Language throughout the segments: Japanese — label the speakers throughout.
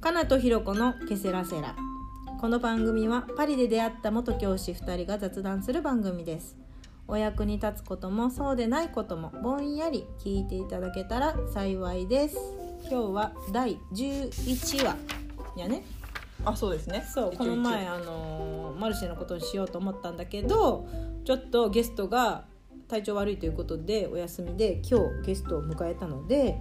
Speaker 1: 花とひろこのケセラセラこの番組はパリで出会った元教師2人が雑談する番組ですお役に立つこともそうでないこともぼんやり聞いていただけたら幸いです今日は第11話やね
Speaker 2: あそうですね
Speaker 1: そうこの前あのーマルシェのことにしようと思ったんだけどちょっとゲストが体調悪いということでお休みで今日ゲストを迎えたので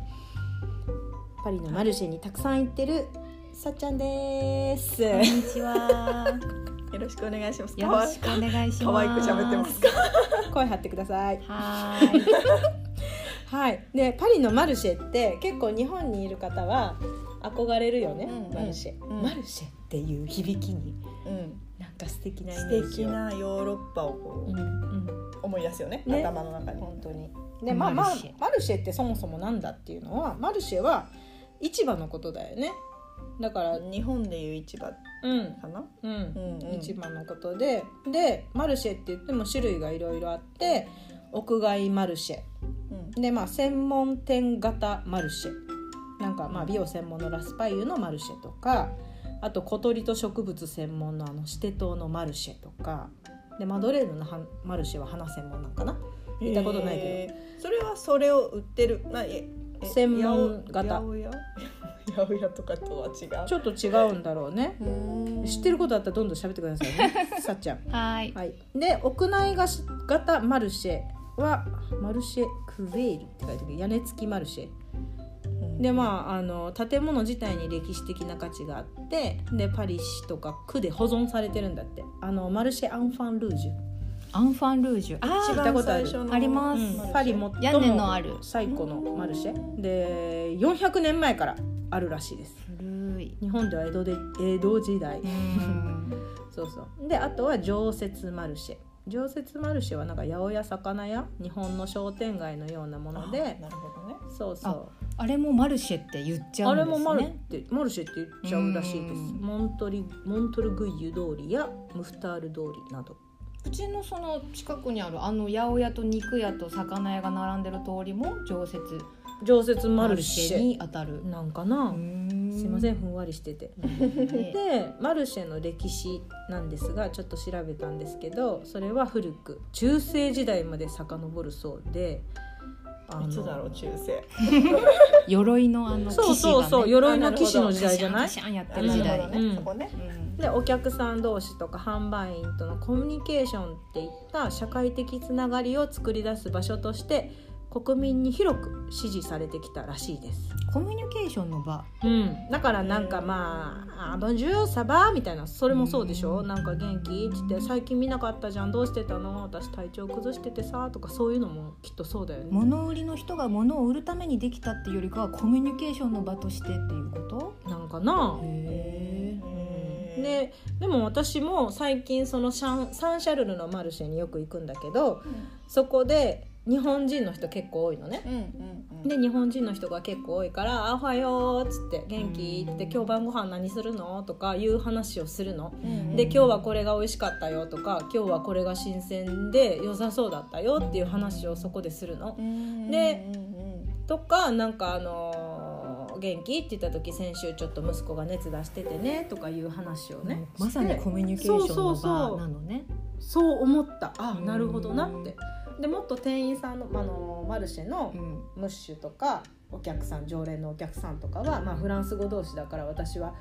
Speaker 1: パリのマルシェにたくさん行ってるさっちゃんです。
Speaker 3: こんにちは。
Speaker 2: よろしくお願いします
Speaker 3: よろしくお願いします。
Speaker 2: 可愛く喋ってます。か
Speaker 1: 声張ってください。
Speaker 3: はーい。
Speaker 1: はい。でパリのマルシェって結構日本にいる方は憧れるよね。
Speaker 2: うんうん
Speaker 1: マルシェ、
Speaker 2: うん
Speaker 1: マルシェっていう響きに
Speaker 2: うん
Speaker 1: なんか素敵なイメー
Speaker 2: 素
Speaker 1: ジ
Speaker 2: 敵
Speaker 1: を。
Speaker 2: なヨーロッパをこ
Speaker 1: うん
Speaker 2: う思い出すよね
Speaker 1: ね
Speaker 2: 頭の中に
Speaker 1: 本当にでまあまあ
Speaker 3: マルシェ
Speaker 1: マルシェってそもそもなんだっていうのはマルシェは市場のことだよねだからう
Speaker 2: 日本でいう市場
Speaker 1: ん
Speaker 2: かな
Speaker 1: うん、
Speaker 2: んうん
Speaker 1: 市場のことででマルシェって言っても種類がいろいろあって屋外マルシ
Speaker 2: うん
Speaker 1: ェでまあ専門店型マルシェなんかまあ美容専門のラスパイユのマルシェとかあと小鳥と植物専門のあのシテ島のマルシェとかでマドレーヌのはマルシェは花専門なんかな見たことないけど
Speaker 2: えーそれはそれを売ってるまあええ
Speaker 1: 専門型
Speaker 2: 八百屋八百屋とかとは違う
Speaker 1: ちょっと違うんだろうね知ってることあったらどんどん喋ってください ねさっちゃん
Speaker 3: はーい。
Speaker 1: はいで屋内がし型マルシェはマルシェクベールって書いてある屋根付きマルシェでまああの建物自体に歴史的な価値があってでパリ市とか区で保存されてるんだってあのマルシェ・アンファン・ルージュ、
Speaker 3: アンファンルージュ。
Speaker 2: 一
Speaker 3: あ
Speaker 1: たこ
Speaker 2: 番
Speaker 1: とある
Speaker 2: 最初の
Speaker 3: あります
Speaker 2: マルシェ
Speaker 1: パリ最も
Speaker 3: あ。屋根のある。
Speaker 1: 最古のマルシェで400年前からあるらしいです
Speaker 3: 古い。
Speaker 1: 日本では江戸で江戸時代
Speaker 3: うーん。
Speaker 1: そうそうであとは常設マルシェ常設マルシェはなんか八百屋魚屋日本の商店街のようなもので
Speaker 2: あなるほどね
Speaker 1: そうそう
Speaker 3: あれもマルシェって言っちゃ
Speaker 1: あ
Speaker 3: うん
Speaker 1: れ
Speaker 3: ですね。
Speaker 1: もマルってマルシェって言っちゃうらしいです
Speaker 3: うん
Speaker 1: モントリモントルグイユ通りやムフタール通りなど
Speaker 3: うちのその近くにあるあの八百屋と肉屋と魚屋が並んでる通りも常設
Speaker 1: 常設マ
Speaker 3: マル
Speaker 1: ル
Speaker 3: シ
Speaker 1: シ
Speaker 3: ェ
Speaker 1: ェ
Speaker 3: に当たる。
Speaker 1: なんかな、す
Speaker 3: す
Speaker 1: いませ
Speaker 3: ん。
Speaker 1: んふんわりしてて。
Speaker 3: ね
Speaker 1: でマルシェの歴史なんですがちょっと調べたんですけどそれは古く中世時代まで遡るそうであの
Speaker 2: いつだろう中世
Speaker 3: 鎧のあの騎士が
Speaker 1: そ
Speaker 3: ね。
Speaker 1: うそうそう、鎧の騎士の時
Speaker 3: シャン
Speaker 1: 代じゃない
Speaker 3: シャンシャンやっ
Speaker 2: あ
Speaker 3: て
Speaker 2: な
Speaker 3: る
Speaker 2: るほ
Speaker 3: 時代
Speaker 2: ど。ね、
Speaker 1: うん
Speaker 2: そこね
Speaker 3: うん
Speaker 1: でお客さん同士とか販売員とのコミュニケーションっていった社会的つながりを作り出す場所として国民に広く支持されてきたらしいです、
Speaker 3: コミュニケーションの場。
Speaker 1: うん、だからなんかまあ「あボンジュールサバ」みたいなそれもそうでしょ「
Speaker 3: うん
Speaker 1: なんか元気?」っつって「最近見なかったじゃんどうしてたの私体調崩しててさ」とかそういうのもきっとそうだよね
Speaker 3: 物売りの人が物を売るためにできたっていうよりかはコミュニケーションの場としてっていうこと
Speaker 1: なんかな
Speaker 3: へ
Speaker 2: うん
Speaker 1: ででも私も最近そのシャンサンシャルルのマルシェによく行くんだけどそこで日本人の人結構多いのね
Speaker 2: うんうんうん
Speaker 1: で日本人の人が結構多いから「あおはよう」っつって「元気?」って
Speaker 3: う
Speaker 1: 「
Speaker 3: ん
Speaker 1: 今日晩ご飯何するの?」とかいう話をするの。
Speaker 2: うん
Speaker 1: で今日はこれが美味しかったよとか今日はこれが新鮮で良さそうだったよっていう話をそこでするの。で
Speaker 2: うんうん
Speaker 1: とかなんかあのー元気?」って言った時先週ちょっと息子が熱出しててねとかいう話をね、
Speaker 3: まさに
Speaker 1: して
Speaker 3: コミュニケーション
Speaker 1: そう
Speaker 3: の
Speaker 1: そうそ
Speaker 3: 場
Speaker 1: う
Speaker 3: なのね
Speaker 1: そう思ったあなるほどな
Speaker 3: う
Speaker 1: っ
Speaker 3: ん
Speaker 1: てでもっと店員さんの、あのーマルシェの
Speaker 3: うん
Speaker 1: ムッシュとかお客さん常連のお客さんとかは、まあ、フランス語同士だから私は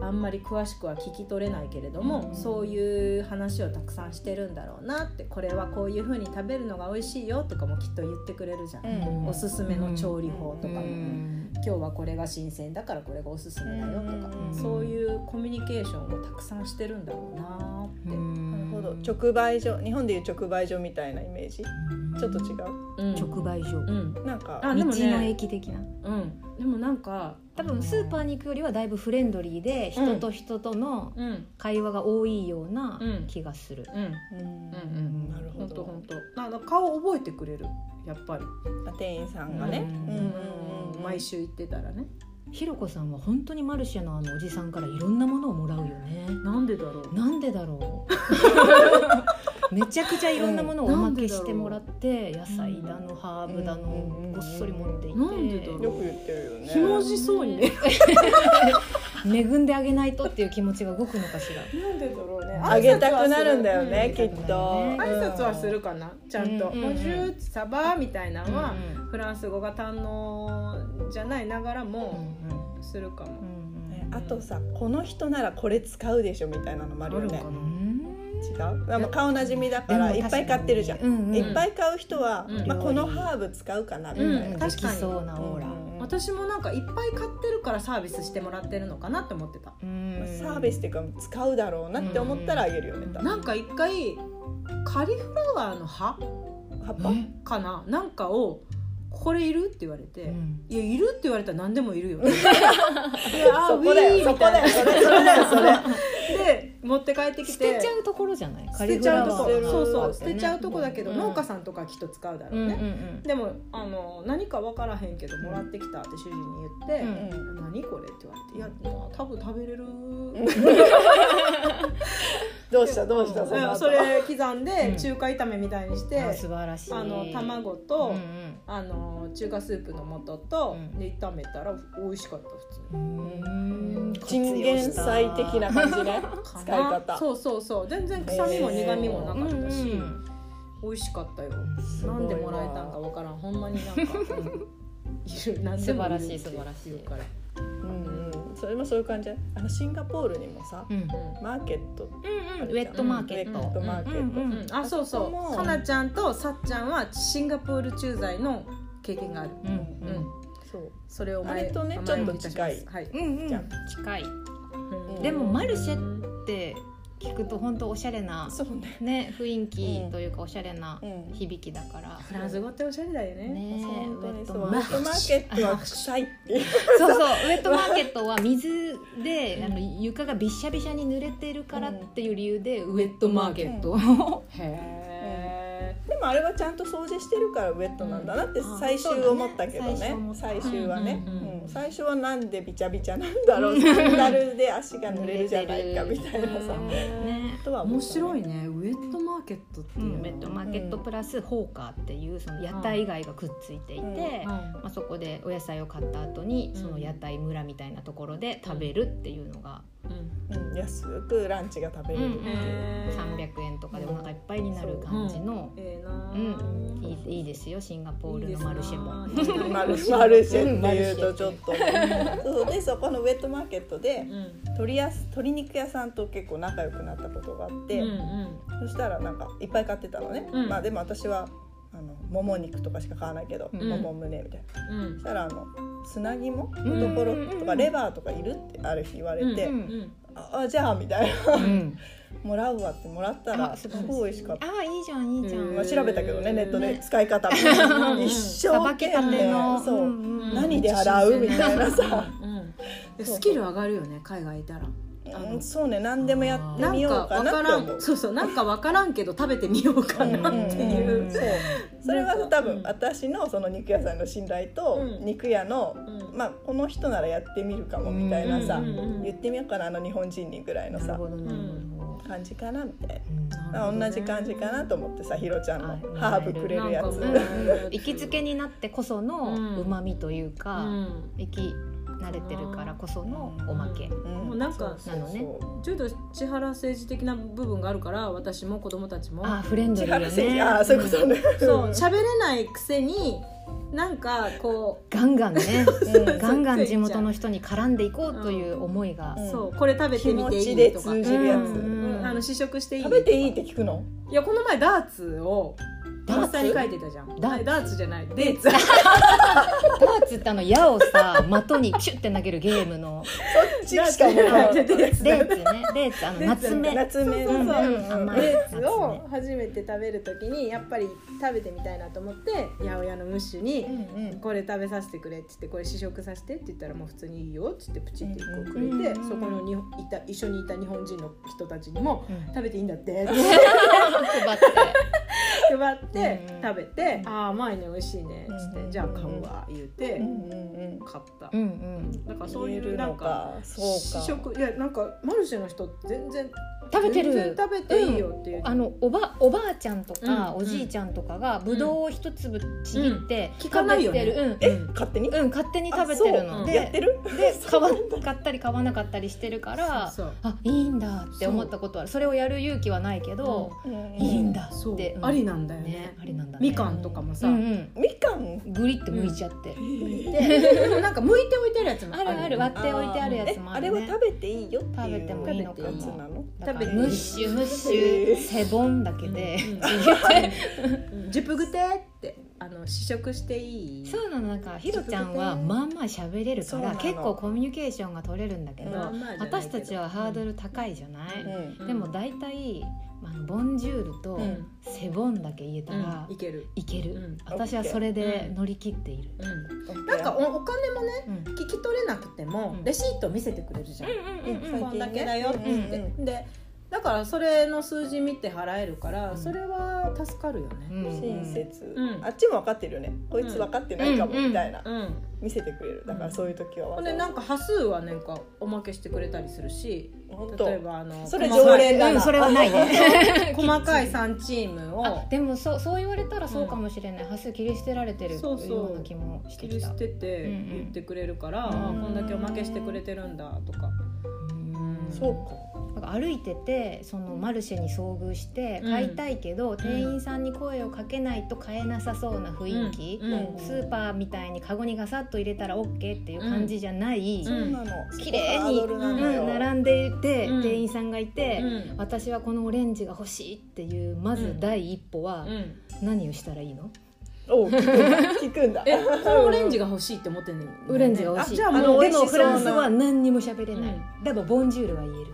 Speaker 1: あんまり詳しくは聞き取れないけれども、
Speaker 3: うん
Speaker 1: そういう話をたくさんしてるんだろうなってこれはこういう風に食べるのが美味しいよとかもきっと言ってくれるじゃん、
Speaker 2: うん
Speaker 1: おすすめの調理法とかも、
Speaker 3: うん
Speaker 1: 今日はこれが新鮮だからこれがおすすめだよとか、
Speaker 2: うん
Speaker 1: そういうコミュニケーションをたくさんしてるんだろうなって、
Speaker 2: なるほど
Speaker 3: ちょ
Speaker 2: 直売所日本でいう直売所みたいなイメージちょっと違う
Speaker 1: うん
Speaker 3: 直売所
Speaker 1: う
Speaker 3: 道
Speaker 1: ん
Speaker 2: なんか
Speaker 1: あでもね
Speaker 3: の駅的
Speaker 1: う
Speaker 3: な
Speaker 1: ん、でもなんか
Speaker 3: 多分スーパーに行くよりはだいぶフレンドリーで
Speaker 1: うん
Speaker 3: 人と人との
Speaker 1: うん
Speaker 3: 会話が多いような
Speaker 1: うん
Speaker 3: 気がする
Speaker 1: うん
Speaker 2: うん
Speaker 3: ん
Speaker 2: なるほ
Speaker 1: 本当
Speaker 2: ど
Speaker 1: 本当。なんか顔覚えてくれるやっぱり。
Speaker 2: あ店員さんがね
Speaker 3: う
Speaker 2: う
Speaker 3: ん
Speaker 2: んうんうん
Speaker 1: 毎週行ってたらね。
Speaker 3: ひろこさんは本当にマルシェのあのおじさんからいろんなものをもらうよね
Speaker 1: なんでだろう。
Speaker 3: なんでだろ うめちゃくちゃいろんなものをおまけしてもらって野菜だのハーブだ
Speaker 2: うん
Speaker 3: のごっそり持っていて
Speaker 1: なんでだろう
Speaker 2: よく言ってるよね
Speaker 1: ひもじそうにね。
Speaker 3: 恵んであげないとっていう気持ちが動くのかしら
Speaker 1: なんでだろ うね
Speaker 2: あげたくなるんだよね、
Speaker 3: 挨拶はする
Speaker 2: きっと。
Speaker 3: うん
Speaker 1: 挨拶はするかなちゃんと「
Speaker 3: うん
Speaker 1: ボンジューサバ」みたいなのは、
Speaker 3: うんうん
Speaker 1: フランス語が堪能じゃないながら
Speaker 3: うん
Speaker 1: もするかも、
Speaker 3: うん
Speaker 2: ねあとさこの人ならこれ使うでしょみたいなのもあ
Speaker 3: あ
Speaker 2: るよ
Speaker 3: る
Speaker 2: ね
Speaker 3: かな
Speaker 2: 違うまあ顔なじみだからいっぱい買ってるじゃん、
Speaker 3: うんうん、
Speaker 2: いっぱい買う人は、
Speaker 1: うん
Speaker 2: まあ、このハーブ使うかなみた
Speaker 3: う
Speaker 2: い
Speaker 3: ん
Speaker 2: な、
Speaker 3: うん、
Speaker 1: 確
Speaker 3: で
Speaker 1: かに
Speaker 3: きそうなオーラ、
Speaker 2: うん
Speaker 1: 私もなんかいっぱい買ってるからサービスしてもらってるのかなって思ってた
Speaker 3: うん
Speaker 2: まあサービスっていうか使うだろうなって思ったらあげるよね、多分
Speaker 1: なんか一回カリフラワーの葉
Speaker 2: 葉っぱ、
Speaker 3: ね
Speaker 1: かななんかを「これいる?」って言われて「
Speaker 3: うん
Speaker 1: いやいる?」って言われたら何でもいるよねであ
Speaker 2: そこだ
Speaker 1: ウィー
Speaker 2: よそ
Speaker 1: み
Speaker 2: こ
Speaker 1: たい
Speaker 2: だ
Speaker 1: な
Speaker 2: よそれそれだよそれ
Speaker 1: で持って帰ってきて
Speaker 3: 捨てちゃうところじゃない
Speaker 1: 捨てちゃうと
Speaker 2: カ
Speaker 1: こ
Speaker 2: リフラワー
Speaker 1: そうそう
Speaker 2: 捨
Speaker 1: 捨
Speaker 2: てる
Speaker 1: てちゃうとこだけど、
Speaker 3: うん
Speaker 1: 農家さんとかはきっと使うだろう
Speaker 3: う
Speaker 1: ん
Speaker 3: うん
Speaker 1: ね、
Speaker 3: うん
Speaker 1: でもあの何か分からへんけどもらってきたって主人に言って
Speaker 3: う
Speaker 2: うん
Speaker 1: 「何これ?」って言われて「いやまあ多分食べれる」
Speaker 2: どうしたどうしたその
Speaker 1: うん
Speaker 2: 後
Speaker 1: それ刻ん
Speaker 3: う
Speaker 1: で
Speaker 3: ん
Speaker 1: 中華炒めみたいにし
Speaker 3: あ
Speaker 1: て
Speaker 3: 素晴らしい
Speaker 1: あの卵と、
Speaker 3: うん
Speaker 1: あの中華スープの素と、
Speaker 3: うん
Speaker 1: で炒めたら美味しかった普通
Speaker 3: うんうん
Speaker 2: チンゲン菜的な感じね 使い
Speaker 1: かな
Speaker 2: 方
Speaker 1: そうそうそう全然臭みも
Speaker 2: へ
Speaker 1: 苦
Speaker 2: ー
Speaker 1: みもなかったし、
Speaker 3: うんうん
Speaker 1: 美味しかったよ
Speaker 2: すごい
Speaker 1: な
Speaker 2: わ
Speaker 1: んでもらえたんかわからんほんまに なんか、うん、いるなんでもるって
Speaker 3: 素晴らしい素晴らしい
Speaker 1: 言うから
Speaker 2: うんうん、それもそういう感じあのシンガポールにもさ
Speaker 3: うん
Speaker 2: マーケット
Speaker 3: うんうんウェットマーケット
Speaker 1: ウェッ
Speaker 2: トマーケット
Speaker 3: うん
Speaker 1: う
Speaker 3: う
Speaker 1: ん、
Speaker 3: ん
Speaker 1: あそう
Speaker 2: あそ
Speaker 1: そ
Speaker 2: こも
Speaker 1: うかなちゃんとさっちゃんはシンガポール駐在の経験がある、
Speaker 3: うん
Speaker 1: うん
Speaker 2: そう
Speaker 1: それを前
Speaker 2: あれとね
Speaker 1: 前
Speaker 2: ちょっと近い
Speaker 1: お願いいたします
Speaker 3: うんうん
Speaker 2: じゃん
Speaker 3: 近い
Speaker 1: はい、
Speaker 2: うん
Speaker 3: でもマルシェって聞くと本当おしゃれな
Speaker 2: そうね
Speaker 3: ね雰囲気というかおしゃれな
Speaker 2: うん
Speaker 3: 響きだから
Speaker 1: フランス語っておしゃれだよね
Speaker 3: ね
Speaker 2: そう本当にそう
Speaker 3: ウ
Speaker 2: ウェ
Speaker 3: ェ
Speaker 2: ッ
Speaker 3: ット
Speaker 2: ト
Speaker 3: マ
Speaker 2: マ
Speaker 3: ー
Speaker 2: ー
Speaker 3: ケ
Speaker 2: ケ
Speaker 3: ッ
Speaker 2: ッ
Speaker 3: ト
Speaker 2: トは臭いっていう
Speaker 3: そうそうウェットマーケットは水であの床がびっしゃびしゃに濡れてるからっていう理由でウェットマーケット
Speaker 1: へ
Speaker 2: でもあれはちゃんと掃除してるからウェットなんだなって最終思ったけど
Speaker 3: そうだね
Speaker 2: ね
Speaker 3: 最
Speaker 2: 最
Speaker 3: 終
Speaker 2: 終はね
Speaker 1: うんうんうん
Speaker 2: うん最初はなんでびちゃびちゃなんだろうサンダルで足が濡れるじゃないかみたいなさ
Speaker 1: え、
Speaker 3: ね
Speaker 2: とは思
Speaker 1: 面
Speaker 2: ったね
Speaker 1: 白いねウェットマーケットって
Speaker 3: う、
Speaker 1: いうんの
Speaker 3: ウェットマーケットプラスホーカーっていうその屋台街がくっついていて、
Speaker 2: うん
Speaker 1: うん
Speaker 3: まあ、そこでお野菜を買った後に
Speaker 1: うん
Speaker 3: その屋台村みたいなところで食べるっていうのが、
Speaker 1: うん
Speaker 2: うん安くランチが食べれるって
Speaker 3: うん
Speaker 2: いう
Speaker 1: へー
Speaker 3: 300円とかでお腹いっぱいになる感じの、
Speaker 1: ええなあ
Speaker 3: うんいいいいですよシンガポールのマルシェも。
Speaker 1: いいですなあ
Speaker 2: マルシェマルシェ
Speaker 3: うん
Speaker 2: っ
Speaker 3: マ
Speaker 2: て
Speaker 3: ルシ
Speaker 2: い
Speaker 3: ェ
Speaker 2: うとちょっとね そうでそこのウェットマーケットで
Speaker 1: うん
Speaker 2: 鶏やす鶏肉屋さんと結構仲良くなったことがあって、
Speaker 1: うんうん
Speaker 2: そしたらなんかいっぱい買ってたのね、
Speaker 1: うん
Speaker 2: まあでも私はあのもも肉とかしか買わないけど、
Speaker 3: うん
Speaker 2: もも胸みたいな
Speaker 1: うん
Speaker 2: そしたらあの砂肝
Speaker 3: ん
Speaker 2: のところとかレバーとかいるってある日言われて、
Speaker 1: うん
Speaker 2: ああじゃあみたいな
Speaker 3: うん
Speaker 2: もらうわってもらった
Speaker 3: あ
Speaker 2: ら
Speaker 3: す
Speaker 2: す
Speaker 3: ごい
Speaker 2: ごい美味しかった。
Speaker 3: ああいいじゃんいいじゃん。
Speaker 2: まあ、調べたけどねネットで
Speaker 3: ね
Speaker 2: 使い方も
Speaker 1: ん
Speaker 2: 一生
Speaker 3: さばき
Speaker 2: 懸
Speaker 3: たて
Speaker 2: 命
Speaker 3: の
Speaker 2: そう、
Speaker 3: んん
Speaker 2: 何で洗うみたいなさ、
Speaker 1: うんでスキル上がるよね海外いたらあの
Speaker 2: うん、そうね何でもやって
Speaker 1: な
Speaker 2: み
Speaker 1: ん
Speaker 2: よう
Speaker 1: か
Speaker 2: か
Speaker 1: わか
Speaker 2: なって
Speaker 1: ら。
Speaker 2: 思うん
Speaker 1: そうそうなんかわからんけど食べてみようかなっていう、
Speaker 2: んんんそうそれは多分
Speaker 1: うん
Speaker 2: 私のその肉屋さんの信頼と
Speaker 1: うん
Speaker 2: 肉屋の、
Speaker 1: うん
Speaker 2: まあ、この人ならやってみるかもみたいなさ、
Speaker 1: うんうんうん
Speaker 2: 言ってみようかなあの日本人にぐらいの
Speaker 3: なる
Speaker 2: さ
Speaker 3: ほどなるほど。
Speaker 2: 感じかなみたい
Speaker 3: うん
Speaker 2: な、同じ感じかなと思ってさひろちゃんのハーブくれるやつ、
Speaker 1: なんか
Speaker 3: う
Speaker 1: もう
Speaker 3: 行きつけになってこそのうまみという
Speaker 1: う
Speaker 3: か、
Speaker 1: ん
Speaker 3: 行き慣れてるからこそのおまけ。
Speaker 2: う
Speaker 1: もうなんか
Speaker 2: そうそうそう
Speaker 3: な
Speaker 1: 重度千原政治的な部分があるから私も子供たちも
Speaker 3: あーフレンド
Speaker 2: 違
Speaker 3: リーよ
Speaker 2: う選
Speaker 3: ね。
Speaker 2: 手あーそういうことね、
Speaker 1: そう喋れないくせになんかこ
Speaker 3: ガンガンね。
Speaker 2: うん
Speaker 3: ガンガン地元の人に絡んでいこうという思いが
Speaker 1: う、
Speaker 2: うん
Speaker 1: そうこれ食べて
Speaker 2: 気
Speaker 1: み
Speaker 2: 持
Speaker 1: て
Speaker 2: ち
Speaker 1: い
Speaker 2: で
Speaker 1: いとか
Speaker 2: 通じるやつ、
Speaker 3: うん
Speaker 1: うんあの試食していい
Speaker 2: 食べていいって聞くの
Speaker 1: いやこの前ダーツをイ
Speaker 3: ダーツ
Speaker 1: ンスタに書いてたじゃん
Speaker 3: ダーツ
Speaker 1: あダーツじゃないデーツ
Speaker 3: ダーツってあの矢をさ的にキュッて投げるゲームの
Speaker 2: しかも
Speaker 1: ダーツデーツ
Speaker 3: デーツねデーツあの
Speaker 1: デーツ
Speaker 3: 夏目
Speaker 2: 夏目
Speaker 1: そうそうそう
Speaker 2: うん
Speaker 3: 甘い
Speaker 1: デーツを初めて食べる時にやっぱり食べてみたいなと思って八百屋のムッシュに
Speaker 2: うんうん
Speaker 1: これ食べさせてくれって言ってこれ試食させてって言ったらもう普通にいいよって言ってプチって1個くれて、
Speaker 3: うんうん
Speaker 1: そこのにいた一緒にいた日本人の人たちにも
Speaker 3: うん
Speaker 1: 食べていいんだって
Speaker 3: 配って
Speaker 1: 配って
Speaker 2: うん
Speaker 1: 食べて「
Speaker 2: うん
Speaker 1: ああ甘いね美味しいね」っつって「
Speaker 2: うん
Speaker 1: じゃあ買うわ」言うて
Speaker 2: うんうん
Speaker 1: 買った
Speaker 3: うんうん
Speaker 1: だから
Speaker 2: うん。
Speaker 1: そういうなんか
Speaker 2: そうか
Speaker 1: 試。食いやなんかマルシェの人全然
Speaker 3: 食べて
Speaker 1: 全
Speaker 3: る
Speaker 1: 然食べていいよっていう
Speaker 3: あのおばおばあちゃんとか、
Speaker 4: うん
Speaker 3: おじいちゃんとかがぶどうを一粒ちぎって、
Speaker 4: 聞かないよね
Speaker 3: 食べてるうん
Speaker 2: え、勝手に。
Speaker 3: うん、勝手に食べてる
Speaker 4: あそ
Speaker 3: の
Speaker 4: う
Speaker 3: で、
Speaker 2: やってる。
Speaker 3: で買わ買ったり買わなかったりしてるから
Speaker 1: そう
Speaker 3: あいいんだって思ったことはあるそれをやる勇気はないけど、いいんだ
Speaker 1: そう
Speaker 3: って
Speaker 1: そうありなんだよね
Speaker 3: ありなんだね
Speaker 1: みかんとかも
Speaker 3: う
Speaker 1: さ
Speaker 3: んうん
Speaker 2: みかん。
Speaker 3: グリって剥いちゃって、
Speaker 1: で なんか剥いておいてるやつも
Speaker 3: あるある割って置いてあるやつもある、ね、
Speaker 2: えあれは食べていいよっていう
Speaker 3: 食べてもいいのかも
Speaker 2: やつなの
Speaker 3: だから
Speaker 1: 食べて
Speaker 3: ムッシュムッシュ背本だけで、
Speaker 1: うんジュプグテってあの試食していい
Speaker 3: そうなのなんかひろちゃんはまあまあ喋れるか
Speaker 2: そうな
Speaker 3: ら
Speaker 2: の
Speaker 3: 結構コミュニケーションが取れるんだけど、
Speaker 1: まあまあじゃないけど
Speaker 3: 私たちはハードル高いじゃな
Speaker 2: う
Speaker 3: い、
Speaker 2: ん
Speaker 3: でも大体、まあ、ボンジュールと
Speaker 2: うん
Speaker 3: セボンだけ言えたら
Speaker 1: うんいける
Speaker 3: いける、
Speaker 1: うん
Speaker 3: 私はそれで乗り切っている、
Speaker 1: うんなんかおお金もね
Speaker 3: うん
Speaker 1: 聞き取れなくても
Speaker 3: うん
Speaker 1: レシート見せてくれるじゃん
Speaker 3: うんうんうん
Speaker 1: こんだけだよって言って、
Speaker 3: うん
Speaker 1: でだからそれの数字見て払えるから、
Speaker 3: うん
Speaker 1: それは助かるよね、
Speaker 3: うん
Speaker 2: 親切
Speaker 1: うん
Speaker 2: あっちも分かってるよねこいつ分かってないかも
Speaker 3: うん
Speaker 2: みたいな
Speaker 1: うん、
Speaker 2: 見せてくれるだからそういう時は
Speaker 1: ほ
Speaker 2: わ
Speaker 1: ん
Speaker 2: ざ
Speaker 1: で
Speaker 2: わ
Speaker 1: な
Speaker 2: ざ
Speaker 1: んか端数はなんかおまけしてくれたりするし
Speaker 2: ほんと
Speaker 1: 例えばあの
Speaker 2: それ
Speaker 1: 細か
Speaker 2: 常
Speaker 1: い
Speaker 2: 連だ
Speaker 3: うん
Speaker 2: な
Speaker 3: それはないね
Speaker 1: 細かい3チーム
Speaker 3: あ
Speaker 1: を
Speaker 3: でもそうそう言われたらそうかもしれない端数切り捨てられてる
Speaker 1: そうそう
Speaker 3: ような気もして
Speaker 1: 切
Speaker 3: き
Speaker 1: り
Speaker 3: た
Speaker 1: 捨てて
Speaker 3: うんうん
Speaker 1: 言ってくれるから、
Speaker 3: うん
Speaker 1: あこんだけおまけしてくれてるんだとか、
Speaker 3: うん
Speaker 2: そう
Speaker 3: なんか歩いててそのマルシェに遭遇して
Speaker 1: うん
Speaker 3: 買いたいけど、店員さんに声をかけないと買えなさそうな雰囲気、
Speaker 1: うん
Speaker 2: うん
Speaker 3: スーパーみたいにカゴにガサッと入れたら OK っていう感じじゃない、
Speaker 2: か
Speaker 1: う
Speaker 2: そ
Speaker 1: ん
Speaker 2: うなの
Speaker 3: 綺麗に
Speaker 2: そこがハードルな
Speaker 3: うん
Speaker 2: のよ
Speaker 3: 並んでいて、
Speaker 1: うん
Speaker 3: 店員さんがいて、
Speaker 1: うん
Speaker 3: 私はこのオレンジが欲しいっていうまず第一歩は
Speaker 1: うん
Speaker 3: 何をしたらいいの、
Speaker 2: おう聞くんだ聞くんだ
Speaker 1: えこのオレンジが欲しいって思ってんねんね
Speaker 3: オレンジが欲しい、
Speaker 1: あじゃあ
Speaker 2: あ
Speaker 1: もう
Speaker 2: の
Speaker 3: で
Speaker 2: 美
Speaker 3: も
Speaker 2: 味しそう
Speaker 3: フ
Speaker 2: な
Speaker 3: ランスは何にも喋れない、
Speaker 1: う
Speaker 3: でもボンジュールは言える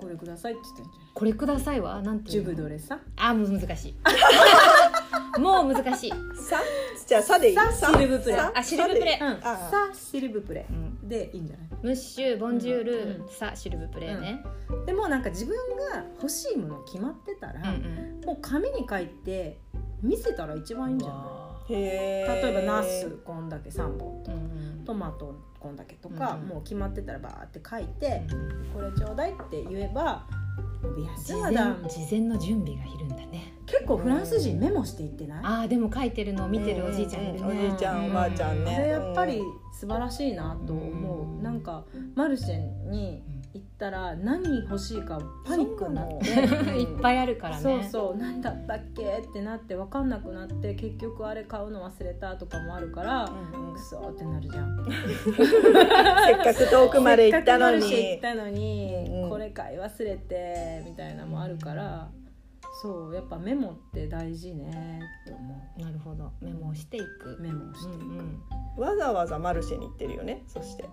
Speaker 1: これくださいって言ってんじゃない
Speaker 3: これくださいはなんて
Speaker 1: ジ
Speaker 3: 言
Speaker 1: ュ
Speaker 3: うの
Speaker 1: ブドレさ
Speaker 3: あもう難し いもう難しい
Speaker 2: さじゃあさでいい
Speaker 1: さ
Speaker 2: さ
Speaker 1: シルブプレ
Speaker 2: さ
Speaker 3: あシルブプレ
Speaker 1: う、ん、
Speaker 2: あ
Speaker 1: さシルブプレ
Speaker 3: うん
Speaker 1: でいいんじゃない
Speaker 3: ムッシュボンジュール、
Speaker 1: うん
Speaker 3: さシルブプレーね、
Speaker 1: でもなんか自分が欲しいもの決まってた
Speaker 3: う
Speaker 1: ら、
Speaker 3: ん
Speaker 1: もう紙に書いて見せたら一番いいんじゃな
Speaker 2: でへ
Speaker 1: い
Speaker 2: ー
Speaker 1: 例えばナスこんだけ3本
Speaker 3: うん
Speaker 1: トマトこんだけとか、
Speaker 3: うん
Speaker 1: もう決まってたらバーって書いて、これちょうだいって言えばビア
Speaker 3: 事
Speaker 1: スマ
Speaker 3: 前
Speaker 1: ダ
Speaker 3: 事前の準備がいるんだね
Speaker 1: 結構フランス人メモしていってない、
Speaker 3: あーでも書いてるのを見てるおじいちゃんいる
Speaker 2: うう
Speaker 3: ね、
Speaker 2: おじいちゃんおばあちゃん
Speaker 1: そ
Speaker 2: ね
Speaker 1: れやっぱり素晴らしいなと思う、
Speaker 3: うん
Speaker 1: なんかマルシェに行ったら何欲しいかパニックになって
Speaker 2: そうなの
Speaker 3: いっぱいあるからね
Speaker 1: そうそうなんだったっけってなって分かんなくなって結局あれ買うの忘れたとかもあるから
Speaker 2: うんうん
Speaker 1: クソってなるじゃん
Speaker 2: せっかく遠くまで行った
Speaker 1: せっか
Speaker 2: の
Speaker 1: くマルシェ行っ
Speaker 2: に
Speaker 1: たのに、
Speaker 2: うんうん
Speaker 1: これ買い忘れてみたいなのもあるからそうやっぱメモって大事ねって思
Speaker 3: なるほどメモをしていく
Speaker 1: うメモをしていく、
Speaker 3: うん
Speaker 2: わざわざマルシェに行ってるよねそして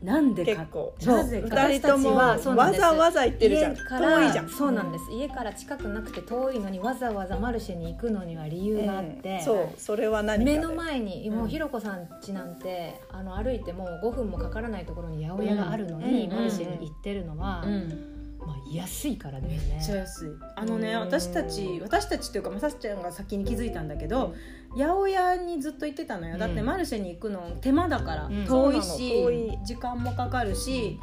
Speaker 1: なんでか
Speaker 2: 結構
Speaker 3: そう
Speaker 1: なぜか
Speaker 2: 二人ともわ
Speaker 3: 私たちはそうなんです
Speaker 2: ざわざ行ってるじゃん
Speaker 3: 家から
Speaker 2: 遠いじゃん
Speaker 3: そうなんです家から近くなくて遠いのにわざわざマルシェに行くのには理由があって、
Speaker 2: うんそうそれは何か
Speaker 3: 目
Speaker 2: で
Speaker 3: の前に
Speaker 1: うん
Speaker 3: もうひろこさん家なんて、あの歩いてもう5分もかからないところに八百屋があるのに、
Speaker 1: うん
Speaker 3: マルシェに行ってるのは、
Speaker 1: うん
Speaker 3: まあ、安いからだよ
Speaker 1: めっ
Speaker 3: ね
Speaker 1: ちゃ安いあのね
Speaker 2: うん
Speaker 1: 私たち私たちというかまさしちゃんが先に気づいたんだけど八百屋にずっと行ってたのよだって
Speaker 3: うん
Speaker 1: マルシェに行くの手間だから、
Speaker 3: うん
Speaker 1: 遠いし
Speaker 2: そうなの遠い
Speaker 1: 時間もかかるし、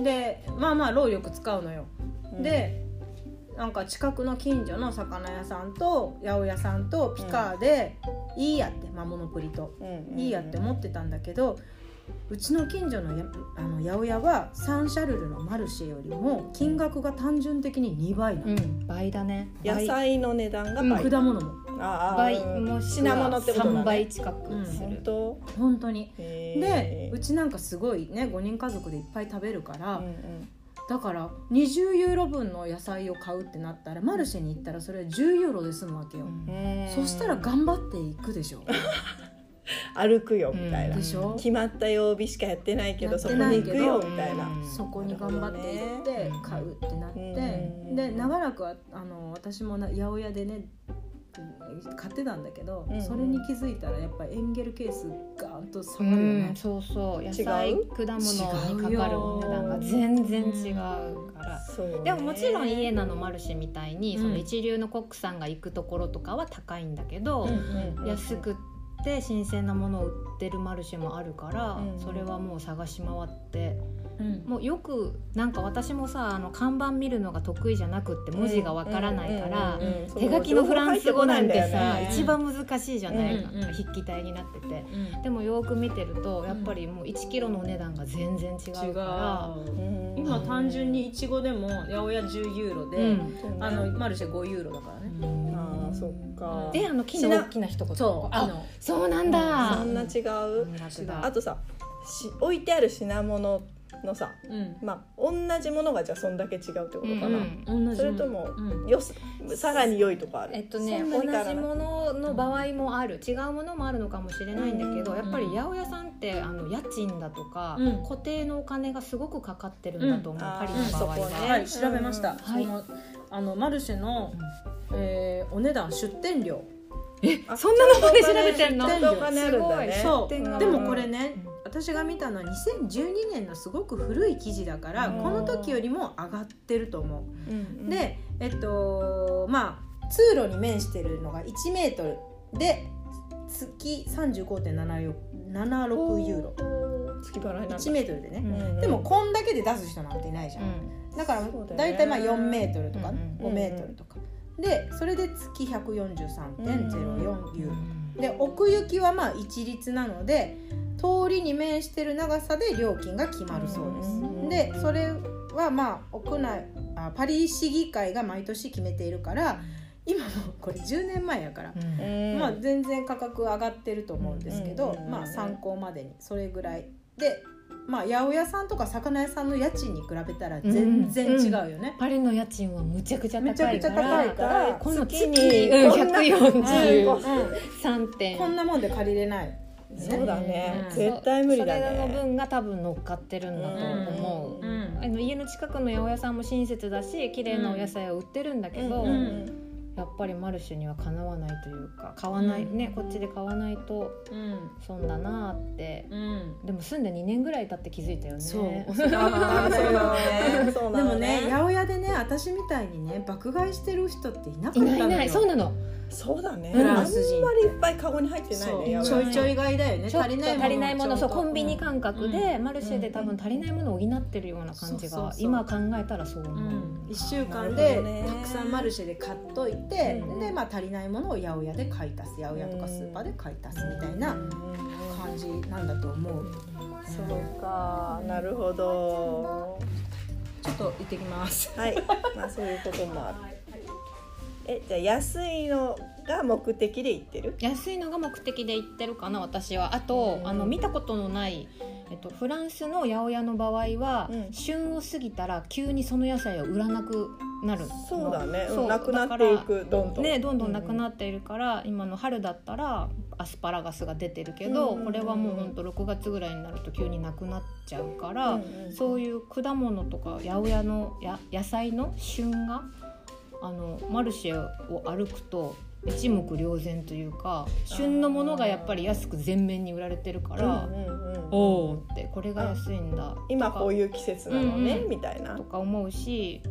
Speaker 1: でまあまあ労力使うのよ、
Speaker 2: うん
Speaker 1: でなんか近くの近所の魚屋さんと八百屋さんとピカーで、いいやってまあモノプリと
Speaker 2: うんうん
Speaker 1: いいやって思ってたんだけどうちの近所のやあの八百屋はサンシャルルのマルシェよりも金額が単純的に2倍な
Speaker 3: う
Speaker 1: の、
Speaker 3: ん倍だね
Speaker 2: 野菜の値段が倍、
Speaker 1: 果物も
Speaker 2: ああ
Speaker 3: 倍もしく
Speaker 2: 品物
Speaker 3: は
Speaker 2: ってことだね
Speaker 3: 3倍近くす
Speaker 2: 本
Speaker 3: る、
Speaker 2: 当
Speaker 1: 本当に
Speaker 2: へ
Speaker 1: で
Speaker 2: ー
Speaker 1: うちなんかすごいね5人家族でいっぱい食べるか
Speaker 2: う
Speaker 1: ら、
Speaker 2: んうん
Speaker 1: だから20ユーロ分の野菜を買うってなったらマルシェに行ったらそれは10ユーロで済むわけよ、
Speaker 3: うん
Speaker 2: うん
Speaker 1: そしたら頑張っていくでしょ
Speaker 2: 歩くよみたいな、
Speaker 1: でしょ
Speaker 2: 決まった曜日しかやってないけど
Speaker 1: やっ
Speaker 2: そ
Speaker 1: て
Speaker 2: こ
Speaker 1: な
Speaker 2: に
Speaker 1: い
Speaker 2: 行
Speaker 1: け
Speaker 2: く
Speaker 1: ど
Speaker 2: よみたいな、
Speaker 3: うん
Speaker 1: そこに頑張って行って買うってなって、
Speaker 2: うん
Speaker 1: で長らくはあの私もな八百屋でね買ってたんだけど、
Speaker 2: うん
Speaker 1: それに気づいたらやっぱエンゲルケースガーンと下
Speaker 3: う
Speaker 1: がるよね
Speaker 3: ん、そうそう野菜
Speaker 2: 違う
Speaker 3: 果物にかかるお値段が全然違うかから
Speaker 2: そうね
Speaker 3: でももちろんイエナのマルシェみたいに、
Speaker 4: うん
Speaker 3: その一流のコックさんが行くところとかは高いんだけど、
Speaker 2: うんうんうん
Speaker 3: 安くって新鮮なものを売ってるマルシェもあるから、
Speaker 2: うん
Speaker 3: それはもう探し回って
Speaker 1: うん
Speaker 3: もうよくなんか私もさあの看板見るのが得意じゃなくって文字がわからないから。
Speaker 2: うんうんうん
Speaker 3: 手書きのフランス語なんてさ、
Speaker 2: そう
Speaker 3: 一番難しいじゃない、
Speaker 4: うんうん
Speaker 3: 筆記体になってて
Speaker 4: うん
Speaker 3: でもよく見てるとやっぱりもう1キロのお値段が全然違
Speaker 4: 違
Speaker 3: うか
Speaker 4: う
Speaker 2: うん
Speaker 4: 今単純にイチゴでも八百屋10ユーロ
Speaker 3: ら、
Speaker 4: で、
Speaker 3: うん
Speaker 2: そうね
Speaker 4: あのマルシェ5ユーロだからね、
Speaker 2: あーそっか
Speaker 3: であの木
Speaker 4: し
Speaker 3: の
Speaker 4: な
Speaker 3: 大きな一言
Speaker 4: そう
Speaker 3: あ
Speaker 4: あの
Speaker 3: そうなんだ
Speaker 2: そんな違う
Speaker 3: 違
Speaker 2: あとさし置いてある品物のさ
Speaker 4: うん
Speaker 2: まあ同じものがじゃあそんだけ違うってことかな、
Speaker 3: うん
Speaker 4: 同じ
Speaker 2: それとも
Speaker 4: うん
Speaker 2: よすさらに良いとこある
Speaker 3: えっとね
Speaker 2: そんな
Speaker 3: 同
Speaker 2: にならない
Speaker 3: じものの場合もある違うものもあるのかもしれないんだけど、
Speaker 2: うん
Speaker 3: やっぱり八百屋さんってあの家賃だとか、
Speaker 4: うん
Speaker 3: 固定のお金がすごくかかってるんだと思う、
Speaker 2: うん
Speaker 3: パリの場合
Speaker 2: あー
Speaker 3: は、
Speaker 2: そこね
Speaker 4: はい調べました、
Speaker 2: うん
Speaker 4: そのあのマルシェの、えーお値段出店料
Speaker 2: あ
Speaker 3: そんなのまで調べてんの
Speaker 2: ちゃんとお金あるんだね
Speaker 3: す
Speaker 4: ごい
Speaker 2: 出店
Speaker 3: そう
Speaker 2: が
Speaker 1: でもこれね、私が見たのは2012年のすごく古い記事だから、
Speaker 2: うん
Speaker 1: この時よりも上がってると思
Speaker 2: う
Speaker 1: う、
Speaker 2: んうん
Speaker 1: でえっとまあ通路に面してるのが1メートルで月35.76ユーロ
Speaker 2: 月払いなんだ
Speaker 1: 1メートルでね、
Speaker 2: うん
Speaker 1: でもこんだけで出す人なんていないじゃん、だから
Speaker 2: そうだよね
Speaker 1: 大体まあ4メートルとか、
Speaker 3: うん
Speaker 2: うん
Speaker 1: 5メートルとか、でそれで月143.04ユーロ、
Speaker 3: う
Speaker 1: で奥行きはまあ一律なので通りに面してる長さで料金が決まるそうです、
Speaker 2: うん
Speaker 1: でそれはまあ屋内あパリ市議会が毎年決めているから今もこれ10年前やから、
Speaker 2: うんん
Speaker 1: まあ、全然価格上がってると思うんですけど、
Speaker 2: うん
Speaker 1: まあ参考までにそれぐらいでまあ八百屋さんとか魚屋さんの家賃に比べたら全然違うよね、
Speaker 3: パリの家賃はむちゃくちゃ
Speaker 1: めちゃ
Speaker 3: 高
Speaker 1: く
Speaker 3: い
Speaker 1: ちゃ
Speaker 3: か
Speaker 1: 高
Speaker 3: ら
Speaker 1: いから
Speaker 3: この月
Speaker 2: 月
Speaker 3: に、
Speaker 2: に
Speaker 3: うん、
Speaker 2: こんな
Speaker 3: 143.4
Speaker 2: うん
Speaker 1: こんなもんで借りれない、
Speaker 2: そうだね、
Speaker 4: うん
Speaker 2: 絶対無理だ
Speaker 3: それの
Speaker 2: ね
Speaker 3: 分が多分乗っかってるんだと思う、
Speaker 2: ん
Speaker 4: うん
Speaker 3: あの家の近くの八百屋さんも親切だし綺麗なお野菜を売ってるんだけど、
Speaker 4: うんうん
Speaker 3: やっぱりマルシェにはかなわないというか買わない、
Speaker 4: うん
Speaker 3: ねこっちで買わないと
Speaker 4: うん
Speaker 3: 損だなって
Speaker 4: うん
Speaker 3: でも住んで2年ぐらい経って気づいたよ ね
Speaker 1: そう
Speaker 2: あーそうなのねそう
Speaker 1: で
Speaker 2: な
Speaker 1: も
Speaker 2: の
Speaker 1: ね
Speaker 2: ね
Speaker 1: 八百屋でね私みたいにね爆買いしてる人っていなかった
Speaker 3: い
Speaker 1: のよ
Speaker 3: ないいないそうなの
Speaker 2: そうだね、
Speaker 1: フ
Speaker 2: あん
Speaker 1: ラ
Speaker 2: ま
Speaker 1: ン
Speaker 2: り
Speaker 1: ス人
Speaker 2: いっぱいカゴに入ってない
Speaker 1: そう
Speaker 2: ねやばい
Speaker 1: ちょいちょい買いだよね
Speaker 3: ちょっ
Speaker 1: 足り
Speaker 3: と
Speaker 1: ないもの
Speaker 3: 足りないもの
Speaker 1: ちょ
Speaker 3: そ
Speaker 1: っ
Speaker 3: う
Speaker 1: と
Speaker 3: コンビニ感覚で、マルシェで多
Speaker 2: う
Speaker 3: 分
Speaker 2: ん
Speaker 3: 足りないものを補ってるような
Speaker 1: そ
Speaker 3: 感じが、
Speaker 1: うそうそう
Speaker 3: 今考えたらそう思う、
Speaker 4: うん
Speaker 1: 1週間
Speaker 2: なる
Speaker 1: で
Speaker 2: ほどね
Speaker 1: たくさんマルシェで買っといて、
Speaker 2: うん
Speaker 1: で、まあ、足りないものを八百屋で買い足す八百屋とかスーパーで買い足すみたいな
Speaker 2: うん
Speaker 1: 感じなんだと思う、
Speaker 2: そうかなるほど
Speaker 4: ちょっと行ってきます
Speaker 2: はいまあそういうこともあるえじゃあ安いのが目的で行ってる
Speaker 3: 安いのが目的で行ってるかな私はあと、
Speaker 2: うん
Speaker 3: あの見たことのない、えっと、フランスの八百屋の場合は、
Speaker 2: うん
Speaker 3: 旬を過ぎたら急にその野菜を売らなくなる
Speaker 2: そうだね、
Speaker 3: そう
Speaker 2: うんなくなっていくどんどん、
Speaker 3: ね、どんどんなくなっているから、今の春だったらアスパラガスが出てるけど、
Speaker 2: うん
Speaker 3: これはもうほんと6月ぐらいになると急になくなっちゃうから、そういう果物とか八百屋のや野菜の旬があのマルシェを歩くと一目瞭然というか旬のものがやっぱり安く全面に売られてるか
Speaker 2: うんう
Speaker 3: ら、
Speaker 2: んうん
Speaker 3: おおってこれが安いんだ
Speaker 2: 今こういう季節なのね、
Speaker 3: うんうん
Speaker 2: みたいな
Speaker 3: とか思うし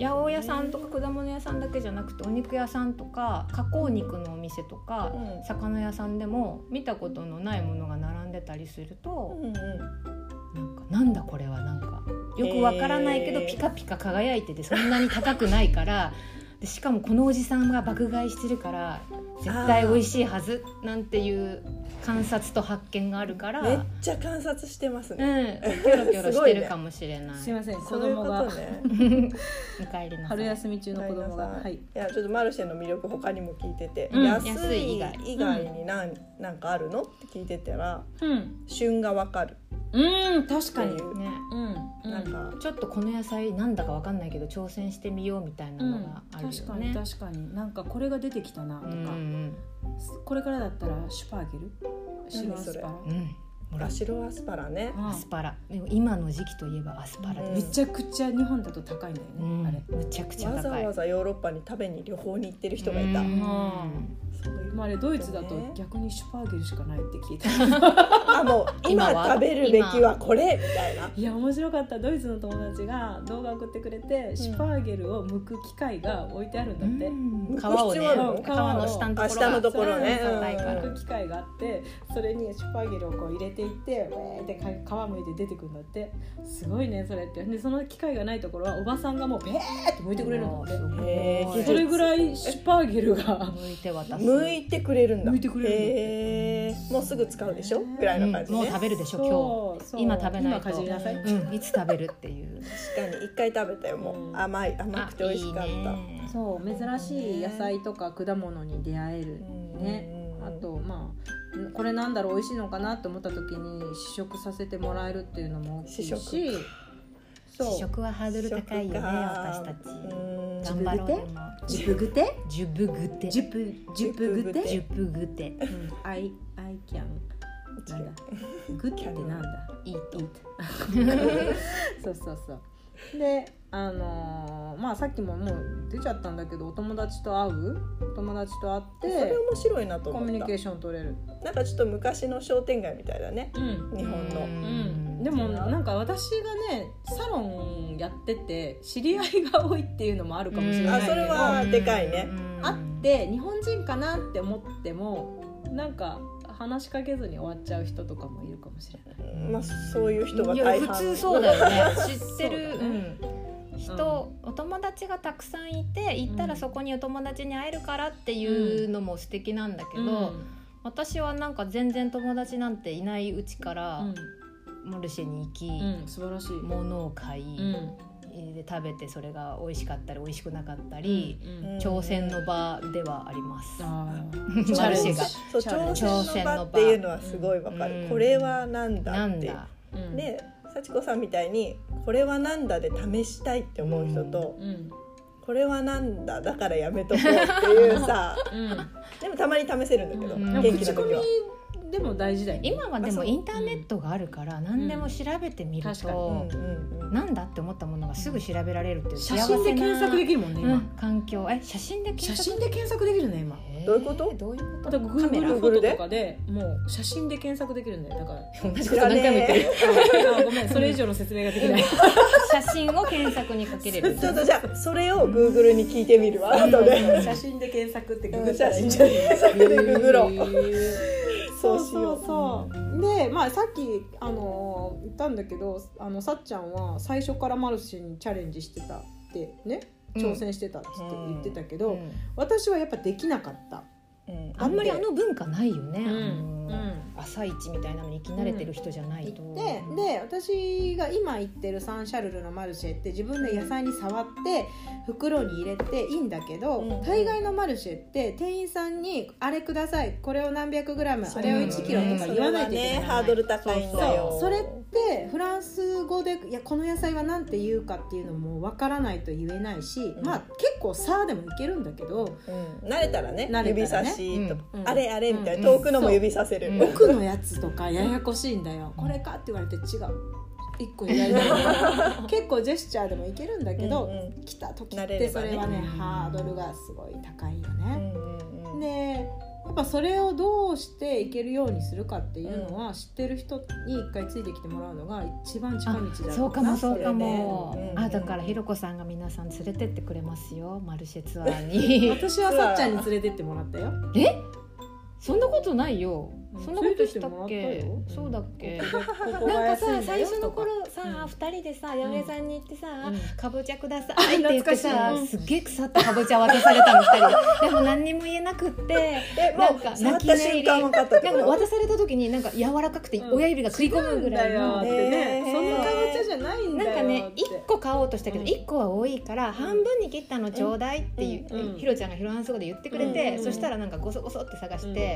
Speaker 3: 八百屋さんとか果物屋さんだけじゃなくてお肉屋さんとか加工肉のお店とか、
Speaker 2: うん
Speaker 3: 魚屋さんでも見たことのないものが並んでたりする
Speaker 2: う
Speaker 3: と、
Speaker 2: んうん
Speaker 3: なんかなんだこれはなんかよくわからないけど、
Speaker 2: えー
Speaker 3: ピカピカ輝いててそんなに高くないからでしかもこのおじさんが爆買いしてるから絶対美味しいはずなんていう観察と発見があるから、
Speaker 2: めっ
Speaker 3: うん、
Speaker 2: ちゃ観察してます
Speaker 3: キ
Speaker 2: ね、
Speaker 3: ョロキョロ
Speaker 2: す
Speaker 3: し
Speaker 2: ごい
Speaker 3: て
Speaker 2: ね
Speaker 3: るかもしれない。
Speaker 4: すいません子
Speaker 2: そういうこ
Speaker 4: 供が
Speaker 2: とね
Speaker 3: おかえりなさい
Speaker 4: 春休み中の子供が
Speaker 2: ごめんなさ
Speaker 4: はいい
Speaker 2: いやちょっとマルシェの魅力他にも聞いてて、
Speaker 4: うん
Speaker 2: 安
Speaker 3: 安
Speaker 2: い
Speaker 3: い
Speaker 2: 以外
Speaker 3: 以外
Speaker 2: に何、なんかあるのって聞いてたら
Speaker 4: うん
Speaker 2: 旬がわかる
Speaker 4: うん確
Speaker 2: って
Speaker 4: か
Speaker 2: い
Speaker 4: に
Speaker 2: う、
Speaker 3: ね
Speaker 4: うんうん
Speaker 2: なんか
Speaker 3: ちょっとこの野菜なんだかわかんないけど挑戦してみようみたいな
Speaker 4: う
Speaker 3: の
Speaker 4: ん
Speaker 3: があるよね。
Speaker 4: 確かに確かになんかこれが出てきたなと
Speaker 3: う
Speaker 4: か、
Speaker 3: ん
Speaker 4: これからだったらシュパーゲル白アスパラ
Speaker 3: うんうんほら
Speaker 2: あ白アスパラね
Speaker 4: うん
Speaker 3: アスパラでも今の時期といえばアスパラ
Speaker 2: うん
Speaker 3: で
Speaker 4: め
Speaker 3: す。
Speaker 4: ちゃくちゃ日本だと高いんだよね、
Speaker 3: うん
Speaker 4: あれ
Speaker 3: むちゃくちゃ
Speaker 2: わざ
Speaker 3: 高い。
Speaker 2: わざヨーロッパに食べに旅行に行ってる人がいた、
Speaker 3: うん
Speaker 4: うん
Speaker 2: そういう
Speaker 5: まあ、あれドイツだと逆にシュパーゲルしかないって聞いた
Speaker 2: あもう今
Speaker 3: 今は
Speaker 2: 食べるべきはこれみたいない
Speaker 5: や面白かったドイツの友達が動画送ってくれて、シュパーゲルを剥く機械が置いてあるんだって、
Speaker 3: うん皮をね
Speaker 2: 必要なの
Speaker 3: 皮の下のところが
Speaker 2: あ下のところね
Speaker 3: そう硬いか
Speaker 2: うん
Speaker 3: ら
Speaker 2: う
Speaker 5: 剥く機械があってそれにシュパーゲルをこう入れていってウェーってか皮むいて出てくるんだってすごいねそれってでその機械がないところはおばさんがもうペーって剥いてくれるんだって
Speaker 2: へー
Speaker 5: それぐらいシュパーゲルが
Speaker 3: 剥いて渡す
Speaker 2: 剥いてくれるんだ
Speaker 5: 剥いてくれるんだって
Speaker 2: へーもうすぐ使うでしょぐらいの感じ
Speaker 3: うんもう
Speaker 2: ね
Speaker 3: 食べるでしょ
Speaker 5: そうそ
Speaker 3: 今
Speaker 5: う
Speaker 3: 日今食べないと
Speaker 5: 今かじりなさい、
Speaker 3: うん、いつ食べるって いう
Speaker 2: 確かに一回食べたよも
Speaker 5: う
Speaker 2: うん甘い甘
Speaker 3: あ
Speaker 2: くて美味しかった
Speaker 3: いいね
Speaker 1: そう珍しい野菜とか果物に出会える
Speaker 2: うん
Speaker 1: ね
Speaker 2: うん
Speaker 1: あとまあんこれなんだろう美味しいのかなと思った時に試食させてもらえるっていうのも大きいし
Speaker 2: 試食
Speaker 1: そう
Speaker 3: 試食はハードル高いよね
Speaker 2: 食か
Speaker 3: 私た
Speaker 2: う
Speaker 3: ち
Speaker 2: ん
Speaker 3: 頑張ろう今
Speaker 1: ジュプグテ
Speaker 3: ジュブグテ
Speaker 1: ジュプジュプグ
Speaker 3: ジ
Speaker 1: テ
Speaker 3: ュブグテ
Speaker 1: アイアイキャンなんだグってなんだ
Speaker 3: いいと
Speaker 1: いい そうそうそうであのーまあさっきももう出ちゃったんだけどお友達と会う友達と会
Speaker 2: それ
Speaker 1: って
Speaker 2: 面白いなと
Speaker 1: コ
Speaker 2: 思
Speaker 1: ミュ
Speaker 2: っ
Speaker 1: ニ
Speaker 2: た
Speaker 1: ケーション取れる
Speaker 2: なんかちょっと昔の商店街みたいだね
Speaker 1: うん
Speaker 2: 日本の
Speaker 1: うん、でもなんか私がねサロンやってて知り合いが多いっていうのもあるかもしれないけど
Speaker 2: あそれはでかいね
Speaker 1: 会って日本人かなって思ってもなんか話しかけずに終わっちゃう人とかもいるかもしれない。
Speaker 2: まあそういう人が
Speaker 3: いや
Speaker 2: 大
Speaker 3: 普
Speaker 2: 半
Speaker 3: 通そうだよね知ってる
Speaker 1: そうだね
Speaker 3: うん人、お友達がたくさんいて行ったらそこにお友達に会えるからっていうのも素敵なんだけど、私はなんか全然友達なんていないうちからマルシェに行き、
Speaker 1: うん、うん、素晴らしい。
Speaker 3: 物を買い、
Speaker 1: うん、
Speaker 3: で食べてそれが美味しかったり美味しくなかった
Speaker 1: う
Speaker 3: り、
Speaker 1: ん、
Speaker 3: 挑戦の場ではあります。
Speaker 1: あー
Speaker 3: マルシェが
Speaker 2: そう挑戦の場っていうのはすごいわかる、
Speaker 3: うん
Speaker 2: これはなんだ
Speaker 3: な
Speaker 2: っ
Speaker 3: ん
Speaker 2: ていう
Speaker 3: だ、
Speaker 1: うん、
Speaker 2: で幸子さんみたいにこれはなんだで試したいって思う人と、
Speaker 1: うん、
Speaker 2: これはなんだだからやめとこうっていうさ
Speaker 1: う
Speaker 2: でもたまに試せるんだけど、
Speaker 3: うん
Speaker 1: ん、
Speaker 2: 元気
Speaker 1: 口
Speaker 2: な
Speaker 1: コ
Speaker 2: 時は。
Speaker 1: ミでも大事だよね。
Speaker 3: 今はで
Speaker 2: あそ
Speaker 3: も
Speaker 2: う
Speaker 3: インターネットがあるから何でも調べてみる
Speaker 1: 確かに
Speaker 2: う
Speaker 3: と
Speaker 2: ん、うんうん
Speaker 3: なんだって思ったものがすぐ調べられるっていう
Speaker 1: 写真で検索できるもんね。
Speaker 3: う
Speaker 1: 今
Speaker 3: ん、環境え写真で検
Speaker 1: 写
Speaker 3: 索
Speaker 1: 真で検索できるね今。
Speaker 3: えー
Speaker 2: どういうこと
Speaker 3: どういう
Speaker 1: あ
Speaker 3: ことと
Speaker 1: Google
Speaker 3: メラ
Speaker 1: フォトとかでもう写真で検索できるんだよだから
Speaker 3: 同じこと何回も言ってる
Speaker 1: あーごめんそれ以上の説明ができない。
Speaker 3: 写真を検索にかけれる
Speaker 2: ちょっとじゃあそれを Google に聞いてみるわ後で、
Speaker 1: 写真で検索って
Speaker 2: うん、写真でそれで Google ろう
Speaker 1: そ
Speaker 2: そううし
Speaker 1: そ
Speaker 2: よ
Speaker 1: うそうでまあさっきあのー言ったんだけどあのさっちゃんは最初からマルシェにチャレンジしてたってね挑戦してたって言ってたけど、
Speaker 3: うん
Speaker 1: 私はやっぱできなかった。
Speaker 2: う、うん
Speaker 3: あんまりあの文化ないよね、あの
Speaker 1: うん
Speaker 3: 朝市みたいなのに生き慣れてる人じゃないと、
Speaker 1: 行ってで私が今行ってるサンシャルルのマルシェって自分で野菜に触って袋に入れていいんだけど、
Speaker 2: うん
Speaker 1: 大概のマルシェって店員さんに「あれくださいこれを何百グラム
Speaker 2: そ
Speaker 1: あ
Speaker 2: う
Speaker 1: れを
Speaker 2: なのね
Speaker 1: 1キロ」とか言わないといけ
Speaker 2: それはね
Speaker 1: ない。
Speaker 2: ハードル高いんだよ
Speaker 1: そうそれってフランス語でいやこの野菜は何て言うかっていうのもわからないと言えないし、
Speaker 2: ん
Speaker 1: まあ結構さあでもいけるんだけど
Speaker 2: うん慣れたらね
Speaker 1: 慣れ
Speaker 2: 指
Speaker 1: たらね
Speaker 2: 差しと、
Speaker 1: うん
Speaker 2: あれあれみたいな、
Speaker 3: うん
Speaker 2: 遠くのも指させる、
Speaker 3: うん
Speaker 1: 奥のやつとかややこしいんだよこれかって言われて違う一個左 だよ結構ジェスチャーでもいけるんだけど、
Speaker 2: うんうん
Speaker 1: 来た時
Speaker 2: 慣
Speaker 1: っ
Speaker 2: れれ
Speaker 1: て
Speaker 2: ば
Speaker 1: そ
Speaker 2: ね
Speaker 1: れはね
Speaker 3: うん
Speaker 1: ハードルがすごい高いよ
Speaker 2: う
Speaker 1: ね。
Speaker 2: んうんうん
Speaker 1: でやっぱそれをどうしていけるようにするかっていうのは知ってる人に一回ついてきてもらうのが一番近道だろうな
Speaker 3: そうかもそうかも、
Speaker 2: それね
Speaker 3: あだからひろこさんが皆さん連れてってくれますよマルシェツアー に
Speaker 1: 私はさっちゃんに連れてってもらったよ。
Speaker 3: えそんなことないよ
Speaker 1: うん
Speaker 3: そんなことしたっ
Speaker 1: 連れてって
Speaker 3: け
Speaker 1: もらったよ
Speaker 3: そうだっけ
Speaker 1: ここが
Speaker 3: なんか
Speaker 1: 安い
Speaker 3: さ
Speaker 1: んだ
Speaker 3: 最
Speaker 1: よ
Speaker 3: 初の頃
Speaker 1: うん
Speaker 3: さ二、人でさ八百屋さんに行ってさ、
Speaker 1: うん
Speaker 3: かぼちゃくださいって言って
Speaker 1: 懐
Speaker 3: さ
Speaker 1: かしい
Speaker 3: すっげえ腐ったかぼちゃ渡されたの二 人ででも何にも言えなくって
Speaker 2: えも
Speaker 3: なん
Speaker 2: う
Speaker 3: か
Speaker 2: 触っ
Speaker 3: 泣き
Speaker 2: た
Speaker 3: 寝入
Speaker 2: 瞬
Speaker 3: り
Speaker 2: 間分かったって
Speaker 3: で
Speaker 2: こ
Speaker 3: も
Speaker 2: と
Speaker 3: 渡された時になんか柔らかくて
Speaker 1: うん
Speaker 3: 親指が食い込むぐらい
Speaker 1: 違うん
Speaker 3: の、
Speaker 1: だよってね、
Speaker 2: えー
Speaker 1: そんなかぼちゃじゃないんだ
Speaker 3: なん
Speaker 1: よ
Speaker 3: かね
Speaker 1: って
Speaker 3: 1個買おうとしたけど
Speaker 1: うん
Speaker 3: 1個は多いから半分に切ったのちょうだいっていう
Speaker 1: うんうん
Speaker 3: ひろちゃんがフランス語で言ってくれ
Speaker 1: う
Speaker 3: て
Speaker 1: ん
Speaker 3: そしたらなんかゴソゴソって探して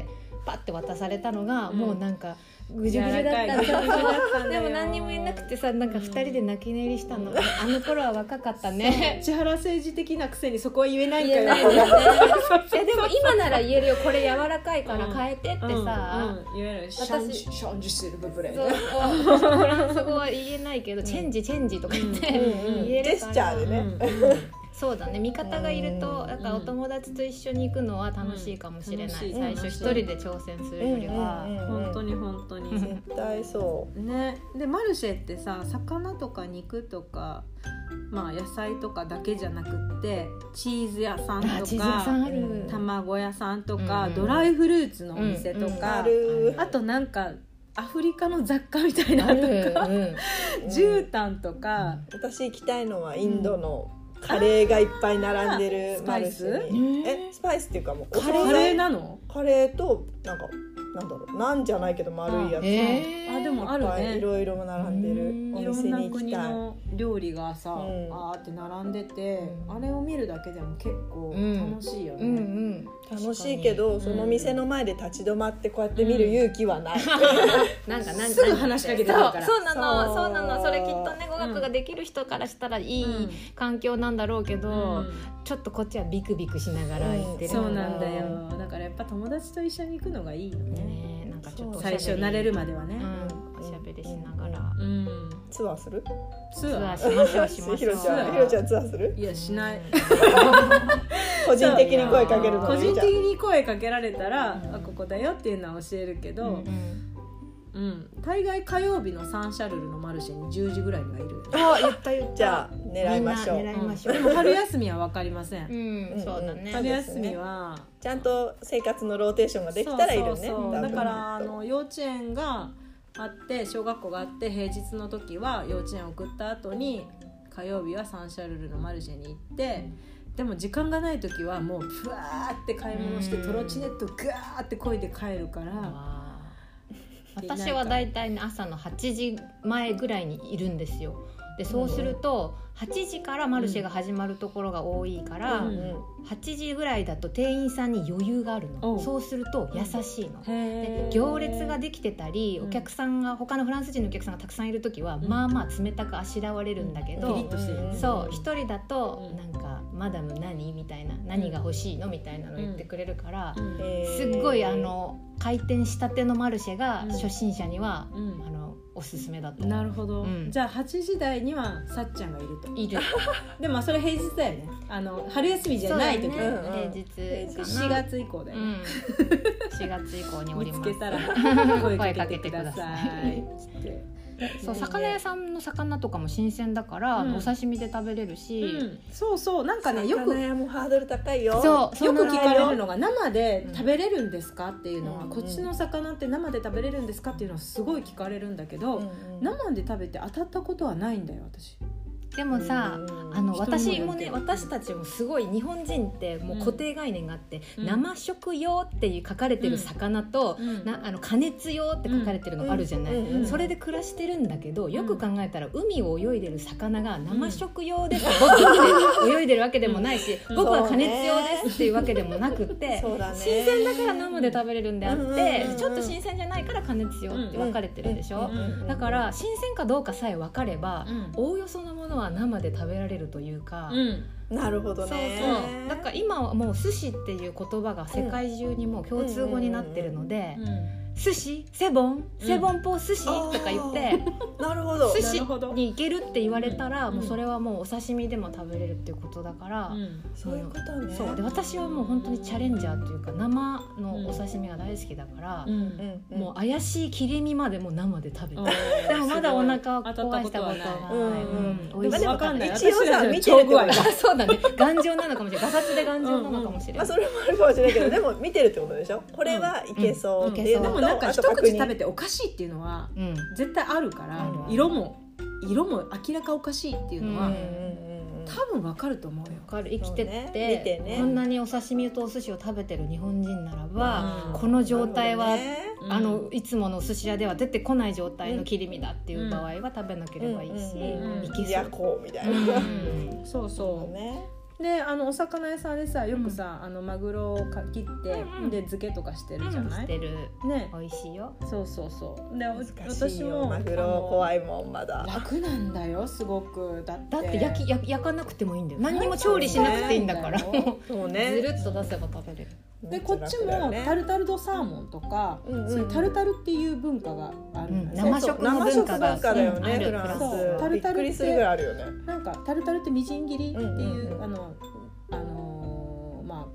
Speaker 3: パッて渡されたのが
Speaker 1: うん
Speaker 3: もうなんかぐじゅぐじゅだっ
Speaker 1: 柔ら
Speaker 3: た
Speaker 1: かいぐじゅぐじゅだったんだよ
Speaker 3: でも何にも言えなくてさなんか2人で泣き寝入りしたのあの頃は若かったね
Speaker 1: 千原政治的なくせにそこは言えないん
Speaker 3: 言
Speaker 1: か
Speaker 3: え
Speaker 1: よ
Speaker 3: ないよねいやでも今なら言えるよこれ柔らかいから変えてってさ
Speaker 1: うんうん、言えない
Speaker 3: 私
Speaker 1: シャンジシャンジする部分で
Speaker 3: そうそうフランス語は言えないけどチェンジチェンジとか言って
Speaker 1: うんうんうん
Speaker 3: 言え
Speaker 2: ジェ
Speaker 3: るか
Speaker 2: ス
Speaker 3: ら
Speaker 2: チャーでね、
Speaker 1: うん
Speaker 3: そうだね味方がいると
Speaker 2: うん
Speaker 3: だからお友達と一緒に行くのは楽しいかもしれな
Speaker 1: う
Speaker 3: い、
Speaker 1: ん
Speaker 3: 最
Speaker 1: 楽しい
Speaker 3: 初一人で挑戦するよりは、
Speaker 2: うん
Speaker 1: 本当に本当に
Speaker 2: 絶対そ
Speaker 1: ねでマルシェってさ魚とか肉とかまあ野菜とかだけじゃなくってチーズ屋さん
Speaker 3: あ
Speaker 1: と
Speaker 3: 地図屋さん
Speaker 1: か
Speaker 3: ある、
Speaker 2: うん
Speaker 1: 卵屋さんとか、
Speaker 3: うんうん
Speaker 1: ドライフルーツのお店と
Speaker 2: う
Speaker 1: か、
Speaker 2: ある
Speaker 1: あとなんかアフリカの雑貨みたいな
Speaker 3: あ
Speaker 1: のと
Speaker 3: る
Speaker 1: か、
Speaker 3: うん
Speaker 1: 絨毯とか、
Speaker 2: 私行きたいのはインドのカレーがいっぱい並んでるマルシェに
Speaker 3: あー
Speaker 2: え
Speaker 3: スパイス
Speaker 2: スパイスっていうかもうお
Speaker 1: カ
Speaker 2: 惣
Speaker 1: レー
Speaker 2: 菜
Speaker 1: なの
Speaker 2: カレーとなんかなんだろうなんじゃないけど丸いやつ、
Speaker 3: うんえー
Speaker 1: あでもあ
Speaker 2: いっ
Speaker 1: る
Speaker 2: ぱいい
Speaker 1: ね
Speaker 2: ろいろ並んでる
Speaker 3: うん
Speaker 2: お
Speaker 1: いろ
Speaker 2: 店
Speaker 1: んな
Speaker 2: に行き
Speaker 1: 国
Speaker 2: たい。
Speaker 1: の料理がさ、
Speaker 2: うん
Speaker 1: あーって並んでて、
Speaker 3: うん
Speaker 1: あれを見るだけでも結構
Speaker 3: うん
Speaker 1: 楽しいよね、
Speaker 3: うんうん
Speaker 2: 楽しいけど、その店の前で立ち止まってこうやって見る勇気はない、
Speaker 3: なんかなん
Speaker 1: すぐ話しかけてくるから
Speaker 3: そうそうなの
Speaker 2: そう
Speaker 3: そうなのそれきっとね語学ができる人からしたらいい環境なんだろうけど、ちょっとこっちはビクビクしながら行ってる
Speaker 1: そ
Speaker 3: の
Speaker 1: う
Speaker 3: が
Speaker 1: なんだよだからやっぱ友達と一緒に行くのがいいよね
Speaker 3: ねなんかちょっとおしゃ
Speaker 1: 最
Speaker 3: べり
Speaker 1: 初慣れるまではね
Speaker 3: うん、おしゃべりしながら
Speaker 1: うん
Speaker 2: ツアーする
Speaker 1: ツ
Speaker 3: ツア
Speaker 1: アー
Speaker 3: ーしましょうしま
Speaker 2: ひ
Speaker 3: しょ
Speaker 2: ろちゃん
Speaker 3: う
Speaker 1: ツアー
Speaker 2: ひろちゃんツアーする
Speaker 1: いやしない
Speaker 2: 個人的に声かけるの
Speaker 1: 個
Speaker 2: もい
Speaker 1: 人
Speaker 2: いじゃ
Speaker 1: 的
Speaker 2: ん
Speaker 1: に声かけられたら
Speaker 3: うん
Speaker 1: あここだよっていうのは教えるけ
Speaker 3: う
Speaker 1: ど
Speaker 3: んうん
Speaker 1: うん大概火曜日のサンシャルルのマルシェに10時ぐらいにはいるよね
Speaker 3: あ言った言った
Speaker 2: じゃあ狙いましょ
Speaker 3: みん
Speaker 2: う
Speaker 3: な狙いましょう
Speaker 1: でも春休みは分かりませ
Speaker 3: うんん、
Speaker 2: うん
Speaker 3: そうだね
Speaker 2: うん
Speaker 1: 春休みは
Speaker 2: ちゃんと生活のローテーションができたらいるね
Speaker 1: そうそうそう
Speaker 2: 多分
Speaker 1: だからあの幼稚園があって小学校があって平日の時は幼稚園送った後に火曜日はサンシャルルのマルシェに行ってでも時間がない時はもうふわーって買い物して
Speaker 3: う
Speaker 1: ト
Speaker 3: ん
Speaker 1: ロチネットガーって漕いで帰るから
Speaker 3: 私はだいたいね朝の8時前ぐらいにいるんですよでそうすると8時からマルシェが始まるところが多いから、
Speaker 1: うん
Speaker 3: 8時ぐらいだと店員さんに余裕がある
Speaker 1: お
Speaker 3: の
Speaker 1: う
Speaker 3: そうすると優しいの
Speaker 1: へえ
Speaker 3: 行列ができてたり
Speaker 1: うん
Speaker 3: お客さんが他のフランス人のお客さんがたくさんいる時は
Speaker 1: ん
Speaker 3: まあまあ冷たくあしらわれるんだけ
Speaker 1: ピリ
Speaker 3: ど
Speaker 1: ッとしてる
Speaker 3: そう一人だと
Speaker 1: うん
Speaker 3: なんか「マダム何?」みたいな「何が欲しいの?」みたいなの言ってくれるから
Speaker 1: うん
Speaker 2: えー
Speaker 3: すっごいあの開店したてのマルシェが
Speaker 1: うん
Speaker 3: 初心者には
Speaker 1: うん
Speaker 3: あのおすすめだと
Speaker 1: なるほど、
Speaker 3: うん
Speaker 1: じゃあ8時台にはさっちゃんがいると
Speaker 3: いる
Speaker 1: でもまあそれ平日だよねあの春休みじ
Speaker 3: そ
Speaker 1: ゃ
Speaker 3: う
Speaker 1: な
Speaker 3: だ
Speaker 1: い
Speaker 3: ね
Speaker 1: 時、
Speaker 2: だうんうん
Speaker 3: 平日
Speaker 1: 4
Speaker 3: かな
Speaker 1: 月以降だよ
Speaker 3: う
Speaker 1: ね、
Speaker 3: ん4月以降にお
Speaker 1: 見
Speaker 3: り
Speaker 1: つ
Speaker 3: ま
Speaker 1: け
Speaker 3: す
Speaker 1: たら声
Speaker 3: 声
Speaker 1: か
Speaker 3: か
Speaker 1: けて
Speaker 3: けて
Speaker 1: く
Speaker 3: く
Speaker 1: だ
Speaker 3: だ
Speaker 1: さ
Speaker 3: さ
Speaker 1: い
Speaker 3: い。そう魚屋
Speaker 1: さ
Speaker 3: さんの魚とかも新鮮だから、
Speaker 1: うん
Speaker 3: お刺身で食べれるし、
Speaker 1: うん、そうそうなんかねよく
Speaker 2: 魚
Speaker 1: よ
Speaker 2: 屋もハードル高いよ
Speaker 3: そう
Speaker 1: く聞かれるのが生で食べれるんですかっていうのは、
Speaker 2: うん
Speaker 1: こっちの魚って生で食べれるんですかっていうのはすごい聞かれるんだけど、
Speaker 2: うんうん
Speaker 1: 生で食べて当たったことはないんだよ私。
Speaker 3: でもさ、
Speaker 2: うん
Speaker 3: あの
Speaker 1: 人にもよるけど
Speaker 3: 私もね私たちもすごい日本人ってもう固定概念があって、
Speaker 1: うん
Speaker 3: 生食用っていう書かれてる魚と、
Speaker 1: な
Speaker 3: なあの加熱用って書かれてるのがあるじゃない、
Speaker 2: うんうんうん
Speaker 3: それで暮らしてるんだけどよく考えたら海を泳いでる魚が生食用です、僕って泳いでるわけでもないし、
Speaker 1: うん
Speaker 3: 僕は加熱用ですっていうわけでもなくて、
Speaker 2: そうだね
Speaker 3: 新鮮だから生で食べれるんであって、
Speaker 2: うんうんうんうん
Speaker 3: ちょっと新鮮じゃないから加熱用って分かれてるでしょ、
Speaker 1: うんうんうん
Speaker 3: だから新鮮かどうかさえ分かれば、
Speaker 1: うん
Speaker 3: おおよそのものは生で食べられるというか、
Speaker 1: うん
Speaker 2: なるほ
Speaker 3: そ
Speaker 2: ど
Speaker 3: うそう
Speaker 2: ね
Speaker 3: だから今はもう寿司っていう言葉が世界中にもう共通語になってるので
Speaker 1: うん
Speaker 3: 「寿司セボンセボンポー寿司」とか言って
Speaker 2: なるほど
Speaker 3: 寿
Speaker 1: な
Speaker 3: 司
Speaker 1: るほど
Speaker 3: に行けるって言われたら
Speaker 1: うん
Speaker 3: もうそれはもうお刺身でも食べれるっていうことだから。
Speaker 2: そういうことね
Speaker 3: そうで私はもう本当にチャレンジャーというか生のお刺身が大好きだから
Speaker 1: う、ん
Speaker 2: うんうん
Speaker 3: もう怪しい切れ身までも生で食べて、
Speaker 1: うん
Speaker 3: でもまだお腹
Speaker 1: 当
Speaker 3: を
Speaker 1: たった
Speaker 3: 壊
Speaker 1: こ
Speaker 3: した
Speaker 1: と
Speaker 3: こ
Speaker 1: は
Speaker 3: と
Speaker 1: ない。
Speaker 3: が
Speaker 2: う
Speaker 3: ない
Speaker 2: ん
Speaker 3: うん美味しい
Speaker 1: でもわかんない。
Speaker 2: 一応さ
Speaker 1: 私らの
Speaker 2: 見てると
Speaker 1: 調具合が
Speaker 3: あ そうだね頑丈なのかもしれないガサツで頑丈なのかもし
Speaker 2: ま
Speaker 3: れな
Speaker 2: あ
Speaker 3: い、
Speaker 2: それもあるかもしれないけどでも見てるってことでしょこれはいけそうっていう
Speaker 3: う
Speaker 2: の
Speaker 3: ん
Speaker 1: で
Speaker 2: と
Speaker 1: もなんか
Speaker 2: あ
Speaker 1: 一
Speaker 2: と
Speaker 1: 口食べ
Speaker 2: 確
Speaker 1: ておかしいっていうのは
Speaker 3: うん
Speaker 1: 絶対あるから
Speaker 3: あるある
Speaker 1: 色も色も明らかおかしいっていうのは、
Speaker 3: うん
Speaker 2: 認うんうんうん
Speaker 1: 多分わかると思うよ
Speaker 3: わ。かる生きて
Speaker 2: そうね
Speaker 3: て,、
Speaker 2: 見てね
Speaker 3: こんなにお刺身とお寿司を食べてる日本人ならば、
Speaker 1: うん
Speaker 3: この状態は、
Speaker 2: なるほ
Speaker 1: うん
Speaker 3: あのいつものお寿司屋では出てこない状態の切り身だっていう場合は食べなければいいし、
Speaker 1: う
Speaker 2: うん
Speaker 1: ん
Speaker 3: い
Speaker 2: どねい
Speaker 3: け
Speaker 2: や
Speaker 3: そう、
Speaker 2: こうみたいな
Speaker 3: うん
Speaker 1: そう
Speaker 2: そ
Speaker 1: そう
Speaker 2: ね
Speaker 1: う。であのお魚屋さんでさよくさ、あのマグロをか切って、
Speaker 3: うんうん
Speaker 1: で漬けとかしてるじゃ
Speaker 3: うん、
Speaker 1: な
Speaker 3: し
Speaker 1: い、
Speaker 3: てる
Speaker 1: ね
Speaker 3: 美味しいよ
Speaker 1: そうそうそう。でお
Speaker 2: 難しい
Speaker 1: 私
Speaker 2: よ
Speaker 1: も
Speaker 2: マグ
Speaker 1: あ
Speaker 2: ロ
Speaker 1: の
Speaker 2: 怖いもんまだ
Speaker 1: 楽なんだよすごくだって
Speaker 3: だって焼き焼き焼かなくてもいいんだよ何にも調理しなくていいんだから、
Speaker 1: そうだよ
Speaker 2: そう
Speaker 3: ず
Speaker 2: ね
Speaker 3: るっと出せば食べれる
Speaker 1: でこっちもタルタルドサーモンとか、
Speaker 2: うんうん
Speaker 1: そういうタルタルっていう文化があるんだ
Speaker 3: うん
Speaker 1: ね、
Speaker 3: 生食の文化
Speaker 2: 生食
Speaker 3: が
Speaker 2: 文化だよ
Speaker 3: う
Speaker 2: ね
Speaker 3: ん
Speaker 2: フラン
Speaker 1: そうタ
Speaker 2: スび
Speaker 1: ル
Speaker 2: っ
Speaker 1: タルって
Speaker 2: くりするぐらいあるよね
Speaker 1: なんかタルタルってみじん切りっていう、
Speaker 2: うんうんうん
Speaker 1: あのあのーまあ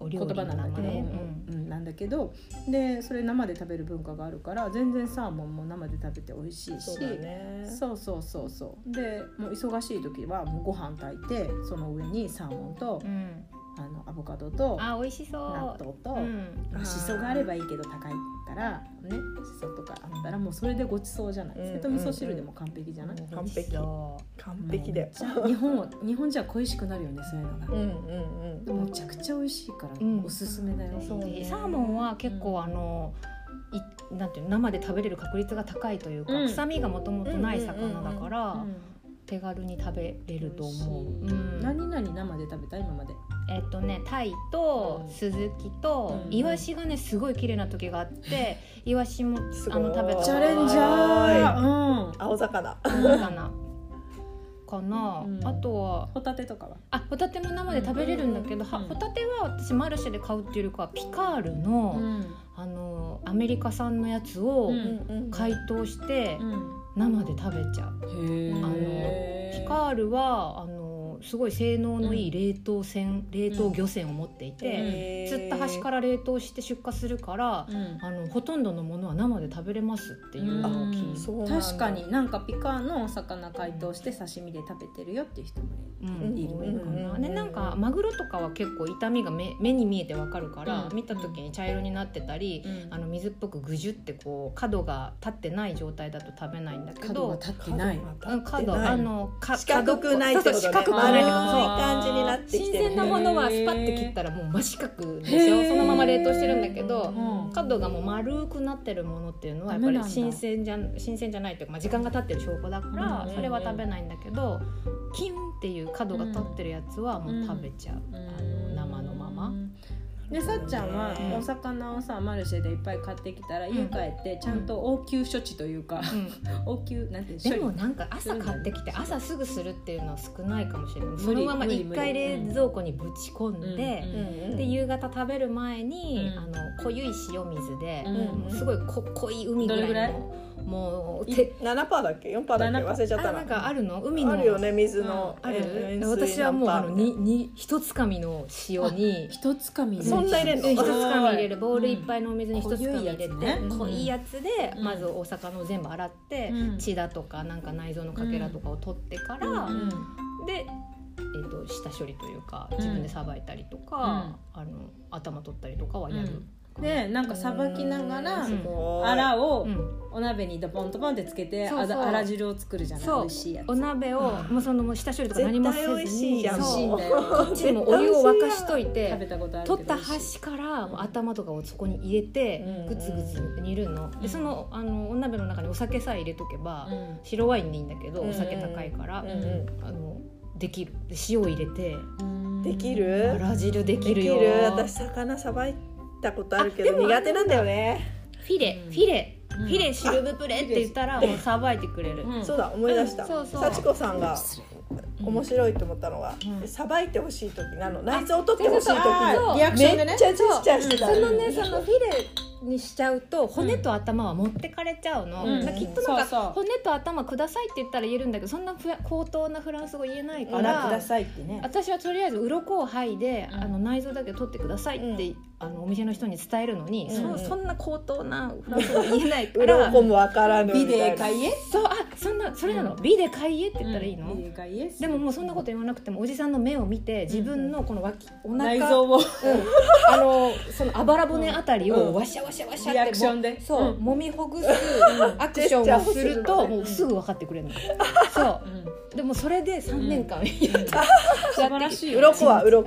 Speaker 3: お
Speaker 1: 言
Speaker 3: 料理
Speaker 1: 葉
Speaker 3: の
Speaker 1: なんだ
Speaker 3: 名
Speaker 1: けど、う
Speaker 3: 前、うん
Speaker 1: んなんだけどでそれ生で食べる文化があるから全然サーモンも生で食べて美味しいし
Speaker 2: そうだね
Speaker 1: そうそうそうそうでもう忙しい時はもうご飯炊いてその上にサーモンと
Speaker 3: う、ん、
Speaker 1: あのアボカドと
Speaker 3: あ美味しそう
Speaker 1: 納豆と、
Speaker 3: うん
Speaker 1: まあ、しそがあればいいけど高いからねしそとかあったらもうそれでごちそうじゃない、
Speaker 2: うん
Speaker 1: それと味噌汁でも完璧じゃない、
Speaker 2: うん
Speaker 3: 美味しそう
Speaker 2: 完璧だよ
Speaker 1: もうめっちゃ日本は日本じゃ恋しくなるよねそういうのが
Speaker 2: うんうんうん
Speaker 1: むちゃくちゃ美味しいから、
Speaker 3: うん
Speaker 1: おすすめだよ、
Speaker 2: そうね
Speaker 3: サーモンは結構あの、いなんていうの生で食べれる確率が高いというか、
Speaker 1: うん
Speaker 3: 臭みがもともとない魚だから、
Speaker 1: う
Speaker 3: 手軽に食べれると思う。
Speaker 1: 美味
Speaker 3: う
Speaker 1: うん何々生で食べた今まで
Speaker 3: えっとねタイと
Speaker 1: うん
Speaker 3: スズキと、
Speaker 1: うん
Speaker 3: イワシがねすごい綺麗な時があ って、イワシも
Speaker 2: すごい
Speaker 3: あの食べた
Speaker 1: チャ
Speaker 2: チャ
Speaker 1: レ
Speaker 2: レ
Speaker 1: ン
Speaker 2: ン
Speaker 1: ジ
Speaker 2: ジ
Speaker 1: ャー
Speaker 2: ャー
Speaker 1: うん
Speaker 2: 青魚
Speaker 3: かな。かな、
Speaker 1: うん
Speaker 3: あとは
Speaker 1: ホタテとかは
Speaker 3: あホタテも生で食べれるんだけど、
Speaker 1: うん
Speaker 3: は
Speaker 1: うん
Speaker 3: ホタテは私マルシェで買うっていうよりかはピカールの、
Speaker 1: ん
Speaker 3: あのアメリカ産のやつを
Speaker 1: うん
Speaker 3: 解凍して生で食べちゃう、
Speaker 1: へ
Speaker 3: ピカールはあのすごい性能のいい冷凍船、冷凍漁船を持っていて、
Speaker 2: で
Speaker 3: 釣った端からら冷凍して出荷するから、
Speaker 1: うん
Speaker 3: あのほとんどのものは生で食べれますっていうのを
Speaker 1: うん
Speaker 3: 聞いて、
Speaker 2: そうなんだ
Speaker 1: 確かになんかピカーのお魚解凍して刺身で食べてるよっていう人もいる
Speaker 3: うん
Speaker 1: いい
Speaker 3: 多いかな、
Speaker 2: うん
Speaker 3: でなんかマグロとかは結構痛みが目目に見えてわかるから、
Speaker 1: うん
Speaker 3: 見た時に茶色になってたり、あの水っぽくぐじゅってこう角が立ってない状態だと食べないんだけ
Speaker 1: 角が
Speaker 3: ど
Speaker 1: 立ってない
Speaker 3: うん角
Speaker 2: ない
Speaker 3: あのか
Speaker 2: 四角くないってことね
Speaker 3: そうそう四角く
Speaker 1: あー
Speaker 3: ない
Speaker 2: 丸い
Speaker 3: けど
Speaker 2: 感
Speaker 3: そ
Speaker 2: じ
Speaker 3: う
Speaker 2: になってきてる
Speaker 3: 新鮮なものはスパッて切ったらもう真四角でし
Speaker 1: へー
Speaker 3: ょそのまま冷凍してるんだけ
Speaker 1: う
Speaker 3: ど
Speaker 1: ん
Speaker 3: 角がもう丸くなってるものっていうのはやっ
Speaker 1: ダ
Speaker 3: ぱ
Speaker 1: メなん
Speaker 3: り
Speaker 1: だ
Speaker 3: 新鮮じゃ新鮮じゃないというか、まあ、時間が経ってる証拠だか
Speaker 1: うんうん
Speaker 3: ら
Speaker 1: うん
Speaker 3: それは食べないんだけどキンっていう角が立ってるやつはもう食べちゃう、
Speaker 1: うん
Speaker 3: あの生のまま。
Speaker 1: でさっちゃんは
Speaker 2: うん
Speaker 1: お魚をさマルシェでいっぱい買ってきたら
Speaker 3: ん
Speaker 1: 家帰ってちゃんと応急処置というか、応急なんていう
Speaker 3: で
Speaker 1: 処
Speaker 3: も
Speaker 1: 理
Speaker 3: なんか朝買ってきて朝すぐするっていうのは少ないかもしれない
Speaker 1: 理
Speaker 3: そのまま
Speaker 1: 無理
Speaker 3: 一回
Speaker 1: 無理
Speaker 3: 冷蔵庫にぶち込んで、
Speaker 1: うん
Speaker 2: うん
Speaker 3: で夕方食べる前に、
Speaker 1: うん
Speaker 3: あの濃ゆい塩水で、
Speaker 1: うん
Speaker 3: もうすごいこ濃い海ぐら
Speaker 1: ど
Speaker 3: いの
Speaker 1: れぐらい
Speaker 3: もうて
Speaker 2: 7パーだっけ4パーだっけ忘れちゃ
Speaker 3: あ
Speaker 2: った
Speaker 3: なんかあるの海の
Speaker 2: あるよね水の、
Speaker 3: ある
Speaker 2: えー
Speaker 3: 私はもうあの
Speaker 2: 塩水
Speaker 3: にに一つかみの塩に
Speaker 1: 一つかみ
Speaker 2: そんな入れんの
Speaker 3: 一つかみ入れ
Speaker 1: る
Speaker 3: るボウルいっぱいのお水に一つかみ入れて、
Speaker 1: 濃いやつね
Speaker 3: 濃いやつで、
Speaker 1: うん
Speaker 3: まずお魚を全部洗って、
Speaker 1: うん
Speaker 3: 血だとかなんか内臓のかけらとかを取ってから、で、えー、と下処理というか自分でさばいたりとか、あの頭取ったりとかはやる。
Speaker 1: でなんかさばきながら
Speaker 3: うん
Speaker 2: すごい
Speaker 1: アラを
Speaker 3: うん
Speaker 1: お鍋にドポンドポンってつけて
Speaker 3: そう
Speaker 1: あ
Speaker 3: そう
Speaker 1: だあら汁を作るじゃない
Speaker 3: そう
Speaker 1: 美味しいやつ
Speaker 3: お鍋を、もうそのもう下処理とか何もせず
Speaker 2: 絶
Speaker 3: に
Speaker 2: 対美味しいじゃん
Speaker 1: 美味しい
Speaker 3: そ
Speaker 1: ん
Speaker 3: う
Speaker 1: だよ
Speaker 3: こっちもお湯を沸かしとい
Speaker 1: 食べ
Speaker 3: て
Speaker 1: たことあるけど
Speaker 3: 取った端からもう頭とかをそこに入れて
Speaker 2: うん
Speaker 3: グツグツ煮るの、
Speaker 1: うん
Speaker 3: でそのあのお鍋の中にお酒さえ入れとけば、
Speaker 1: うん
Speaker 3: 白ワインでいいんだけど
Speaker 2: うん
Speaker 3: お酒高いから、
Speaker 2: うんうん
Speaker 3: あのできるで塩入れて
Speaker 2: できる
Speaker 3: あら汁でき
Speaker 2: で
Speaker 3: る
Speaker 2: き
Speaker 3: よ
Speaker 2: る私魚さばいたことあるけど
Speaker 3: あでも
Speaker 2: 苦手なんだよね
Speaker 3: フィレ、
Speaker 1: うん
Speaker 3: フィレ、
Speaker 1: うん
Speaker 3: フィレシルブプレって言ったらもうさばいてくれる、
Speaker 1: うん
Speaker 2: そうだ思い出した、
Speaker 3: うんそうそう
Speaker 2: 幸子さんが面白いと思ったのは
Speaker 3: うん
Speaker 2: さば、いてほしい時なの内臓を取ってほしい時
Speaker 3: あそう
Speaker 1: リアクションで
Speaker 2: め
Speaker 1: ね
Speaker 2: っちゃジェスチャーしてた、
Speaker 3: そのねそのフィレにしちゃうと骨と頭は持ってかれちゃうの、
Speaker 1: うん
Speaker 3: だからきっとなんか
Speaker 1: そうそう
Speaker 3: 骨と頭くださいって言ったら言えるんだけどそんなふわ高等なフランス語言えないか
Speaker 1: あら
Speaker 3: ら
Speaker 1: くださいってね
Speaker 3: 私はとりあえず鱗を剥いで、
Speaker 1: うん
Speaker 3: あの内臓だけ取ってくださいって、
Speaker 2: う
Speaker 3: あのお店の人に伝えるのに、
Speaker 2: うん
Speaker 3: そそんな高等なフランス語言えないか
Speaker 2: うろ
Speaker 3: ら
Speaker 2: こもわからぬ
Speaker 1: ビ
Speaker 2: みたい
Speaker 1: デ
Speaker 2: な
Speaker 1: 買いえ
Speaker 3: そうあそんなそれなの「美で買いえ」って言ったらいいの、
Speaker 1: ビデ買いえ
Speaker 3: でももうそんなこと言わなくてもおじさんの目を見て自分のこの脇お
Speaker 1: 内
Speaker 3: 腹
Speaker 1: 臓を
Speaker 3: あのそのあばら骨あたりをわしゃわしゃわしゃって
Speaker 1: リアクションで
Speaker 3: そう、
Speaker 1: うん
Speaker 3: 揉みほぐすアクションをするともうすぐ分かってくれるの、そうでもそれで3年間やった、
Speaker 1: 素晴らしいよね
Speaker 2: 鱗は鱗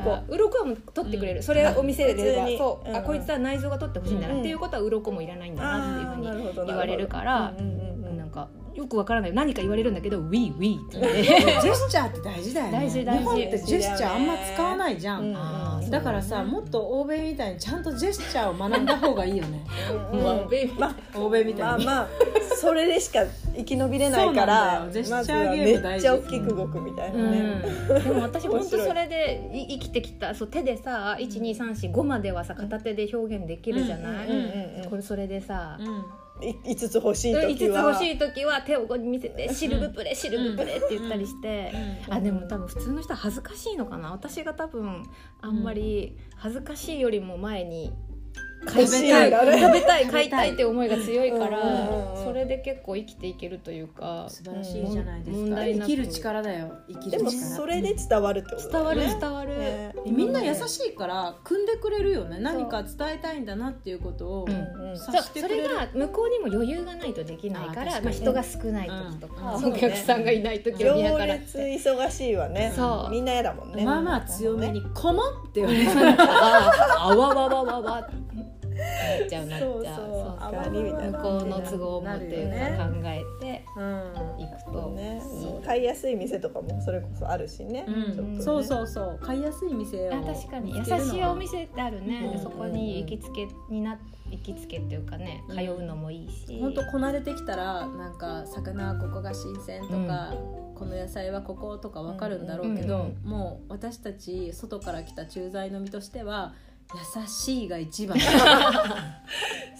Speaker 3: 鱗はもう取ってくれる、それをお店で
Speaker 2: 普通に
Speaker 3: そう、
Speaker 2: う
Speaker 3: あ
Speaker 2: ん
Speaker 3: こいつは内臓が取ってほしいんだな、
Speaker 2: うん
Speaker 3: っていうことは鱗もいらないんだなっていうふうに
Speaker 2: るほど
Speaker 3: 言われるから、
Speaker 2: うんうんうんうん
Speaker 3: なんかよくわからない何か言われるんだけど「ウィーウィー」って言って
Speaker 1: ジェスチャーって大事だよね
Speaker 3: 大事大事
Speaker 1: 日本ってジェスチャーあんま使わないじゃん、
Speaker 3: あー
Speaker 1: だからさもっと欧米みたいにちゃんとジェスチャーを学んだ方がいいよね
Speaker 2: うんうん
Speaker 3: ベイビー
Speaker 2: まあ
Speaker 1: 欧米み
Speaker 2: ま
Speaker 1: た
Speaker 2: あ
Speaker 1: いに、
Speaker 2: まあそれでしか生き延びれないか
Speaker 1: そう
Speaker 2: ら
Speaker 1: なんだよジェ
Speaker 2: ま
Speaker 1: ス
Speaker 2: ず
Speaker 1: チャ
Speaker 2: は
Speaker 1: ーゲ
Speaker 2: め
Speaker 1: ーム大
Speaker 2: っ
Speaker 1: 事
Speaker 2: ちゃ大きく動くみたいなね、
Speaker 3: うん、でも私本
Speaker 2: 面白
Speaker 3: 当
Speaker 2: い
Speaker 3: それでい生きてきたそう手でさ12345まではさ片手で表現できるじゃない、
Speaker 1: うんうん
Speaker 3: これそれでさ、
Speaker 1: うん
Speaker 2: い5つ欲しい
Speaker 3: 5つ
Speaker 2: 時は
Speaker 3: 欲しい時は手をこう見せて「シルブプレシルブプレ」って言ったりして、
Speaker 1: う
Speaker 3: あでも多分普通の人は恥ずかしいのかな私が多分あんまり恥ずかしいよりも前に
Speaker 2: 欲しいんだね
Speaker 3: 食べたい買いたいって思いが強いから
Speaker 2: うんうんうん
Speaker 3: それで結構生きていけるというか
Speaker 1: 素晴らしいじゃないです
Speaker 3: 問
Speaker 1: か、
Speaker 3: 題な
Speaker 1: 生き
Speaker 3: く
Speaker 1: る力だよ生きる
Speaker 2: で
Speaker 1: 力
Speaker 2: もそれで伝わるってことだ
Speaker 3: 伝わ
Speaker 2: よ
Speaker 3: る
Speaker 2: ね
Speaker 3: 伝わる、
Speaker 2: ね
Speaker 1: みんな優しいから組んでくれるよね何か伝えたいんだなっていうことを、
Speaker 3: うん
Speaker 2: うん
Speaker 3: そう
Speaker 1: 察して
Speaker 3: そ
Speaker 1: くれ
Speaker 3: れ
Speaker 1: る
Speaker 3: が向こうにも余裕がないとできないから
Speaker 1: あー確
Speaker 3: ま
Speaker 1: か
Speaker 3: あ、
Speaker 1: に
Speaker 3: 人が少ない時とか、
Speaker 1: うん
Speaker 2: そう
Speaker 3: お
Speaker 2: ね
Speaker 3: 客さんがいない時を見
Speaker 2: 行
Speaker 3: 計らっ
Speaker 2: 列
Speaker 3: て。
Speaker 2: 忙しいわね
Speaker 3: そう
Speaker 2: みんな嫌だもんね
Speaker 1: まあまあ強め
Speaker 2: ね
Speaker 1: に「こも」って言われる
Speaker 3: あわわわわわなっちゃうなっちゃう
Speaker 2: そうそうあまりみたいな
Speaker 3: 向こうの都合もっていう
Speaker 1: なる
Speaker 3: か
Speaker 1: よ
Speaker 3: 考えて
Speaker 1: うん
Speaker 3: いくと、
Speaker 2: ね
Speaker 3: いい
Speaker 2: そう買いやすい店とかもそれこそあるしね、ちょっと
Speaker 1: う
Speaker 2: ね
Speaker 1: ん、そうそうそう買いやすい店を
Speaker 3: あ確かに優
Speaker 1: 見つけるのは
Speaker 3: しいお店ってあるね、
Speaker 2: うん
Speaker 3: そこに行きつけにな行きつけっていうかね通うのもいいし、
Speaker 1: ほんとこなれてきたらなんか魚はここが新鮮とか、この野菜はこことかわかるんだろうけど、
Speaker 3: うんうん
Speaker 1: もう私たち外から来た駐在の身としては優しいが一番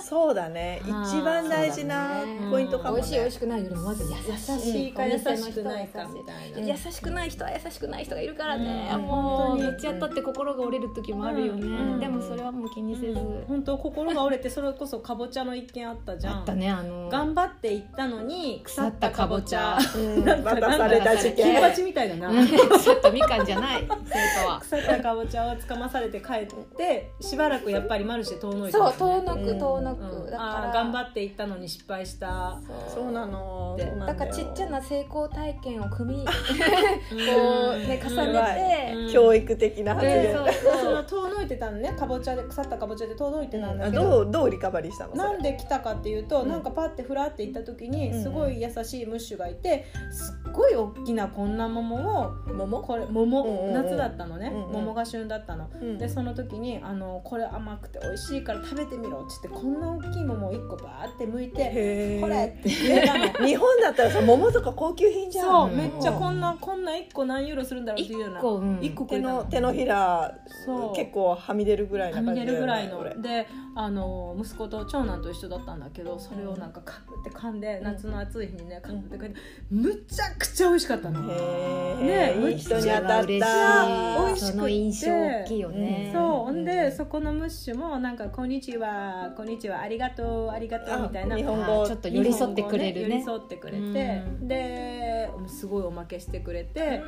Speaker 2: そうだね一
Speaker 1: あー
Speaker 2: 番大事なポイントかも
Speaker 3: 美
Speaker 2: ね
Speaker 3: 味しい美味しくないよりもまず優
Speaker 1: 優
Speaker 3: しい
Speaker 1: しいか優しくないかみたいな、
Speaker 3: 優しくない人は優しくない人がいるからね、
Speaker 1: うん
Speaker 3: も
Speaker 1: 本当
Speaker 3: う
Speaker 1: に
Speaker 3: 言っちゃったって心が折れる時もあるよね、
Speaker 1: うん
Speaker 3: でもそれはもう気にせず、
Speaker 1: 本当心が折れてそれこそかぼちゃの一件あったじゃん
Speaker 3: あったねあの
Speaker 1: 頑張って行ったのに腐
Speaker 3: 腐
Speaker 1: っ
Speaker 3: ったた
Speaker 1: か
Speaker 3: か
Speaker 1: ぼ
Speaker 3: ぼ
Speaker 1: ち
Speaker 3: ち
Speaker 1: ゃ
Speaker 3: ゃ
Speaker 2: うんまたされた事
Speaker 1: 金
Speaker 2: 件
Speaker 1: 八みたいだな
Speaker 3: うん腐ったみかんじゃない生徒は
Speaker 1: 腐ったかぼちゃをつかまされて帰ってしばらくやっぱりマルシェ遠のいた
Speaker 6: そ
Speaker 1: の
Speaker 6: う
Speaker 1: ね
Speaker 6: 遠のく
Speaker 2: うん
Speaker 6: 遠の
Speaker 1: う
Speaker 6: く
Speaker 1: ん
Speaker 6: だか
Speaker 1: あ
Speaker 6: ら
Speaker 1: ー頑張って行ったのに失敗した
Speaker 2: そうなの
Speaker 1: で
Speaker 2: そうなん
Speaker 6: だ
Speaker 2: よ
Speaker 6: からちっちゃな成功体験を組みこ
Speaker 1: こ
Speaker 6: うね重ねて
Speaker 1: うん
Speaker 2: 教育的な発
Speaker 3: で
Speaker 2: 言、
Speaker 3: そう
Speaker 1: そ
Speaker 3: そう
Speaker 1: の遠のいてたのねかぼちゃで腐ったかぼちゃで遠のいてたん
Speaker 2: あ
Speaker 1: だけど、
Speaker 2: どうどうリカバリーしたのそれ
Speaker 1: なんで来たかっていうと、
Speaker 2: うん
Speaker 1: なんかパってふらって行った時に
Speaker 2: うん
Speaker 1: すごい優しいムッシュがいてすっごい大きなこんな桃を
Speaker 2: 桃
Speaker 1: これ桃、
Speaker 2: うんうんうん
Speaker 1: 夏だったのね、
Speaker 2: うんうん
Speaker 1: 桃が旬だったの、
Speaker 2: うん
Speaker 1: でその時にあの「これ甘くて美味しいから食べてみろ」っつってこんな大きい桃を1個バーって剥いて「
Speaker 2: へー
Speaker 1: これ」ってくれたの。
Speaker 2: 日本だったらさ桃とか高級品じゃん
Speaker 1: そう、
Speaker 3: うん
Speaker 1: めっちゃこんなこんな1個何ユーロするんだろうっていうような
Speaker 3: 一個うん
Speaker 1: 一個く
Speaker 2: 手
Speaker 1: れた
Speaker 2: の手のひら
Speaker 1: そう
Speaker 2: 結構はみ出るぐらいな
Speaker 1: は
Speaker 2: 感
Speaker 1: み
Speaker 2: じ
Speaker 1: 出る
Speaker 2: だよ
Speaker 1: ぐ
Speaker 2: ね
Speaker 1: らいの
Speaker 2: これ
Speaker 1: であの息子と長男と一緒だったんだけどそれをなんかカッて噛んで、夏の暑い日にねカッて噛んで、むちゃくちゃ美味しかったの、
Speaker 2: へ
Speaker 1: ね
Speaker 2: え、いい人に当たっ
Speaker 3: 嬉しい
Speaker 2: た
Speaker 1: 美味しくて
Speaker 3: その印象大きいよね、
Speaker 1: そうほんで、
Speaker 2: うん
Speaker 1: そこのムッシュもなんか「こんにちはこんにちはありがとうありがとう」みたいな
Speaker 2: あ日本
Speaker 3: あ
Speaker 2: 語
Speaker 3: ーちょっと寄り添ってくれるね
Speaker 1: 日本語を寄り添ってくれて、
Speaker 3: うん
Speaker 1: ですごいおまけしてくれて、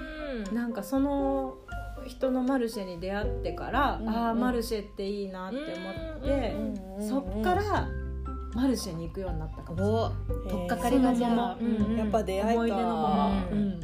Speaker 1: なんかその人のマルシェに出会ってから、
Speaker 2: うん
Speaker 1: ああマルシェっていいなって思って、そっか、らマルシェに行くようになったかもしれない
Speaker 3: お取っかかりがじゃあ
Speaker 1: そのまま
Speaker 3: うんうん
Speaker 2: やっぱ出会いか
Speaker 1: 思い出のまま、
Speaker 3: うん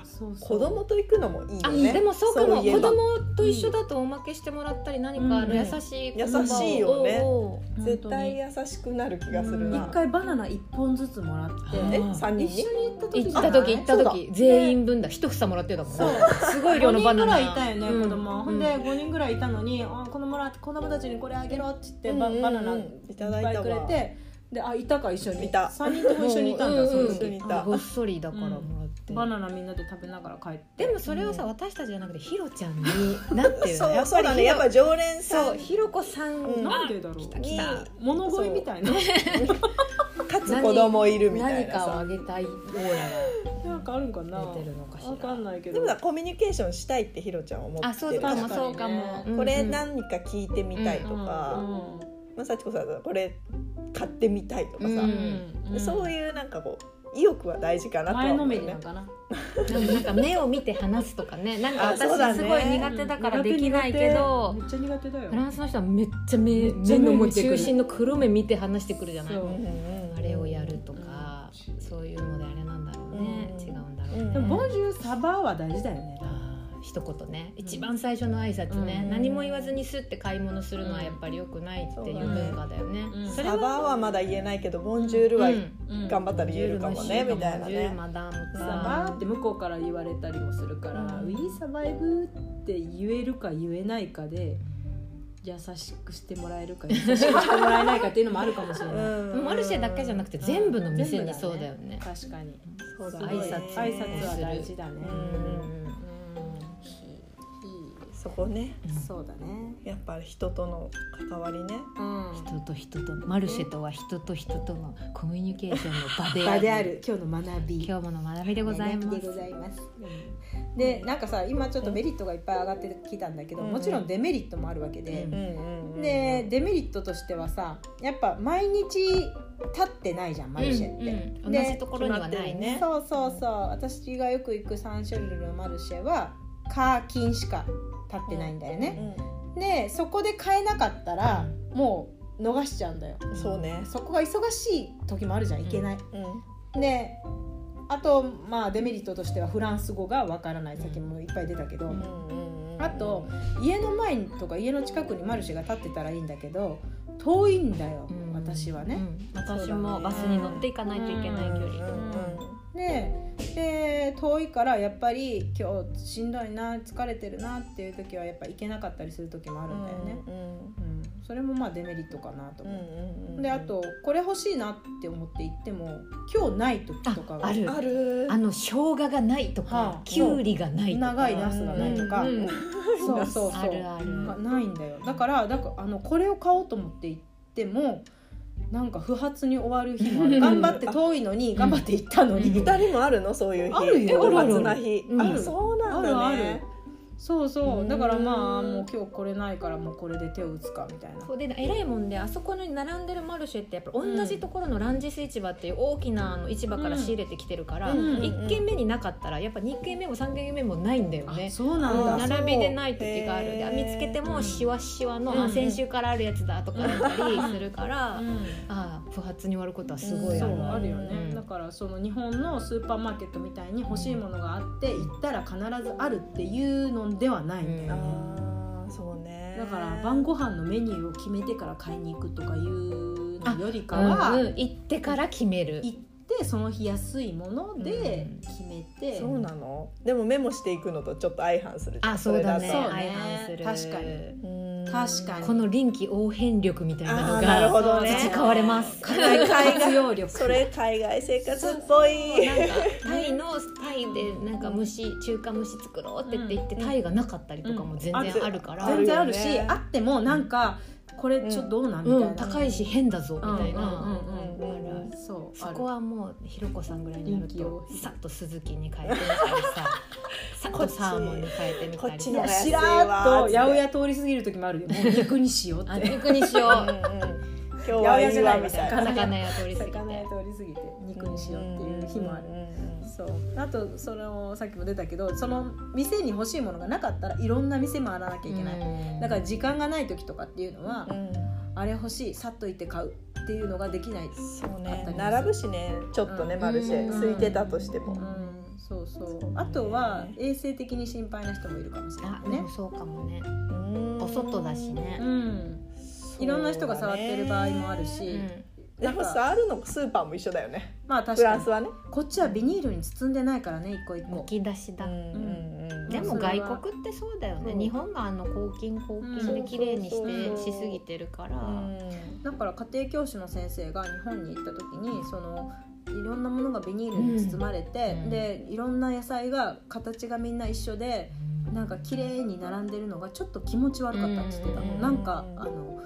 Speaker 1: あそうそう
Speaker 2: 子供と行くのもいいよ
Speaker 3: あ
Speaker 2: ね
Speaker 3: でもそうかも
Speaker 2: いえ
Speaker 3: 子
Speaker 2: ば
Speaker 3: 供と一緒だとおまけしてもらったり何かあの優しい言葉を
Speaker 2: 優しいよね
Speaker 3: おうおう
Speaker 2: 絶対優しくなる気がするな、
Speaker 1: 一回バナナ一本ずつもらって
Speaker 2: え3人に
Speaker 1: 一緒に行った時
Speaker 3: 行
Speaker 1: じ
Speaker 3: っ
Speaker 1: ゃない
Speaker 3: た時行った
Speaker 2: そう
Speaker 3: 時全員分だ一房もらってたもんねすごい量のバナナ
Speaker 1: 5人ぐらいいたよね、
Speaker 3: うん
Speaker 1: 子供、ほん
Speaker 3: う
Speaker 1: で5人ぐらいいたのに「あこのもらって子供たちにこれあげろ」って言ってバ,、
Speaker 2: うんうんうん
Speaker 1: バナナい
Speaker 2: いただ
Speaker 1: っ
Speaker 2: い
Speaker 1: ぱい
Speaker 2: たわ
Speaker 1: くれてであいたか一緒に
Speaker 2: いた
Speaker 1: 3人とも一緒にいたんだ、
Speaker 3: うんうん
Speaker 1: その
Speaker 2: 一緒
Speaker 1: 時
Speaker 2: にいた
Speaker 3: ごっそりだからもらって、
Speaker 1: バナナみんなで食べながら帰って
Speaker 3: でもそれをさ私たちじゃなくてひろちゃんになって る
Speaker 2: そう
Speaker 3: ね
Speaker 2: やっぱりねやっぱ常連さ
Speaker 3: そうんひろこさん
Speaker 2: うん
Speaker 1: なんでだろう
Speaker 2: にか
Speaker 1: 物乞いみたいな
Speaker 2: つ子供いるみたい
Speaker 3: 何
Speaker 2: な
Speaker 3: かを
Speaker 2: さ
Speaker 3: あげたいオー
Speaker 1: なんかあるんかな
Speaker 3: ラが出て
Speaker 1: わ
Speaker 3: るのかしら
Speaker 1: かんないけ
Speaker 2: で
Speaker 1: ど
Speaker 2: もさコミュニケーションしたいってひろちゃんは思ってる
Speaker 3: あそうかもそうかも、
Speaker 2: これ
Speaker 3: うん
Speaker 2: 何か聞いてみたいとか、
Speaker 1: うん
Speaker 2: まあ、幸子さんだったらこれ買ってみたいとかさ、
Speaker 3: う
Speaker 1: うんん
Speaker 2: でそういうなんかこう意欲は大事かなとは
Speaker 1: 前
Speaker 2: 思
Speaker 1: の
Speaker 2: う
Speaker 1: め
Speaker 2: ね
Speaker 1: りなのかな
Speaker 3: なんか目を見て話すとかねなんか
Speaker 2: あそうだ
Speaker 3: 私
Speaker 2: ね
Speaker 3: すごい苦手だからできないけど、
Speaker 1: 苦手苦手めっちゃ苦手だよ
Speaker 3: フランスの人はめっちゃ目
Speaker 1: めっちゃ目
Speaker 3: 目の
Speaker 1: 見
Speaker 3: も
Speaker 1: てくる
Speaker 3: 中心の黒目見て話してくるじゃない
Speaker 1: そう
Speaker 2: うんうん
Speaker 3: あれをやるとか、そういうのであれなんだろうね、
Speaker 2: うん
Speaker 3: 違うんだろう
Speaker 2: う
Speaker 3: ね
Speaker 2: ん、
Speaker 1: でもボンジュールサバは大事だよね
Speaker 3: あ一言ね一番最初の挨拶ね、
Speaker 7: うん
Speaker 3: 何も言わずにスって買い物するのはやっぱり良くないっていう文化だよね、
Speaker 7: うん
Speaker 3: それ
Speaker 2: サ
Speaker 3: は
Speaker 2: バはまだ言えないけどボンジュールは
Speaker 7: うん
Speaker 2: 頑張ったら言えるかもね、みたいな
Speaker 3: ジュール
Speaker 2: ね
Speaker 3: マダム
Speaker 7: サバーって向こうから言われたりもするから「We survive」って言えるか言えないかで優しくしてもらえるか優しくしてもらえないかっていうのもあるかもしれない。
Speaker 2: うん
Speaker 3: マルシェだけじゃなくて全部の店にそうだよね。
Speaker 7: 確かに
Speaker 2: そうだね
Speaker 3: 挨拶
Speaker 7: 挨拶は大事だね。
Speaker 2: う
Speaker 3: うんん
Speaker 2: そこね
Speaker 7: そうだね。
Speaker 2: やっぱり人との関わりね
Speaker 7: うん。
Speaker 3: 人と人とマルシェとは人と人とのコミュニケーションの場であ
Speaker 1: 場
Speaker 3: る
Speaker 1: である今日の学び
Speaker 3: 今日もの学びでございま
Speaker 1: 学び
Speaker 3: す
Speaker 1: でございますでなんかさ今ちょっとメリットがいっぱい上がってきたんだけど、
Speaker 2: うん
Speaker 1: もちろんデメリットもあるわけで、
Speaker 2: うんうんうん
Speaker 1: でデメリットとしてはさやっぱ毎日立ってないじゃんマルシェって。
Speaker 3: うんうん
Speaker 1: で
Speaker 3: 同じところにはないね
Speaker 2: ね
Speaker 1: そうそうそう私がよく行くサンショルルのマルシェは課金しか立ってないんだよね、でそこで買えなかったら、もう逃しちゃうんだよ
Speaker 2: うんそうね
Speaker 1: そこが忙しい時もあるじゃんいけない、
Speaker 2: うん
Speaker 1: であとまあデメリットとしてはフランス語がわからないさっきもいっぱい出たけど、
Speaker 2: うんうんうん
Speaker 1: あと家の前とか家の近くにマルシェが建ってたらいいんだけど遠いんだよ、
Speaker 3: うん
Speaker 1: 私は
Speaker 3: う
Speaker 1: ね。
Speaker 3: ん私もバスに乗っていかないといけない距
Speaker 2: うん
Speaker 3: 離
Speaker 1: でで遠いからやっぱり今日しんどいな疲れてるなっていう時はやっぱ行けなかったりする時もあるんだよね。うんそれもまあデメリットかなと
Speaker 2: うんうんうんう
Speaker 1: 思う。
Speaker 2: んうん
Speaker 1: であとこれ欲しいなって思って行っても今日ない時とかが
Speaker 3: あある
Speaker 2: ある
Speaker 3: あの生姜がないと
Speaker 1: は
Speaker 3: か
Speaker 1: あ
Speaker 3: きゅうりがないとか
Speaker 1: 長いナスがないとか、
Speaker 7: うん
Speaker 1: そうそう
Speaker 3: あ
Speaker 1: そう
Speaker 3: るある
Speaker 1: まあないんだよだからだからあのこれを買おうと思って行ってもなんか不発に終わる日もある頑張って遠いのに頑張って行ったのに、
Speaker 3: うん
Speaker 2: 二人もあるのそういう日
Speaker 1: あるよ
Speaker 2: 不発な日
Speaker 3: あるある
Speaker 2: あそうなん
Speaker 1: あ
Speaker 2: だ
Speaker 1: るあ
Speaker 2: ね
Speaker 1: るそうそううんだからまあもう今日これないからもうこれで手を打つかみたいな
Speaker 3: そうで偉いもんであそこに並んでるマルシェってやっぱ同じところのランジス市場っていう大きなあの市場から仕入れてきてるから、
Speaker 2: うん
Speaker 3: 一1軒目になかったらやっぱ2軒目も3軒目もないんだよね。
Speaker 1: そう
Speaker 2: あ
Speaker 1: なんだ
Speaker 3: 並びでない時があるで
Speaker 2: そう
Speaker 3: あ見つけてもしわしわの、
Speaker 7: うん
Speaker 3: あ先週からあるやつだとかだったりするから、
Speaker 7: うん
Speaker 3: ああ不発に終わることはすごいあ
Speaker 1: そ
Speaker 3: る
Speaker 1: う
Speaker 3: わ
Speaker 1: あるよね、
Speaker 3: うん
Speaker 1: だからその日本のスーパーマーケットみたいに欲しいものがあって行ったら必ずあるっていうのではないんだよ、
Speaker 3: うん
Speaker 2: あーそうね
Speaker 1: だから晩ご飯のメニューを決めてから買いに行くとかいうのよりかは、
Speaker 3: うんうん行ってから決める
Speaker 1: 行ってその日安いもので
Speaker 3: うん
Speaker 1: 決めて、
Speaker 2: そうなのでもメモしていくのとちょっと相反するじゃん
Speaker 3: あそうだね
Speaker 2: れと
Speaker 1: そうね
Speaker 3: 相反する
Speaker 1: 確かに
Speaker 2: うん
Speaker 1: 確かに
Speaker 3: この臨機応変力みたいなの
Speaker 2: あーなるほ
Speaker 3: が
Speaker 2: どね
Speaker 3: 培われます
Speaker 2: 海 外
Speaker 1: 活用力
Speaker 2: それ海外生活っぽい
Speaker 3: なんかタイのタイでなんか蒸し中華蒸し作ろうって言って
Speaker 2: うん
Speaker 3: タイがなかったりとかも全
Speaker 2: うん
Speaker 3: 然あるから、
Speaker 2: あ
Speaker 1: 全然あるし
Speaker 2: あ
Speaker 1: あ
Speaker 2: るよね
Speaker 1: ってもなんかこれちょっとどうなんみ
Speaker 3: う
Speaker 1: たいな、
Speaker 3: ん、高いし変だぞみたい
Speaker 7: うん
Speaker 3: な、
Speaker 2: うんうんうん
Speaker 1: そう
Speaker 3: そこはもうひろこさんぐらいになる
Speaker 7: 臨機応
Speaker 3: とさっと鈴木に変えてみたりささっとサーモンに変えてみ
Speaker 2: こ
Speaker 3: た
Speaker 2: っ
Speaker 3: り
Speaker 2: ち
Speaker 3: さ
Speaker 1: あ
Speaker 2: のが
Speaker 1: る
Speaker 2: 安
Speaker 1: し
Speaker 2: い
Speaker 1: ら
Speaker 2: わ
Speaker 1: ーっと
Speaker 2: つ
Speaker 1: 八百屋通り過ぎる時もあるよもう肉にしよう
Speaker 3: あ
Speaker 1: って
Speaker 3: 肉にしよ う
Speaker 2: うんうん今日はいいわみたいな
Speaker 1: 八百屋じゃない
Speaker 3: 魚屋通り過ぎて
Speaker 1: 魚屋通り過ぎて肉にしようっていう日もある、
Speaker 2: うんうんうん
Speaker 1: そうあとそれをさっきも出たけどその店に欲しいものがなかったらいろんな店回らなきゃいけない、
Speaker 3: うん
Speaker 1: だから時間がない時とかっていうのは、
Speaker 2: うん
Speaker 1: あれ欲しいさっと行って買うっていうのができない
Speaker 2: そう
Speaker 1: あったり
Speaker 2: ね
Speaker 1: する
Speaker 2: 並ぶしねちょっとね
Speaker 1: うん
Speaker 2: マルシェ
Speaker 3: うん
Speaker 2: 空いてたとしても
Speaker 1: うん、そうそう
Speaker 2: そうね
Speaker 1: あとは衛生的に心配な人もいるかもしれな
Speaker 3: あ
Speaker 1: い
Speaker 3: で
Speaker 1: ね
Speaker 3: もそうかもね
Speaker 2: うん
Speaker 3: お外だしね
Speaker 1: う、んいろんな人が触ってる場合もあるし、
Speaker 3: うん
Speaker 2: でも触るのスーパーも一緒だよね
Speaker 1: まあ確
Speaker 2: フラ
Speaker 1: か
Speaker 2: ン
Speaker 1: に
Speaker 2: スはね
Speaker 1: こっちはビニールに包んでないからね一個一
Speaker 3: む
Speaker 1: 個
Speaker 3: き出しだ、
Speaker 2: うんうん
Speaker 3: で
Speaker 1: そ
Speaker 3: も
Speaker 1: れは
Speaker 3: 外国ってそうだよね
Speaker 1: そう
Speaker 3: 日本があの抗菌抗菌で綺麗にしてしすぎてるから、
Speaker 2: うん
Speaker 1: だから家庭教師の先生が日本に行った時にそのいろんなものがビニールに包まれて、
Speaker 3: うん
Speaker 1: でいろんな野菜が形がみんな一緒でなんか綺麗に並んでるのがちょっと気持ち悪かったって言ってたの、
Speaker 3: うん
Speaker 1: なんかあの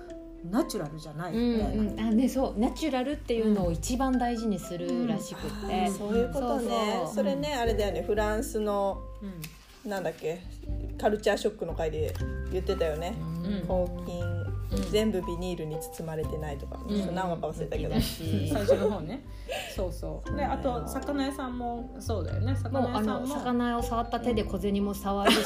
Speaker 1: ナチュラルじゃない
Speaker 3: うん
Speaker 1: みたいな。
Speaker 3: うんあね、そうナチュラルっていうのを一番大事にするらしくて、
Speaker 2: そういうことね
Speaker 3: そうそう
Speaker 2: それねあれだよねフランスの
Speaker 7: うん
Speaker 2: なんだっけカルチャーショックの回で言ってたよね
Speaker 3: うん
Speaker 7: うん
Speaker 2: 抗菌全部ビニールに包まれてないとか、ちょっと何話か忘れたけど、
Speaker 1: 最初の方ねそうそうであと魚屋さんもそうだよね
Speaker 3: も
Speaker 1: 魚
Speaker 3: うあ
Speaker 1: 屋さん
Speaker 3: の
Speaker 1: も
Speaker 3: 魚を触った手で小銭も触るし、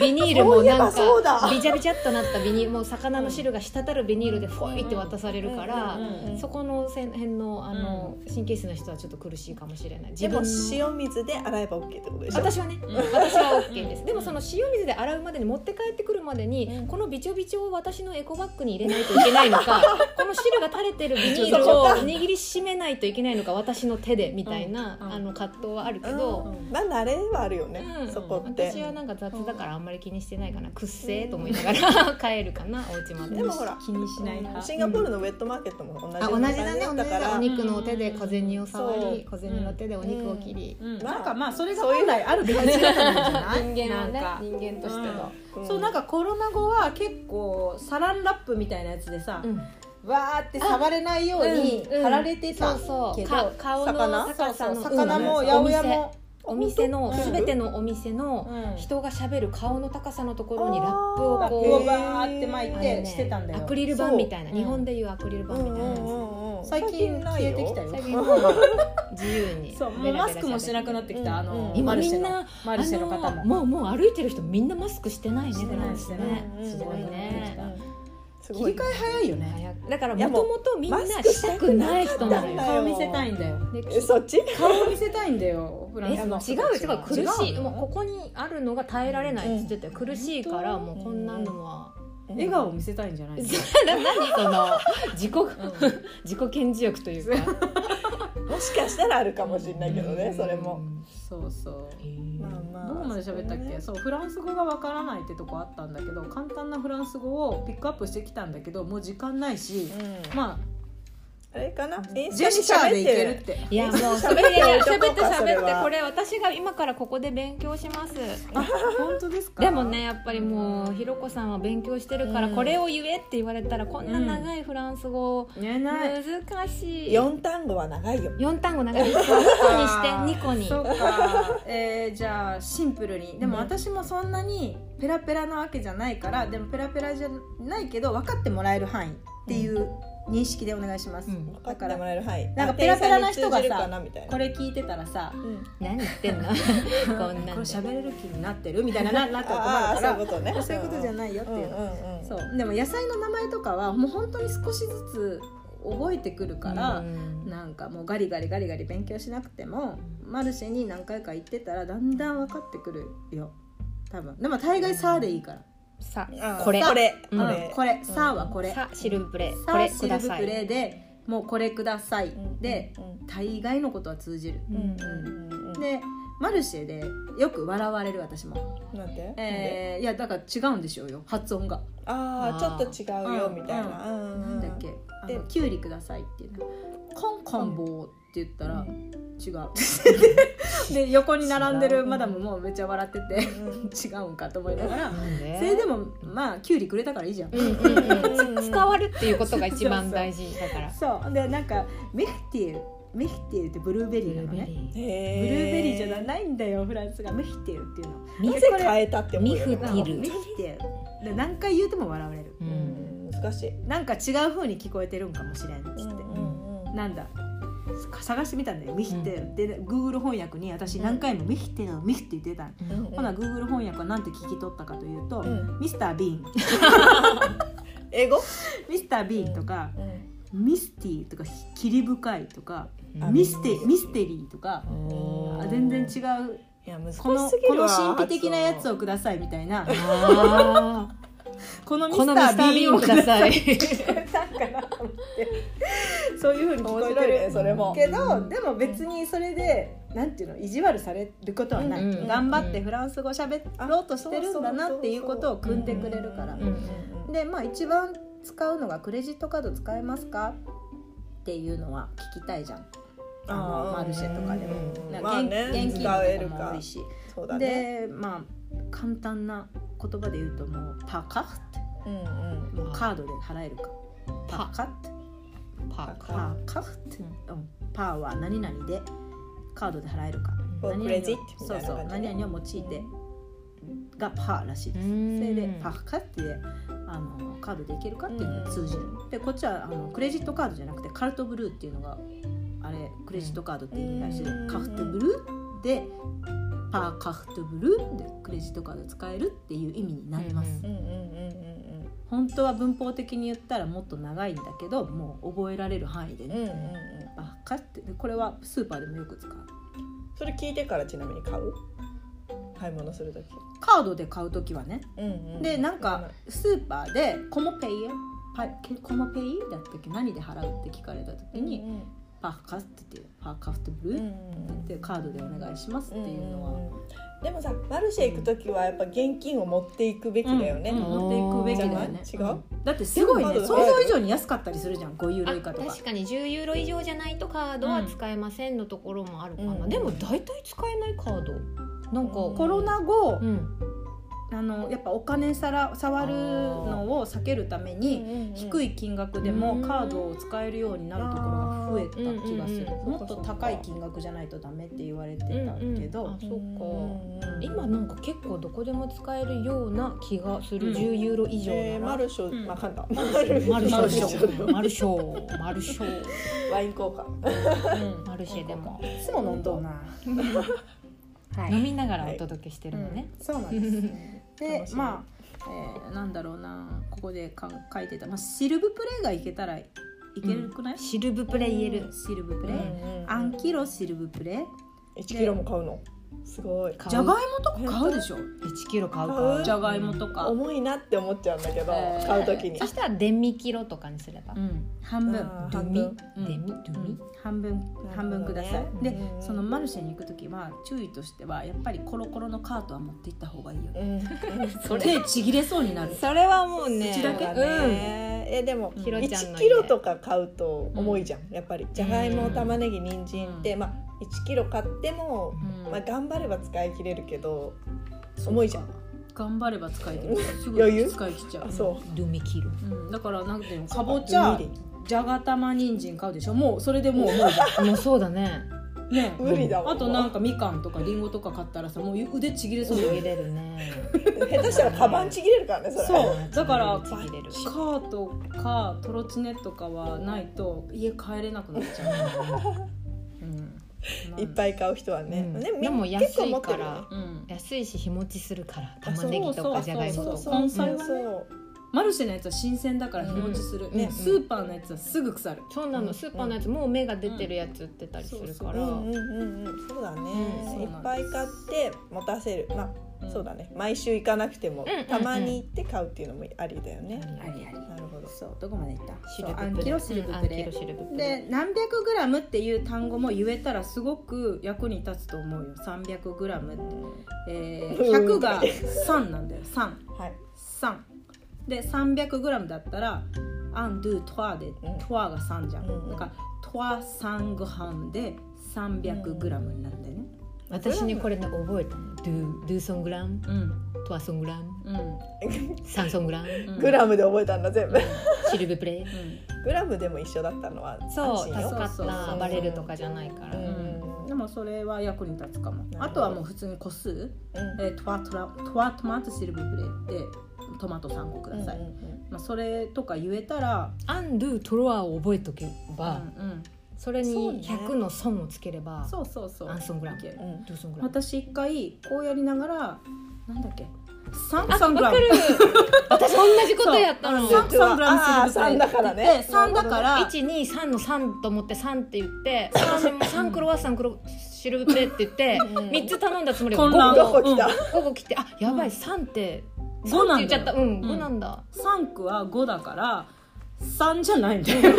Speaker 3: ビビニールも
Speaker 2: そういえ
Speaker 3: な
Speaker 2: ば
Speaker 3: ん
Speaker 2: そうだ
Speaker 3: かビチャビチャっとなったビニールもう魚の汁が滴るビニールでフォイって渡されるから、
Speaker 1: うん
Speaker 3: そこのせん辺のあの神経質な人はちょっと苦しいかもしれない。
Speaker 2: でも
Speaker 3: の
Speaker 2: 塩水で洗えば OK ってことでしょ
Speaker 3: 私はね、
Speaker 1: ん
Speaker 3: 私は OK です、でも
Speaker 1: うん
Speaker 3: その塩水で洗うまでに持って帰ってくるまでに、このびちょびちょを私のエコバッグに入れないといけないのかこの汁が垂れてるビニールを握りしめないといけないのか私の手でみたいな、
Speaker 1: うんうん
Speaker 3: あの葛藤はあるけど、
Speaker 2: まあ慣れはあるよね、
Speaker 3: うん
Speaker 2: そこって
Speaker 3: 私はなんか雑だからあんまり気にしてないかなくっせーと思いながら帰るかなお家まで
Speaker 2: でもほら
Speaker 1: 気にしない派
Speaker 2: シンガポールのウェットマーケットも同じよ
Speaker 3: あ
Speaker 2: うな
Speaker 3: 同じ
Speaker 2: 感じ
Speaker 3: だね
Speaker 2: だ
Speaker 3: 同
Speaker 2: った
Speaker 3: じ
Speaker 2: か
Speaker 3: だ
Speaker 2: ら
Speaker 3: お肉のお手で小銭を触り
Speaker 2: そう
Speaker 3: 小銭の手でお肉を切り、
Speaker 1: うん、
Speaker 2: まあ
Speaker 1: なんかまあそれが本来ある感じなんじゃない
Speaker 6: 人間はね
Speaker 1: なんか
Speaker 6: 人間としての、
Speaker 2: うん
Speaker 1: そうなんかコロナ後は結構サランラップみたいなやつでさ、
Speaker 3: うん
Speaker 1: わーって触れないように
Speaker 3: うんうん
Speaker 1: 貼られてた、
Speaker 3: そう
Speaker 1: け
Speaker 3: そう
Speaker 1: ど
Speaker 3: か顔
Speaker 2: 魚
Speaker 3: の高さの
Speaker 1: 魚も
Speaker 3: うん
Speaker 1: 八百屋も、
Speaker 3: お店の
Speaker 2: うん
Speaker 3: すべてのお店の
Speaker 1: うん
Speaker 3: 人がしゃべる顔の高さのところにラップを
Speaker 1: ラップ
Speaker 3: こ
Speaker 1: を
Speaker 3: う
Speaker 1: バーって巻い
Speaker 3: あの
Speaker 1: て
Speaker 3: ね
Speaker 1: してたんだよ、
Speaker 3: アクリル板みたいな
Speaker 1: そう
Speaker 3: 日本でいうアクリル板みたいなや
Speaker 1: 最近消えてきたよ
Speaker 3: つ最近もう自由に
Speaker 1: そうもうマスクもしなくなってきた、
Speaker 2: うん
Speaker 1: あの
Speaker 2: うん
Speaker 3: 今
Speaker 1: マル
Speaker 3: み
Speaker 1: シェ
Speaker 3: ん
Speaker 1: の
Speaker 3: な
Speaker 1: マルシェの方
Speaker 3: あの
Speaker 1: も。
Speaker 3: もうもう歩いてる人みんなマスクしてないね
Speaker 1: してないしてない
Speaker 3: ね
Speaker 2: うん
Speaker 3: すごいね
Speaker 2: す
Speaker 1: 切
Speaker 2: ごい
Speaker 1: り替え早いよね
Speaker 3: 早くだから
Speaker 2: いや
Speaker 3: も
Speaker 2: もう
Speaker 3: ともとみんなしたくない人なの
Speaker 2: マスクしたくなかったんだ
Speaker 3: よ
Speaker 2: よ
Speaker 1: 顔見せたいんだよ
Speaker 3: で
Speaker 2: えそっち
Speaker 1: 顔見せたいんだよフラン
Speaker 3: え
Speaker 1: ス
Speaker 3: 違う
Speaker 1: の人たち
Speaker 3: 違う
Speaker 1: は
Speaker 3: 苦しい
Speaker 1: 違う
Speaker 3: も
Speaker 1: の
Speaker 3: うここにあるのが耐えられないって言ってて、苦しいからもうこんなのは、
Speaker 1: 笑顔を見せたいんじゃないの
Speaker 3: 何その自己、 自己顕示欲というか
Speaker 2: もしかしたらあるかもしれないけどねそれも、
Speaker 1: そうそう
Speaker 2: まあまあ
Speaker 1: どこまで喋ったっけそうフランス語がわからないってとこあったんだけど簡単なフランス語をピックアップしてきたんだけどもう時間ないし、
Speaker 2: うん
Speaker 1: ま
Speaker 2: あれかな
Speaker 1: あジェスチャーでいけるって
Speaker 3: いやもう喋って喋って喋ってこれ私が今からここで勉強します
Speaker 1: あ本当ですか
Speaker 3: でもねやっぱりもうひろこさんは勉強してるからこれを言えって言われたらこんな長いフランス語
Speaker 1: 言えない
Speaker 3: 難しい
Speaker 2: 4単語は長いよ
Speaker 3: 4単語長いです2個にして2個
Speaker 1: そう
Speaker 3: に
Speaker 1: か、 えーじゃあシンプルにでも私もそんなにペラペラなわけじゃないからでもペラペラじゃないけど分かってもらえる範囲っていう認識でお願いします、
Speaker 3: うん
Speaker 2: 分かってもらえる範囲
Speaker 1: なんかペラペラな人がさ
Speaker 2: 店員んに通じるかなみたいな
Speaker 1: これ聞いてたらさ
Speaker 2: うん
Speaker 3: 何言ってんの
Speaker 1: こ
Speaker 3: こんな
Speaker 1: れ
Speaker 3: んで
Speaker 1: 喋れる気になってるみたいなななった
Speaker 2: あ
Speaker 1: ら
Speaker 2: あ
Speaker 1: 困るか
Speaker 2: そういうことね
Speaker 1: らそういうことじゃ
Speaker 2: な
Speaker 1: ないよって
Speaker 2: うん
Speaker 1: いううの
Speaker 2: んうん
Speaker 1: そうでも野菜の名前とかはもう本当に少しずつ覚えてくるから、
Speaker 3: うん
Speaker 1: なんかもうガリガリガリガリ勉強しなくてもマルシェに何回か行ってたらだんだん分かってくるよ多分でも大概「さ」でいいから
Speaker 3: さ
Speaker 2: うん
Speaker 3: これ
Speaker 2: これ
Speaker 1: 「
Speaker 3: うん
Speaker 1: こ
Speaker 2: こ
Speaker 1: れ
Speaker 2: れ」
Speaker 1: これさ」はこれ「
Speaker 3: さシルブプレこ
Speaker 1: さ」
Speaker 3: れ
Speaker 1: シ
Speaker 3: く
Speaker 1: ル
Speaker 3: だ
Speaker 1: ブ
Speaker 3: さ
Speaker 1: プレ
Speaker 3: い
Speaker 1: イでもう「これください」で
Speaker 2: うん
Speaker 1: 大概のことは通じる
Speaker 2: うんうん
Speaker 1: でマルシェでよく笑われる私も、
Speaker 2: なんて
Speaker 1: えーいやだから違うんでしょうよ発音が
Speaker 2: ああちょっと違うよ
Speaker 1: うん
Speaker 2: みたいなうん
Speaker 1: なんだっけあ
Speaker 2: で
Speaker 1: のキュウリくださいっていうのコンコンボーって言ったら、
Speaker 2: う
Speaker 1: 違う で横に並んでるマダムもめっちゃ笑ってて
Speaker 2: うん
Speaker 1: 違うんかと思いながら
Speaker 3: なんで
Speaker 1: それでもまあキュウリくれたからいいじゃん、
Speaker 3: うんうんうんつ伝わるっていうことが一番大事だから
Speaker 1: そうでなんかメヒティエルメヒティエルってブルーベリーなのね
Speaker 3: ー
Speaker 1: ブルーベリーじゃ
Speaker 2: い
Speaker 1: ないんだよフランスがメヒティエルっていうの
Speaker 2: なぜ変えたって思うよね
Speaker 3: ミフティエル
Speaker 1: メヒティエルで何回言うても笑われる
Speaker 2: う
Speaker 3: う
Speaker 2: んん難しい
Speaker 1: なんか違う風に聞こえてるんかもしれんっつって、なんだ探してみたんだよ「ミヒテ」で Google 翻訳に私何回も「ミヒテ」「ミヒテ」って言ってたの、
Speaker 2: うん
Speaker 1: ほな Google 翻訳はなんて聞き取ったかというと「ミスター・ビーン」
Speaker 2: 英語
Speaker 1: 「ミスター・ビーン」とか
Speaker 2: う
Speaker 1: 「
Speaker 2: ん
Speaker 1: ミスティ」とか「霧深い」とか
Speaker 2: あ
Speaker 1: 「ミステ」「ミステリー」とか
Speaker 2: お
Speaker 1: あ
Speaker 2: ー
Speaker 1: 全然違う
Speaker 2: いや難しすぎ
Speaker 1: こ
Speaker 2: る
Speaker 1: の
Speaker 2: わ
Speaker 1: この神秘的なやつをくださいみたいな
Speaker 3: あ
Speaker 1: この
Speaker 3: ー
Speaker 1: ミ
Speaker 3: こ
Speaker 1: ス
Speaker 3: の
Speaker 1: タ
Speaker 3: ミスタ
Speaker 1: ー・
Speaker 3: ー
Speaker 1: ビ
Speaker 3: ビ
Speaker 1: ーン
Speaker 3: ーン
Speaker 1: を
Speaker 3: を
Speaker 1: く
Speaker 3: く
Speaker 1: だ
Speaker 3: だ
Speaker 1: さい
Speaker 3: さい
Speaker 1: そういう風に聞
Speaker 2: 面
Speaker 1: こえ
Speaker 2: 白い
Speaker 1: て
Speaker 2: ね
Speaker 1: る
Speaker 2: それも
Speaker 1: けどでも別にそれでなんていうの意地悪されることはない、
Speaker 3: うんうん
Speaker 1: 頑張ってフランス語喋ろうとしてるんだなっていうことを組んでくれるから、
Speaker 3: うん
Speaker 1: でまあ一番使うのがクレジットカード使えますかっていうのは聞きたいじゃんあのマルシェとかでも、
Speaker 2: うん
Speaker 1: なん
Speaker 2: ま
Speaker 1: か
Speaker 2: あ
Speaker 1: 現
Speaker 2: ね
Speaker 1: 現金
Speaker 2: 使え
Speaker 1: と
Speaker 2: る
Speaker 1: かも多
Speaker 2: か
Speaker 1: いし、
Speaker 2: そうだ
Speaker 1: で
Speaker 2: ね
Speaker 1: まあ簡単な言葉で言うともうパカッて
Speaker 2: うんうん
Speaker 1: もうカードで払えるかパカッて
Speaker 3: パ
Speaker 1: パーカフって、うん、パーは何々でカードで払えるか
Speaker 2: こう
Speaker 1: 何々を
Speaker 2: クレジットみた
Speaker 1: そう
Speaker 2: いな
Speaker 1: そう
Speaker 2: 感じね
Speaker 1: 何々を用いてがパーらしいです、
Speaker 3: うん
Speaker 1: それでパーカってああのカードでいけるかっていうのが通じる、でこっちはあのクレジットカードじゃなくてカルトブルーっていうのがあれクレジットカードっていう会社で、
Speaker 2: うん
Speaker 1: カフトブルーでパーカフトブルーでクレジットカード使えるっていう意味になります、
Speaker 3: う
Speaker 2: う
Speaker 3: ん
Speaker 2: んうんうん
Speaker 1: 本当は文法的に言ったらもっと長いんだけどもう覚えられる範囲で
Speaker 2: うんうんうん
Speaker 1: ね、
Speaker 2: うん
Speaker 1: バカってでこれはスーパーでもよく使う
Speaker 2: それ聞いてからちなみに買う買い物する時
Speaker 1: カードで買う時はね
Speaker 2: うん
Speaker 1: でなんかスーパーで「コモペイよパけコモペイだったっけ何で払う?」って聞かれた時に「パーカス」って言って「パーカフトブルー」ってカードでお願いしますっていうのは、
Speaker 2: でもさマルシェ行く時はやっぱ現金を持っていくべきだよね、
Speaker 1: うん持っていくべきだよね
Speaker 2: じゃない違うん
Speaker 1: だってすごいね
Speaker 2: でも
Speaker 1: 想像以上に安かったりするじゃん5ユーロ以下
Speaker 3: あ
Speaker 1: とか
Speaker 3: 確かに10ユーロ以上じゃないとカードは使えませんのところもあるかな、
Speaker 2: うん
Speaker 3: でも大体使えないカードなんか、
Speaker 2: うん
Speaker 1: コロナ後、
Speaker 3: うん、
Speaker 1: あのやっぱお金さら触るのを避けるために低
Speaker 2: い
Speaker 1: い金額で
Speaker 3: うん
Speaker 1: もカードを使えるようになるところが増えた気がする
Speaker 3: あーうんうんうん
Speaker 1: もっと高い金額じゃないとダメって言われてたけど、
Speaker 3: あそっか
Speaker 2: 今
Speaker 3: 今なんか結構どこでも使えるような気がする、
Speaker 1: うん
Speaker 3: 10ユーロ以上
Speaker 2: えー、
Speaker 3: な
Speaker 2: マ
Speaker 3: ら、
Speaker 2: ルショ、
Speaker 1: ん
Speaker 2: まあかんだマル
Speaker 3: マルシ
Speaker 1: マルシ
Speaker 3: ョマルショマルショ
Speaker 2: ワイン交換
Speaker 3: マルシェでも、
Speaker 1: いつも飲んどうな。
Speaker 6: はい
Speaker 3: 飲みながらお届けしてるのね、
Speaker 1: そうなんです。で
Speaker 2: 楽し、み
Speaker 1: まあ、えー、なんだろうな、ここでか書いてた、まあ、シルブプレイがいけたらいけるくない、
Speaker 3: シルブプレイエル
Speaker 1: シルブプ
Speaker 2: う
Speaker 1: レイ、
Speaker 2: ん
Speaker 1: アンキロシルブプレイ、
Speaker 2: 1キロも買うのすごい
Speaker 1: じゃがいもとか
Speaker 2: 買う
Speaker 1: 買うでしょ。
Speaker 3: 1キロ買う
Speaker 2: 買
Speaker 3: か
Speaker 2: う
Speaker 1: じゃがいもとか、
Speaker 2: 重いなって思っちゃうんだけど、
Speaker 1: えー
Speaker 2: 買う時に
Speaker 3: そしたらデミキロとかにすれば、
Speaker 1: うん、半分。
Speaker 2: あー
Speaker 3: ドゥミ
Speaker 2: 半
Speaker 1: 分
Speaker 3: デミド
Speaker 1: う
Speaker 3: ゥミ
Speaker 1: ん、半分、半分ください、
Speaker 2: うん
Speaker 1: でそのマルシェに行く時は注意としてはやっぱりコロコロのカートは持って行った方がいいよ、ね、
Speaker 2: うん
Speaker 1: 手ちぎれそうになる
Speaker 3: それはもうね
Speaker 1: うちだけ
Speaker 2: そうだねえでも
Speaker 1: うん
Speaker 3: ひろちゃ
Speaker 2: 1
Speaker 3: んの家
Speaker 2: キロとか買うと重いじゃん、やっぱりじゃがいも玉ねぎ人参って、
Speaker 1: う
Speaker 2: まあ1キロ買っても、
Speaker 1: うん
Speaker 2: まあ、頑張れば使い切れるけど重いじゃん
Speaker 1: 頑張れば使い切るすぐ
Speaker 2: 余裕
Speaker 1: 使い切っちゃ
Speaker 2: あ
Speaker 1: う
Speaker 2: そ
Speaker 3: ドゥミキロ
Speaker 1: うん、だからなんていうのかぼちゃ
Speaker 2: 無理
Speaker 1: じゃがたま人参買うでしょもうそれでもうもうじゃ
Speaker 3: もうそうだね
Speaker 1: んね
Speaker 2: う無理だわ
Speaker 1: あとなんかみかんとかりんごとか買ったらさもう腕ちぎれそう
Speaker 3: ち
Speaker 1: だ
Speaker 3: ぎ
Speaker 1: よね
Speaker 3: れるね
Speaker 2: 下手したらカバンちぎれるからねそれ
Speaker 1: そうだから
Speaker 3: ちぎれる
Speaker 1: カートかトロチネとかはないと家帰れなくなっち ゃう、うん、
Speaker 2: いっぱい買う人はね、
Speaker 3: うん
Speaker 2: ねみ
Speaker 3: でも安い
Speaker 2: 結構持ってるよね
Speaker 3: から
Speaker 1: うん
Speaker 3: 安いし日持ちするから
Speaker 2: あ
Speaker 3: 玉ねぎと
Speaker 1: そうそうそ
Speaker 3: か
Speaker 1: う
Speaker 3: じゃがいも
Speaker 2: そ
Speaker 3: と
Speaker 2: う
Speaker 3: か
Speaker 2: そうそうそう、
Speaker 1: マルシェのやつは新鮮だから日持ちする、
Speaker 3: ん
Speaker 1: ね
Speaker 3: うん
Speaker 1: スーパーのやつはすぐ腐る
Speaker 3: そうな
Speaker 2: う
Speaker 3: の
Speaker 2: ん
Speaker 3: スーパーのやつもう芽が出てるやつ売ってたりするから
Speaker 2: うんうんうんうんそうだね、
Speaker 3: うん
Speaker 1: そうなんです
Speaker 2: いっぱい買って持たせるまあ、
Speaker 1: ん
Speaker 2: そうだね毎週行かなくても、
Speaker 3: んうんうん
Speaker 2: たまに行って買うっていうのもありだよね、
Speaker 1: ありあり
Speaker 2: なるほど
Speaker 1: そうどこまでいった
Speaker 3: シルブ
Speaker 1: そうアン
Speaker 3: プ
Speaker 1: キ
Speaker 3: レ
Speaker 1: ロシルブプレ
Speaker 3: うんアンキロシルブプレ
Speaker 1: で何百グラムっていう単語も言えたらすごく役に立つと思うよ300グラムって、えー
Speaker 2: うん
Speaker 1: 100が3なんだよ33
Speaker 2: はい
Speaker 1: で300グラムだったらアンドゥトワで
Speaker 2: ん
Speaker 1: トワが3じゃん、
Speaker 2: うん
Speaker 1: だからトワ3グハムで300グラムになるんだよね
Speaker 3: 私ねこれね覚えたのドゥドゥソングラム
Speaker 1: うん
Speaker 3: トワソングラム
Speaker 1: うん、
Speaker 3: サンソングラム
Speaker 1: うん
Speaker 2: グラムで覚えたんだ全部、
Speaker 3: シルブプレイ
Speaker 1: う
Speaker 2: グラムでも一緒だったのは
Speaker 3: そう
Speaker 2: 安
Speaker 3: 助
Speaker 2: 心よ
Speaker 3: か
Speaker 1: そうそう
Speaker 3: っ
Speaker 1: そ
Speaker 3: た
Speaker 1: う
Speaker 3: バレるとかじゃないから
Speaker 2: うん
Speaker 1: ん、うん、でもそれは役に立つかも
Speaker 2: なるほど
Speaker 1: あとはもう普通に個数
Speaker 2: うん
Speaker 1: えートワトラトワトマトシルブプレイでトマト3個ください、
Speaker 2: うんうん
Speaker 1: まあ、それとか言えたら、
Speaker 3: アンドゥトロワを覚えとけ
Speaker 1: うん
Speaker 3: ば
Speaker 1: うん、
Speaker 3: それ
Speaker 2: そうね
Speaker 3: に100の損をつければ
Speaker 1: そうそうそう
Speaker 3: アンソングラム
Speaker 1: いける
Speaker 2: うんうん
Speaker 3: ドゥソングラム
Speaker 1: 私一回こうやりながらなんだっけサン
Speaker 3: あ
Speaker 1: サングラ ム
Speaker 3: 私同じことやったの
Speaker 1: サンサングラムシルブプレイ
Speaker 2: あー三だからね
Speaker 1: で3だから
Speaker 3: 一二三の三と思って三って言って、私も三クロワッサンクロシルブプレーって言って
Speaker 2: うん
Speaker 3: 三つ頼んだつもりが
Speaker 1: 混
Speaker 3: 五
Speaker 1: 乱
Speaker 2: どこ来た、
Speaker 3: 個午後来てあやば
Speaker 1: う
Speaker 3: い
Speaker 1: ん
Speaker 3: 三って
Speaker 1: 五
Speaker 3: 三
Speaker 1: な
Speaker 3: っ
Speaker 1: ん
Speaker 3: て言っち
Speaker 1: だ
Speaker 3: ゃった
Speaker 1: よ
Speaker 3: うん
Speaker 1: うん
Speaker 3: 五なんだ。
Speaker 1: 3区は5だから3じゃないんだよ